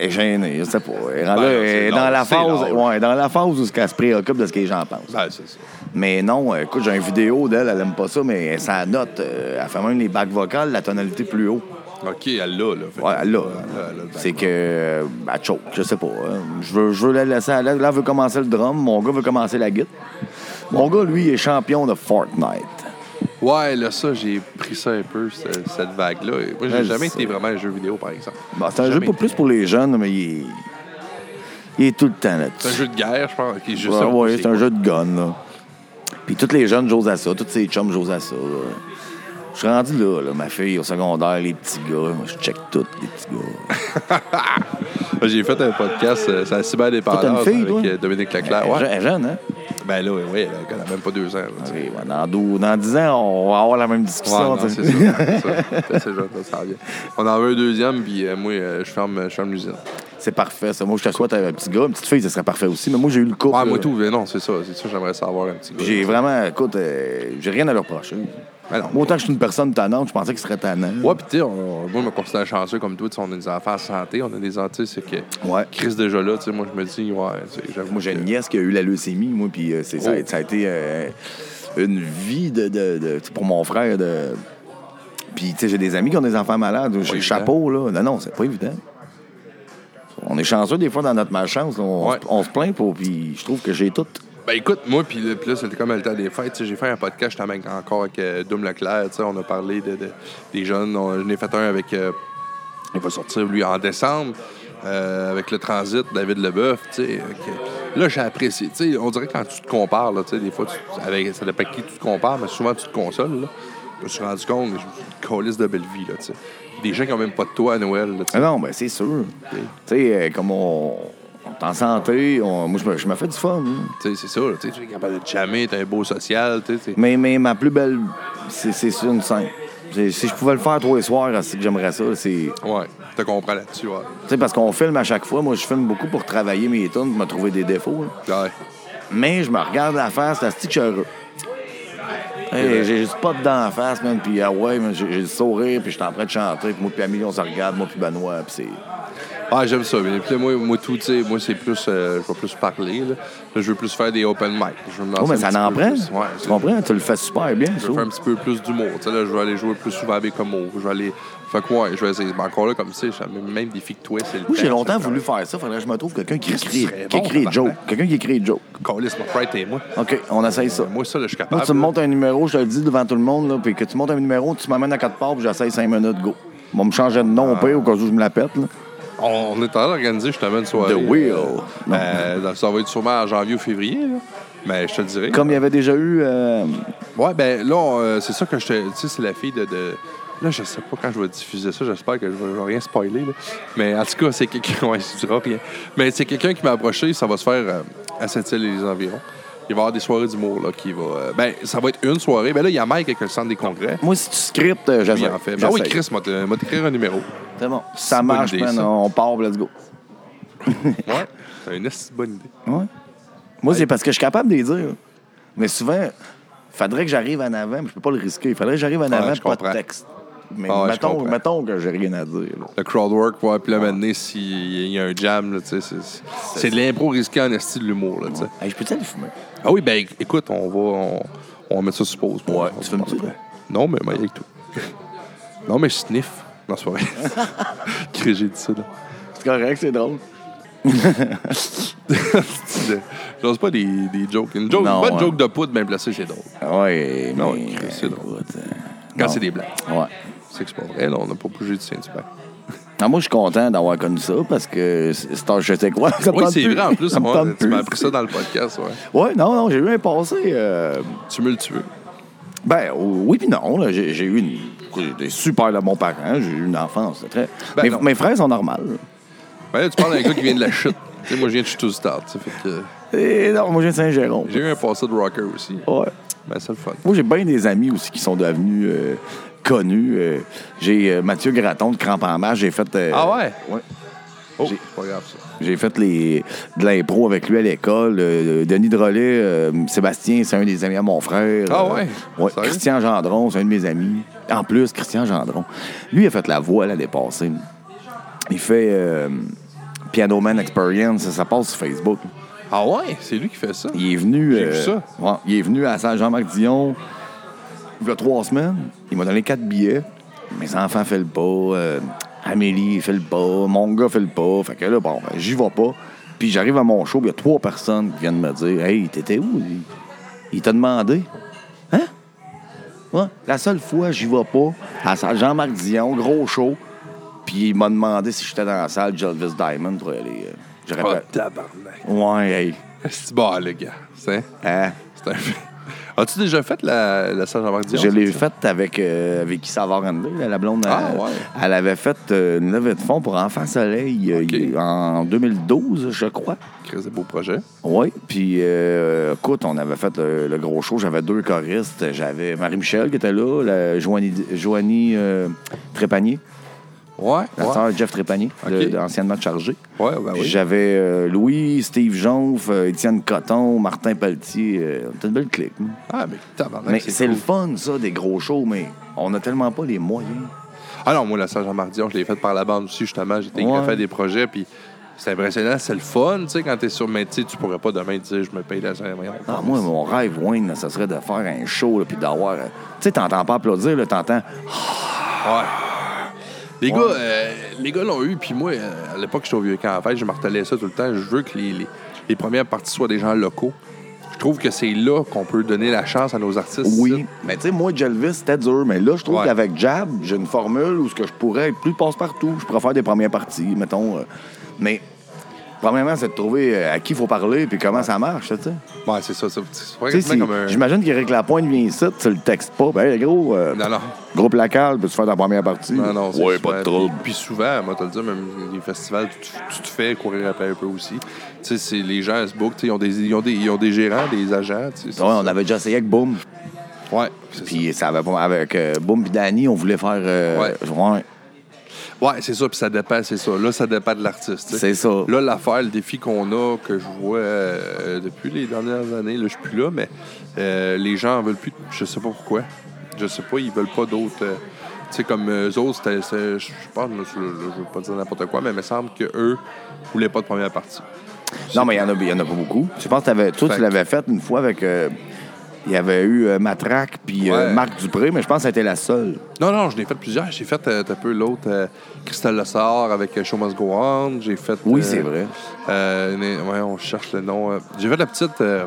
S3: elle est gênée, je sais pas. Elle est rendue-
S1: Ben,
S3: elle est
S1: c'est
S3: dans,
S1: long,
S3: la
S1: c'est
S3: phase,
S1: long.
S3: ouais, dans la phase où elle se préoccupe de ce que les gens pensent.
S1: Ben, c'est ça.
S3: Mais non, euh, écoute, j'ai une vidéo d'elle, elle aime pas ça, mais elle s'en note. euh, elle fait même les bacs vocales, la tonalité plus haut.
S1: OK, elle l'a, là. ben, Fait que-
S3: Ouais, elle l'a.
S1: elle l'a,
S3: C'est que. euh, Elle choke, je sais pas. hein. Je veux, je veux la laisser aller. Là, elle veut commencer le drum. Mon gars veut commencer la guitare. Mon gars, lui, il est champion de Fortnite.
S1: Ouais, là, ça, j'ai pris ça un peu, ce- cette, vague-là. Et Moi,
S3: Ouais,
S1: j'ai jamais
S3: c'est-
S1: été vraiment un jeu vidéo, par exemple.
S3: Bon, c'est un jeu
S1: Jamais
S3: pas plus pour les jeunes, mais il est, il est tout le temps
S1: C'est un
S3: là-dessus.
S1: jeu de guerre, je pense. qui est juste
S3: Ouais,
S1: ça,
S3: ouais, c'est un
S1: quoi.
S3: jeu de gun, là. Puis tous les jeunes jouent à ça. Tous ces chums jouent à ça. là. Je suis rendu là, là, ma fille au secondaire, les petits gars. Moi, je check tous les petits gars.
S1: J'ai fait un podcast, euh, c'est la
S3: Toi,
S1: cyberdépendance
S3: t'as une fille,
S1: avec
S3: toi?
S1: euh, Dominique Laclaire.
S3: Elle
S1: Ouais.
S3: est jeune- elle est jeune, hein?
S1: Ben là, oui, oui, elle a- elle a même pas deux ans. là, tu sais.
S3: Ok, ouais, dans, dou- dans 10 ans, on va avoir la même
S1: Ouais,
S3: discussion.
S1: non,
S3: tu
S1: c'est
S3: sais.
S1: ça. c'est ça. C'est ça, je- ça revient. On en veut un deuxième, puis euh, moi, euh, je ferme, je ferme l'usine.
S3: C'est parfait, ça. Moi, je te souhaite un petit gars, une petite fille, ça serait parfait aussi. Mais moi, j'ai eu le couple.
S1: Ah, moi
S3: là.
S1: tout, mais non, c'est ça. C'est ça, j'aimerais savoir un petit peu.
S3: Puis J'ai vraiment, écoute, euh, j'ai rien à leur reprocher.
S1: Ben non.
S3: Moi, autant que je suis une personne tannante, je pensais qu'il serait tannant.
S1: Ouais, puis tu sais, on- moi, je me considère chanceux comme toi. tu sais, On a des enfants en santé, on a des antilles, c'est que.
S3: Ouais.
S1: Chris, déjà là, tu sais, moi, je me dis, ouais, tu sais, j'avoue.
S3: Moi, j'ai
S1: que-
S3: une nièce qui a eu la leucémie, moi, puis euh, c'est- ça, a-
S1: Oh.
S3: ça a été euh, une vie de, de- de- tu sais, pour mon frère. De... Puis, tu sais, j'ai des amis qui ont des enfants malades. J'ai le
S1: évident.
S3: chapeau, là. Non, non, c'est pas évident. On est chanceux des fois dans notre malchance. là. On,
S1: Ouais.
S3: se- on se plaint pour, puis je trouve que j'ai tout.
S1: Ben écoute, moi, puis là, puis là, c'était comme le temps des fêtes. tu sais, J'ai fait un podcast justement avec- encore avec euh, Doom Leclerc. tu sais, On a parlé de, de- des jeunes. On, j'en ai fait un avec. euh, il va sortir, lui, en décembre, euh, avec le transit, David Leboeuf. tu sais, euh, que- Là, j'ai apprécié. tu sais, on dirait que quand tu te compares, là, tu sais, des fois, tu- avec, ça dépend qui tu te compares, mais souvent, tu te consoles. là. Je me suis rendu compte, je me suis dit, Câlisse de belle vie. Là, tu sais. des gens qui n'ont même pas de toi à Noël. là, tu sais.
S3: Ah non, ben c'est sûr. Tu sais, euh, comme on, on est en santé, on- moi, je me- je me fais du fun. hein.
S1: Tu sais, c'est ça. là, tu sais, Tu es capable de jammer, tu un beau social. tu sais, c'est-
S3: Mais, mais ma plus belle, c'est c'est sur une scène. C'est- Si je pouvais le faire tous les soirs, c'est que j'aimerais ça. C'est
S1: Ouais, je te comprends là-dessus. ouais.
S3: tu sais, parce qu'on filme à chaque fois. Moi, je filme beaucoup pour travailler mes tunes, pour me trouver des défauts. là.
S1: Ouais.
S3: Mais je me regarde la face, la stick, je suis heureux. Hey, j'ai juste pas de dents en face, man. Puis ah ouais, man, j'ai j'ai le sourire, puis je suis en train de chanter. Puis moi, puis Amélie, on se regarde, moi, puis Benoît, puis c'est...
S1: Ah, j'aime ça. Mais puis là, moi, moi, tout, tu sais, moi, c'est plus. euh, je vais plus parler, là. Là, je veux plus faire des open mic. Je veux me lancer
S3: Oh, mais
S1: un
S3: ça
S1: petit
S3: en
S1: peu plus.
S3: prend.
S1: Ouais,
S3: tu
S1: c'est-
S3: comprends? Tu le fais super
S1: Je
S3: bien, je
S1: vais
S3: trouve.
S1: faire un petit peu plus d'humour. Tu sais, là, je vais aller jouer plus souvent avec comme Je vais aller. Fait que, ouais, je vais essayer. Mais encore là, comme tu sais, j'avais même des fics toi, c'est le.
S3: Moi, j'ai
S1: temps,
S3: longtemps
S1: Ben, ça,
S3: voulu faire ça. Faudrait que je me trouve quelqu'un qui
S1: Qu'est-ce
S3: écrit,
S1: qui serait
S3: qui
S1: bon,
S3: écrit les jokes.
S1: tabarnak?
S3: Quelqu'un qui écrit les jokes.
S1: Calisse, mon frère, t'es moi.
S3: OK, on essaye ça.
S1: Moi, ça, là, je suis capable.
S3: Moi, tu me
S1: là.
S3: montes un numéro, je te le dis devant tout le monde, là, puis que tu montes un numéro, tu m'amènes à quatre parts, puis j'essaye cinq minutes, go. On va me changer de nom
S1: Ah.
S3: au pire, au cas où je me la pète. Là.
S1: On, on est en train d'organiser justement une soirée.
S3: The Wheel.
S1: euh, euh, dans- ça va être sûrement en janvier ou février, là. Mais je te le dirai.
S3: Comme il y avait déjà eu. euh,
S1: Ouais, ben là, on, euh, c'est ça que je te. Tu sais, c'est la fille de, de- Là, je sais pas quand je vais diffuser ça, j'espère que je vais, je vais rien spoiler. là. Mais en tout cas, c'est quelqu'un. Ouais, je dirai rien. Mais c'est quelqu'un qui m'a approché, ça va se faire euh, à Saint-Île et les environs. Il va y avoir des soirées d'humour, là, qui va. euh, ben, ça va être une soirée. Ben là, il y a Mike avec le centre des congrès.
S3: moi, si tu scriptes, euh,
S1: Puis
S3: j'essaie.
S1: en fait. Ben
S3: J'essaie.
S1: oui, Chris, m'a t- m'a t'écrire un numéro.
S3: C'est bon. Ça
S1: bonne
S3: marche,
S1: idée,
S3: man.
S1: ça.
S3: On part, let's go.
S1: Ouais. C'est une assez bonne idée.
S3: Ouais. Moi, c'est parce que je suis capable de les dire. Mais souvent, faudrait que j'arrive en avant, mais je peux pas le risquer. Faudrait que j'arrive en avant,
S1: Ah, je
S3: pas
S1: comprends.
S3: de texte. Mais
S1: Ah ouais, je
S3: mettons,
S1: comprends.
S3: mettons que j'ai rien à dire. là.
S1: Le crowdwork, ouais, puis là, maintenant, s'il y a un jam, là, tu sais, c'est- c'est- c'est de l'impro risqué en esti de l'humour, là, tu sais.
S3: Hey, je peux-tu aller fumer?
S1: Ah oui, ben écoute, on va, on, on va mettre ça sur pause.
S3: Ouais,
S1: On
S3: tu
S1: va
S3: fumes-tu,
S1: parler.
S3: toi?
S1: Non, mais moi, avec tout. non, mais je sniff. Non, c'est pas vrai. Chris, j'ai dit ça, là.
S3: C'est correct, c'est drôle.
S1: J'ose pas des, des jokes. Une, joke,
S3: Non,
S1: une bonne
S3: ouais.
S1: joke de poudre bien placée, c'est drôle.
S3: Ah Ouais, mais.
S1: Non, Chris, c'est drôle.
S3: écoute, euh,
S1: Quand
S3: non.
S1: c'est des blancs.
S3: Ouais.
S1: C'est que c'est pas vrai, là, on n'a pas bougé du Saint-Hubert.
S3: Non, moi, je suis content d'avoir connu ça parce que c'est c'est un je sais quoi. Ça me
S1: Oui,
S3: tente
S1: c'est
S3: plus.
S1: vrai, en plus,
S3: ça me
S1: moi,
S3: tente
S1: tu
S3: plus.
S1: m'as appris ça dans le podcast, ouais.
S3: Ouais, non, non, j'ai eu un passé. euh,
S1: Tumultueux.
S3: Ben oui puis non, là. j'ai j'ai eu une, j'ai des super de bons parents, j'ai eu une enfance c'est très.
S1: Ben
S3: mes,
S1: non.
S3: mes frères sont normales.
S1: Ouais, là, tu parles d'un gars qui vient de la chute. Tu sais, moi, je viens de chute start. Fait que euh,
S3: Et non, moi j'ai Saint-Jérôme.
S1: j'ai eu un passé de rocker aussi.
S3: Ouais.
S1: Ben, c'est le fun.
S3: Moi j'ai bien des amis aussi qui sont devenus euh, connus. euh, j'ai euh, Mathieu Graton de Crampe en marche, j'ai fait euh,
S1: Ah ouais?
S3: ouais.
S1: Oh,
S3: J'ai-
S1: c'est pas grave, ça.
S3: J'ai fait les, de l'impro avec lui à l'école. euh, Denis Drolet, euh, Sébastien, c'est un des amis à mon frère.
S1: Ah
S3: euh,
S1: ouais?
S3: ouais.
S1: Sérieux?
S3: Christian Gendron, c'est un de mes amis. En plus, Christian Gendron. Lui, il a fait la voix l'année passée. Il fait euh, Piano Man Experience. Ça, ça passe sur Facebook.
S1: Ah ouais? C'est lui qui fait ça?
S3: Il est venu. euh,
S1: J'ai vu ça.
S3: ouais, il est venu à la salle Jean-Marc Dion il y a trois semaines. Il m'a donné quatre billets. Mes enfants font le pas. euh, Amélie fait le pas. Mon gars fait le pas. Fait que là, bon, ben, j'y vais pas. Puis j'arrive à mon show, puis il y a trois personnes qui viennent me dire Hey, t'étais où? lui? Il t'a demandé. Hein? Ouais. La seule fois, j'y vais pas. À la salle Jean-Marc Dion, gros show. Puis il m'a demandé si j'étais dans la salle Jelvis Diamond pour aller. euh, J'aurais
S1: Ah,
S3: pas-
S1: tabarnak.
S3: Ouais, hey.
S1: C'est bon, le gars. C'est
S3: Hein?
S1: c'est un As-tu déjà fait la, la Saint-Jean-Marc Dion?
S3: Je l'ai faite avec, euh, avec Vicky Savard-Henley, la- la blonde.
S1: Ah,
S3: euh,
S1: ouais.
S3: Elle avait fait euh, une levée de fonds pour Enfants Soleil euh,
S1: OK.
S3: il- en 2012, je crois.
S1: Chris, des beaux projets.
S3: Oui, puis euh, écoute, on avait fait le, le gros show. J'avais deux choristes. J'avais Marie-Michel qui était là, la Joanie, Joanie euh, Trépanier,
S1: Ouais,
S3: la
S1: ouais.
S3: sœur de Jeff Trépanier, de-
S1: OK.
S3: de- anciennement de chargé.
S1: Ouais, ben
S3: Puis
S1: oui.
S3: J'avais euh, Louis, Steve Jonf, euh, Étienne Coton, Martin Pelletier. euh, C'était une belle clique. hein.
S1: Ah, mais tabarnak,
S3: Mais c'est
S1: cool.
S3: le fun, ça, des gros shows, mais on n'a tellement pas les moyens.
S1: Ah non, moi, la Saint-Jean-Marc Dion, je l'ai faite par la bande aussi, justement. J'étais
S3: Ouais.
S1: à faire des projets, puis c'est impressionnant, c'est le fun, tu sais, quand t'es sur mais tu sais, tu pourrais pas demain dire je me paye la Saint-Jean-Marc.
S3: Ah, moi, mon rêve, Wayne, là, ça serait de faire un show, là, puis d'avoir. euh, Tu sais, t'entends pas applaudir, là, t'entends.
S1: Ouais. Ah. Les gars, euh, les gars l'ont eu, puis moi, euh, à l'époque, j'étais au vieux camp en fait, je martelais ça tout le temps. Je veux que les, les- les premières parties soient des gens locaux. Je trouve que c'est là qu'on peut donner la chance à nos artistes.
S3: Oui. Mais tu sais, moi, Jelvis, c'était dur, mais là, je trouve
S1: Ouais.
S3: qu'avec Jab, j'ai une formule où ce que je pourrais être plus passe-partout. Je pourrais faire des premières parties, mettons. euh, mais, premièrement, c'est de trouver euh, à qui il faut parler, puis comment ça marche, tu sais.
S1: Ouais, c'est ça. ça c'est
S3: Tu
S1: vraiment
S3: sais, si-
S1: comme un.
S3: J'imagine qu'Éric Lapointe vient ici, tu le textes pas. Ben, hey, gros, euh,
S1: Non, non.
S3: gros placard, peux-tu faire ta première partie?
S1: Non, non, c'est
S3: Ouais,
S1: souvent-
S3: pas de trouble.
S1: Puis, puis souvent, moi, te le dire, même les festivals, tu, te- tu te fais courir après un peu aussi. Tu sais, c'est- les gens se bookent, tu sais, ils ont des, ils ont des, ils ont des gérants, des agents, tu sais. c'est
S3: Ouais, on
S1: ça.
S3: avait déjà essayé avec Boom.
S1: Ouais, c'est ça.
S3: Puis ça avait pas. Avec euh, Boom et Danny, on voulait faire. euh,
S1: Ouais.
S3: ouais.
S1: Ouais, c'est ça, puis ça dépend, c'est ça. Là, ça dépend de l'artiste. tu sais.
S3: C'est ça.
S1: Là, l'affaire, le défi qu'on a, que je vois euh, depuis les dernières années, là, je suis plus là, mais euh, les gens en veulent plus. Je sais pas pourquoi. Je sais pas, ils veulent pas d'autres. euh, tu sais, comme eux autres, c'était- c'est- je je pense, là, je veux pas dire n'importe quoi, mais il me semble qu'eux voulaient pas de première partie.
S3: Non, mais il y en a- il y en, a pas beaucoup. Je pense que t'avais- toi,
S1: Fait
S3: tu
S1: que-
S3: l'avais fait une fois avec. euh, il y avait eu euh, Matraque puis euh,
S1: Ouais.
S3: Marc Dupré, mais je pense que c'était la seule.
S1: Non, non, je n'ai fait plusieurs. J'ai fait euh, un peu l'autre euh, Christelle Lessard avec euh, Show Must Go On. J'ai fait.
S3: Oui,
S1: euh,
S3: c'est vrai.
S1: euh, né- ouais, on cherche le nom. euh. J'ai fait la petite euh,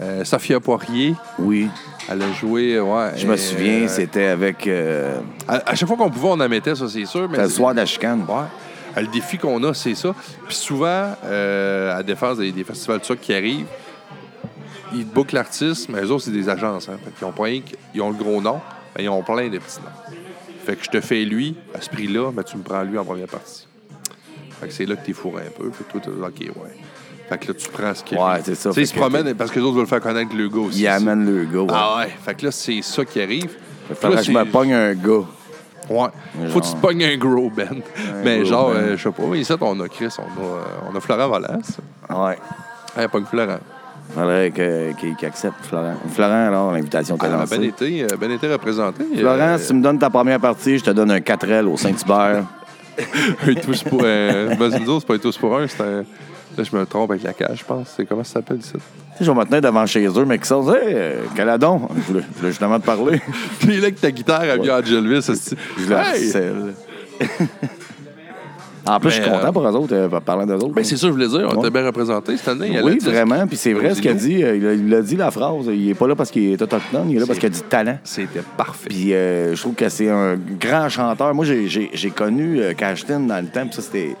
S1: euh, Sophia Poirier.
S3: Oui.
S1: Elle a joué. Ouais,
S3: Je me
S1: et,
S3: souviens,
S1: euh,
S3: c'était avec. euh,
S1: À, à chaque fois qu'on pouvait, on en mettait, ça, c'est sûr. Mais
S3: c'était le soir de la chicane.
S1: Ouais. Euh, Le défi qu'on a, c'est ça. Puis souvent, euh, à défense des, des festivals de ça qui arrivent, ils te bookent l'artiste, mais eux autres, c'est des agences. Hein. Fait qu'ils ont pas rien que- ils ont le gros nom, mais ils ont plein de petits noms. Fait que je te fais lui, à ce prix-là, mais tu me prends lui en première partie. Fait que c'est là que t'es fourré un peu. Fait que toi, t'as OK, ouais. Fait que là, tu prends ce qu'il y a.
S3: Ouais, c'est ça.
S1: Tu sais, ils se
S3: Fait que
S1: promènent parce que les autres veulent faire connaître le gars aussi.
S3: Il amène le gars. ouais.
S1: Ah ouais. Fait que là, c'est ça qui arrive.
S3: Faudrait
S1: Là,
S3: que je me
S1: c'est-
S3: pogne un gars.
S1: Ouais. Faut que tu
S3: genre-
S1: te pognes un gros band. Mais
S3: gros Ben.
S1: genre,
S3: band.
S1: euh, je sais pas, mais ici, on a Chris, on a, euh, on a Florent Valence.
S3: Ouais.
S1: Hey, pogne Florent.
S3: Ah, Faudrait que- qu'il qu'il accepte, Florent. Florent, alors, l'invitation t'a
S1: Elle a
S3: lancée.
S1: bien été, euh, bien été représenté.
S3: Florent, si tu me donnes ta première partie, je te donne un 4L au Saint-Hubert.
S1: un tous pour un. Ben, c'est nous autres, c'est pas un tous pour un, c'est un. Là, je me trompe avec la cage, je pense. C'est comment ça s'appelle, ça?
S3: Tu sais, je vais me tenir devant chez eux, mais qui sont, hey, euh, Caladon, je voulais, je voulais justement te parler.
S1: T'es là avec ta guitare à Bia Jelvis.
S3: Je
S1: Hey!
S3: le harcèle. En plus, je suis
S1: Mais,
S3: content
S1: euh,
S3: pour eux autres, euh, parlant d'eux autres.
S1: Ben, c'est ça, que je voulais dire. On
S3: Ouais.
S1: était bien représenté cette année. Il y a
S3: oui,
S1: la disque.
S3: vraiment. Puis c'est vrai ce qu'il a dit. euh, Il a, il a dit la phrase. Il n'est pas là parce qu'il est autochtone, il est là parce qu'il a du talent.
S1: C'était parfait.
S3: Puis euh, je trouve que c'est un grand chanteur. Moi, j'ai- j'ai j'ai connu euh, Cashton dans le temps, puis ça, c'était.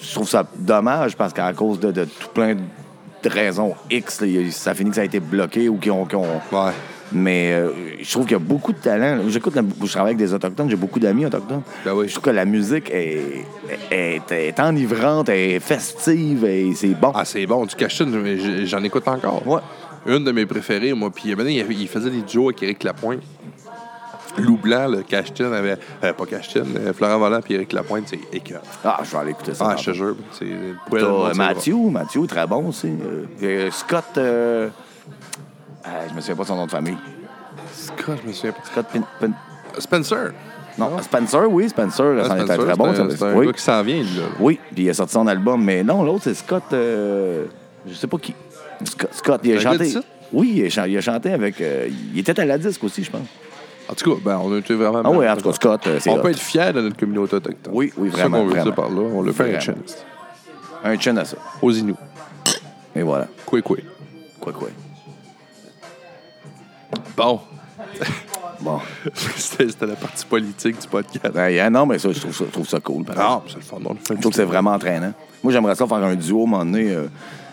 S3: Je trouve ça dommage parce qu'à cause de, de tout plein de raisons X, là, il- ça finit que ça a été bloqué ou qu'ils ont. qu'ils ont-
S1: Ouais.
S3: Mais euh, je trouve qu'il y a beaucoup de talent. J'écoute, la- je travaille avec des autochtones, j'ai beaucoup d'amis autochtones.
S1: Ben oui.
S3: Je trouve que la musique est, est, est enivrante, est festive, et c'est bon.
S1: Ah, c'est bon. Du Cashton, j- j'en écoute encore.
S3: Ouais.
S1: Une de mes préférées, moi. Puis maintenant, il il faisait des duos avec Eric Lapointe. Loup Blanc, le Cashton avait. euh, pas Cashton, euh, Florent Volant puis Eric Lapointe, c'est écœur.
S3: Ah, je vais aller écouter ça.
S1: Ah,
S3: tantôt.
S1: je te jure. C'est
S3: T'as,
S1: poêle,
S3: euh,
S1: non, c'est
S3: Mathieu, Mathieu, très bon aussi. Euh, euh, Scott, euh, ah, je me souviens pas de son nom de famille.
S1: drôle. Scott, je me souviens pas. Euh,
S3: Scott Pin- Pin-
S1: Spencer.
S3: non, Spencer, oui, Spencer, ça en était
S1: Spencer,
S3: très bon.
S1: c'est un-
S3: ça,
S1: C'est un
S3: oui.
S1: gars qui s'en vient, lui, là.
S3: oui, puis il a sorti son album, mais non, l'autre, c'est Scott, euh, je sais pas qui. Scott, Scott, il a
S1: C'est un gars
S3: chanté.
S1: d'ici?
S3: Oui, il a, chan- il a chanté avec. euh, il était à la disque aussi, je pense.
S1: En tout cas, ben, on a été vraiment.
S3: Ah oui, en tout cas, Scott, euh, c'est
S1: On
S3: hot.
S1: peut être fiers de notre communauté autochtone.
S3: Oui, oui,
S1: C'est ça
S3: vraiment,
S1: qu'on veut
S3: vraiment.
S1: dire par là. On le fait un
S3: Vraiment.
S1: chance.
S3: un chin à ça.
S1: Aux Inuits.
S3: Et voilà.
S1: Quoi, quoi.
S3: Quoi, quoi.
S1: Bon,
S3: Bon.
S1: c'était c'était la partie politique du podcast.
S3: Ben, yeah, non, mais ça, je trouve ça, je trouve ça cool. par exemple.
S1: Ah, c'est le fun. on le fait.
S3: Je trouve que c'est vraiment entraînant. Moi, j'aimerais ça faire un duo, à un moment donné, euh,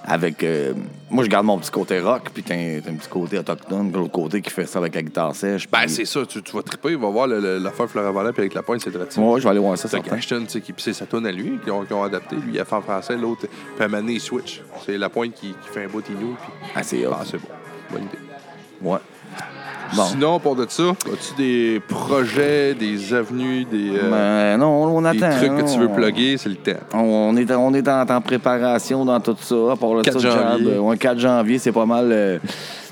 S3: avec... euh, moi, je garde mon petit côté rock, puis t'as un, t'as un petit côté autochtone, puis l'autre côté qui fait ça avec la guitare sèche.
S1: Ben,
S3: puis-
S1: c'est ça. Tu, tu vas triper. Il va voir le- le- l'affaire Florent Volant puis avec la pointe, c'est très
S3: Moi, je vais aller voir ça,
S1: C'est
S3: certain.
S1: Ashton, tu sais, qui- puis c'est sa tonne à lui qu'ils ont, qu'ils ont adapté. Lui, il a fait en français, l'autre, puis à un moment donné, il switch. C'est la pointe qui, qui fait un bout inou, puis
S3: Ah, c'est hot.
S1: ah, c'est bon. Bonne idée.
S3: Ouais. Bon.
S1: Sinon, pour de ça, as-tu des projets, des avenues, des, euh,
S3: Ben, non, on, on
S1: des
S3: attend.
S1: trucs que tu veux
S3: on-
S1: plugger? C'est le temps.
S3: On est, on est en, en préparation dans tout ça. À part le
S1: 4
S3: ça, le
S1: janvier.
S3: job, euh, ouais, 4 janvier, c'est pas mal. euh,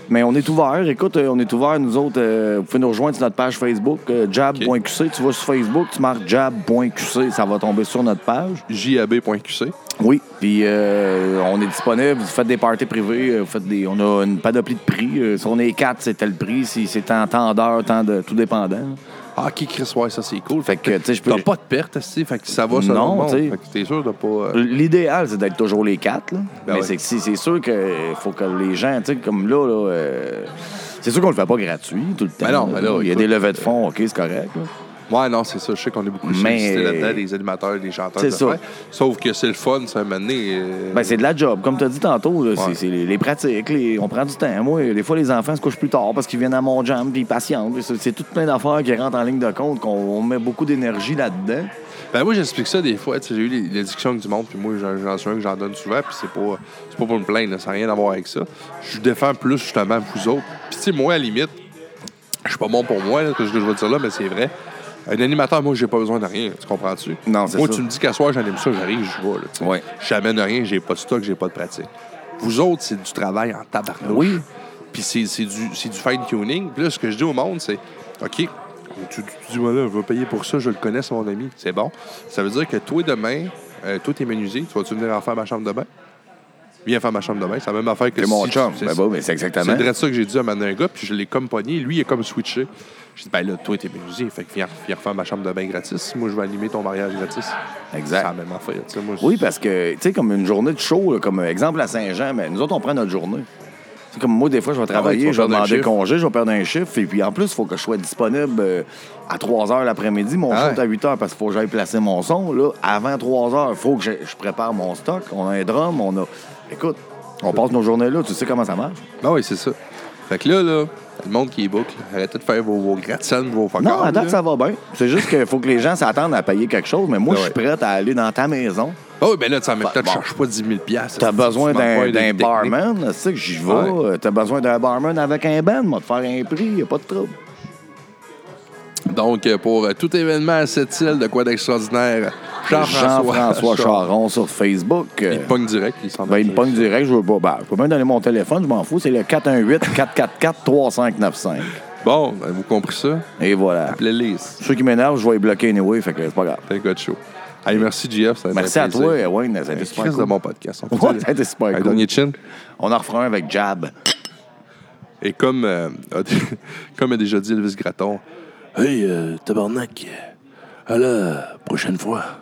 S3: mais on est ouvert. Écoute, euh, on est ouvert, nous autres. euh, vous pouvez nous rejoindre sur notre page Facebook, euh, jab.qc. Tu vas sur Facebook, tu marques jab.qc. Ça va tomber sur notre page.
S1: jab.qc.
S3: Oui, puis euh, on est disponible. Vous faites des parties privées, euh, vous faites des, on a une panoplie de prix. Euh, si on est quatre, c'est tel prix. Si c'est en temps d'heure, temps de tout dépendant.
S1: Ah, qui Chris, ouais, ça c'est cool.
S3: Fait que, tu sais, je peux.
S1: T'as pas de perte, asti, fait que ça va ça
S3: Non,
S1: le monde.
S3: tu sais.
S1: Fait que t'es sûr de pas. euh,
S3: L'idéal, c'est d'être toujours les quatre. là.
S1: Ben
S3: Mais
S1: ouais.
S3: c'est que si- c'est sûr que faut que les gens, tu sais, comme là, là, euh, c'est sûr qu'on le fait pas gratuit tout le temps.
S1: Ben non, ben là,
S3: Il y a
S1: écoute, Ben
S3: des levées de fonds, ok, c'est correct. là.
S1: Ouais, non, c'est ça. Je sais qu'on est beaucoup
S3: Mais-
S1: sollicités là-dedans, des animateurs, des chanteurs.
S3: C'est
S1: des
S3: ça.
S1: affaires. Sauf que c'est le fun, ça m'a donné. euh,
S3: Ben, c'est de la job. Comme tu as dit tantôt, là, c'est-
S1: Ouais.
S3: c'est les, les pratiques, les- on prend du temps. Moi, des fois, les enfants se couchent plus tard parce qu'ils viennent à mon jam puis ils patientent. C'est c'est tout plein d'affaires qui rentrent en ligne de compte, qu'on on met beaucoup d'énergie là-dedans.
S1: Ben moi, j'explique ça des fois. Tu sais, J'ai eu les, les discussions avec du monde, puis moi, j'en j'en suis un que j'en donne souvent, puis c'est pas, c'est pas pour me plaindre, là, ça n'a rien à voir avec ça. Je défends plus justement vous autres. Puis tu sais, moi, à la limite, je suis pas bon pour moi, là, ce que je veux dire là, mais c'est vrai. Un animateur, moi, j'ai pas besoin de rien, tu comprends-tu?
S3: Non, c'est
S1: Moi,
S3: ça.
S1: tu me dis qu'à soir, j'anime ça, j'arrive, je vais, là, tu sais.
S3: Ouais.
S1: J'amène rien, j'ai pas de stock, j'ai pas de pratique. Vous autres, c'est du travail en tabarnouche.
S3: Oui.
S1: Puis c'est c'est du, c'est du fine-tuning. Puis là, ce que je dis au monde, c'est OK, tu, tu dis, voilà, je vais payer pour ça, je le connais, c'est mon ami. C'est bon. Ça veut dire que toi, demain, euh, toi, t'es menuisier, tu vas-tu venir en faire ma chambre de bain? Viens faire ma chambre de bain. C'est la même affaire que
S3: C'est
S1: si
S3: mon
S1: tu-
S3: chum.
S1: c'est-
S3: Ben, bon, mais c'est
S1: c'est
S3: exactement.
S1: vrai ça que j'ai dit à un moment donné, un gars, puis je l'ai comme pogné. Lui, il est comme switché. J'ai dit, ben là, toi, t'es menuisier, fait que viens, viens refaire ma chambre de bain gratis. Moi, je vais animer ton mariage gratis. C'est
S3: Exact.
S1: la même affaire. tu sais, moi,
S3: Oui, parce que, tu sais, comme une journée de show, là, comme euh, exemple à Saint-Jean, mais nous autres, on prend notre journée. C'est comme moi, des fois, je vais travailler,
S1: Ah tu vas
S3: je vais
S1: perdre un
S3: demander
S1: chiffre.
S3: congé, je vais perdre un chiffre. Et puis, en plus, il faut que je sois disponible euh, à 3 h l'après-midi. Mon
S1: Ah
S3: show
S1: ouais.
S3: est à 8 h parce qu'il faut que j'aille placer mon son. Là, avant 3 h, il faut que je, je prépare mon stock. On a un drum, on a. Écoute, on passe nos journées là. Tu sais comment ça marche?
S1: Ah oui, c'est ça. Fait que là, là, le monde qui est boucle, arrêtez de faire vos, vos gratte-scènes, vos fuck
S3: Non, à date, ça va bien. C'est juste qu'il faut que les gens s'attendent à payer quelque chose. Mais moi,
S1: Ben
S3: je suis
S1: ouais.
S3: prête à aller dans ta maison.
S1: Ah oui, ben là, tu en même temps, tu
S3: Bah, Bon.
S1: cherches pas 10 000 piastres.
S3: T'as besoin
S1: Tu demandes pas une
S3: d'un d'un
S1: technique.
S3: barman, tu sais que j'y vais.
S1: Ouais.
S3: Euh, T'as besoin d'un barman avec un band, moi, te faire un prix, y a pas de trouble.
S1: Donc, euh, pour euh, tout événement à cette île, de quoi d'extraordinaire, Jean-François.
S3: Jean-François Charon sur Facebook. euh,
S1: Il pogne direct, il s'en va.
S3: Ben, il me pogne direct, je veux pas. Ben, je peux même donner mon téléphone, je m'en fous. C'est le 418-444-3595.
S1: Bon, ben, vous comprenez ça?
S3: Et voilà.
S1: Appelez Lise.
S3: Ceux qui m'énervent, je vais les bloquer anyway, fait que c'est pas grave.
S1: C'est un gars de show. Allez, merci, GF. ça a été
S3: Merci
S1: un
S3: à
S1: plaisir. Ben,
S3: toi, Wayne. Ça a été
S1: Un
S3: super
S1: Christ de
S3: cool.
S1: mon podcast. On
S3: Ouais,
S1: peut dire-
S3: ça a été super
S1: Un
S3: cool.
S1: dernier chin.
S3: On en refera un avec Jab.
S1: Et comme, euh, a- comme a déjà dit Elvis Gratton, euh, ah
S2: Hey, euh, tabarnak. À la prochaine fois.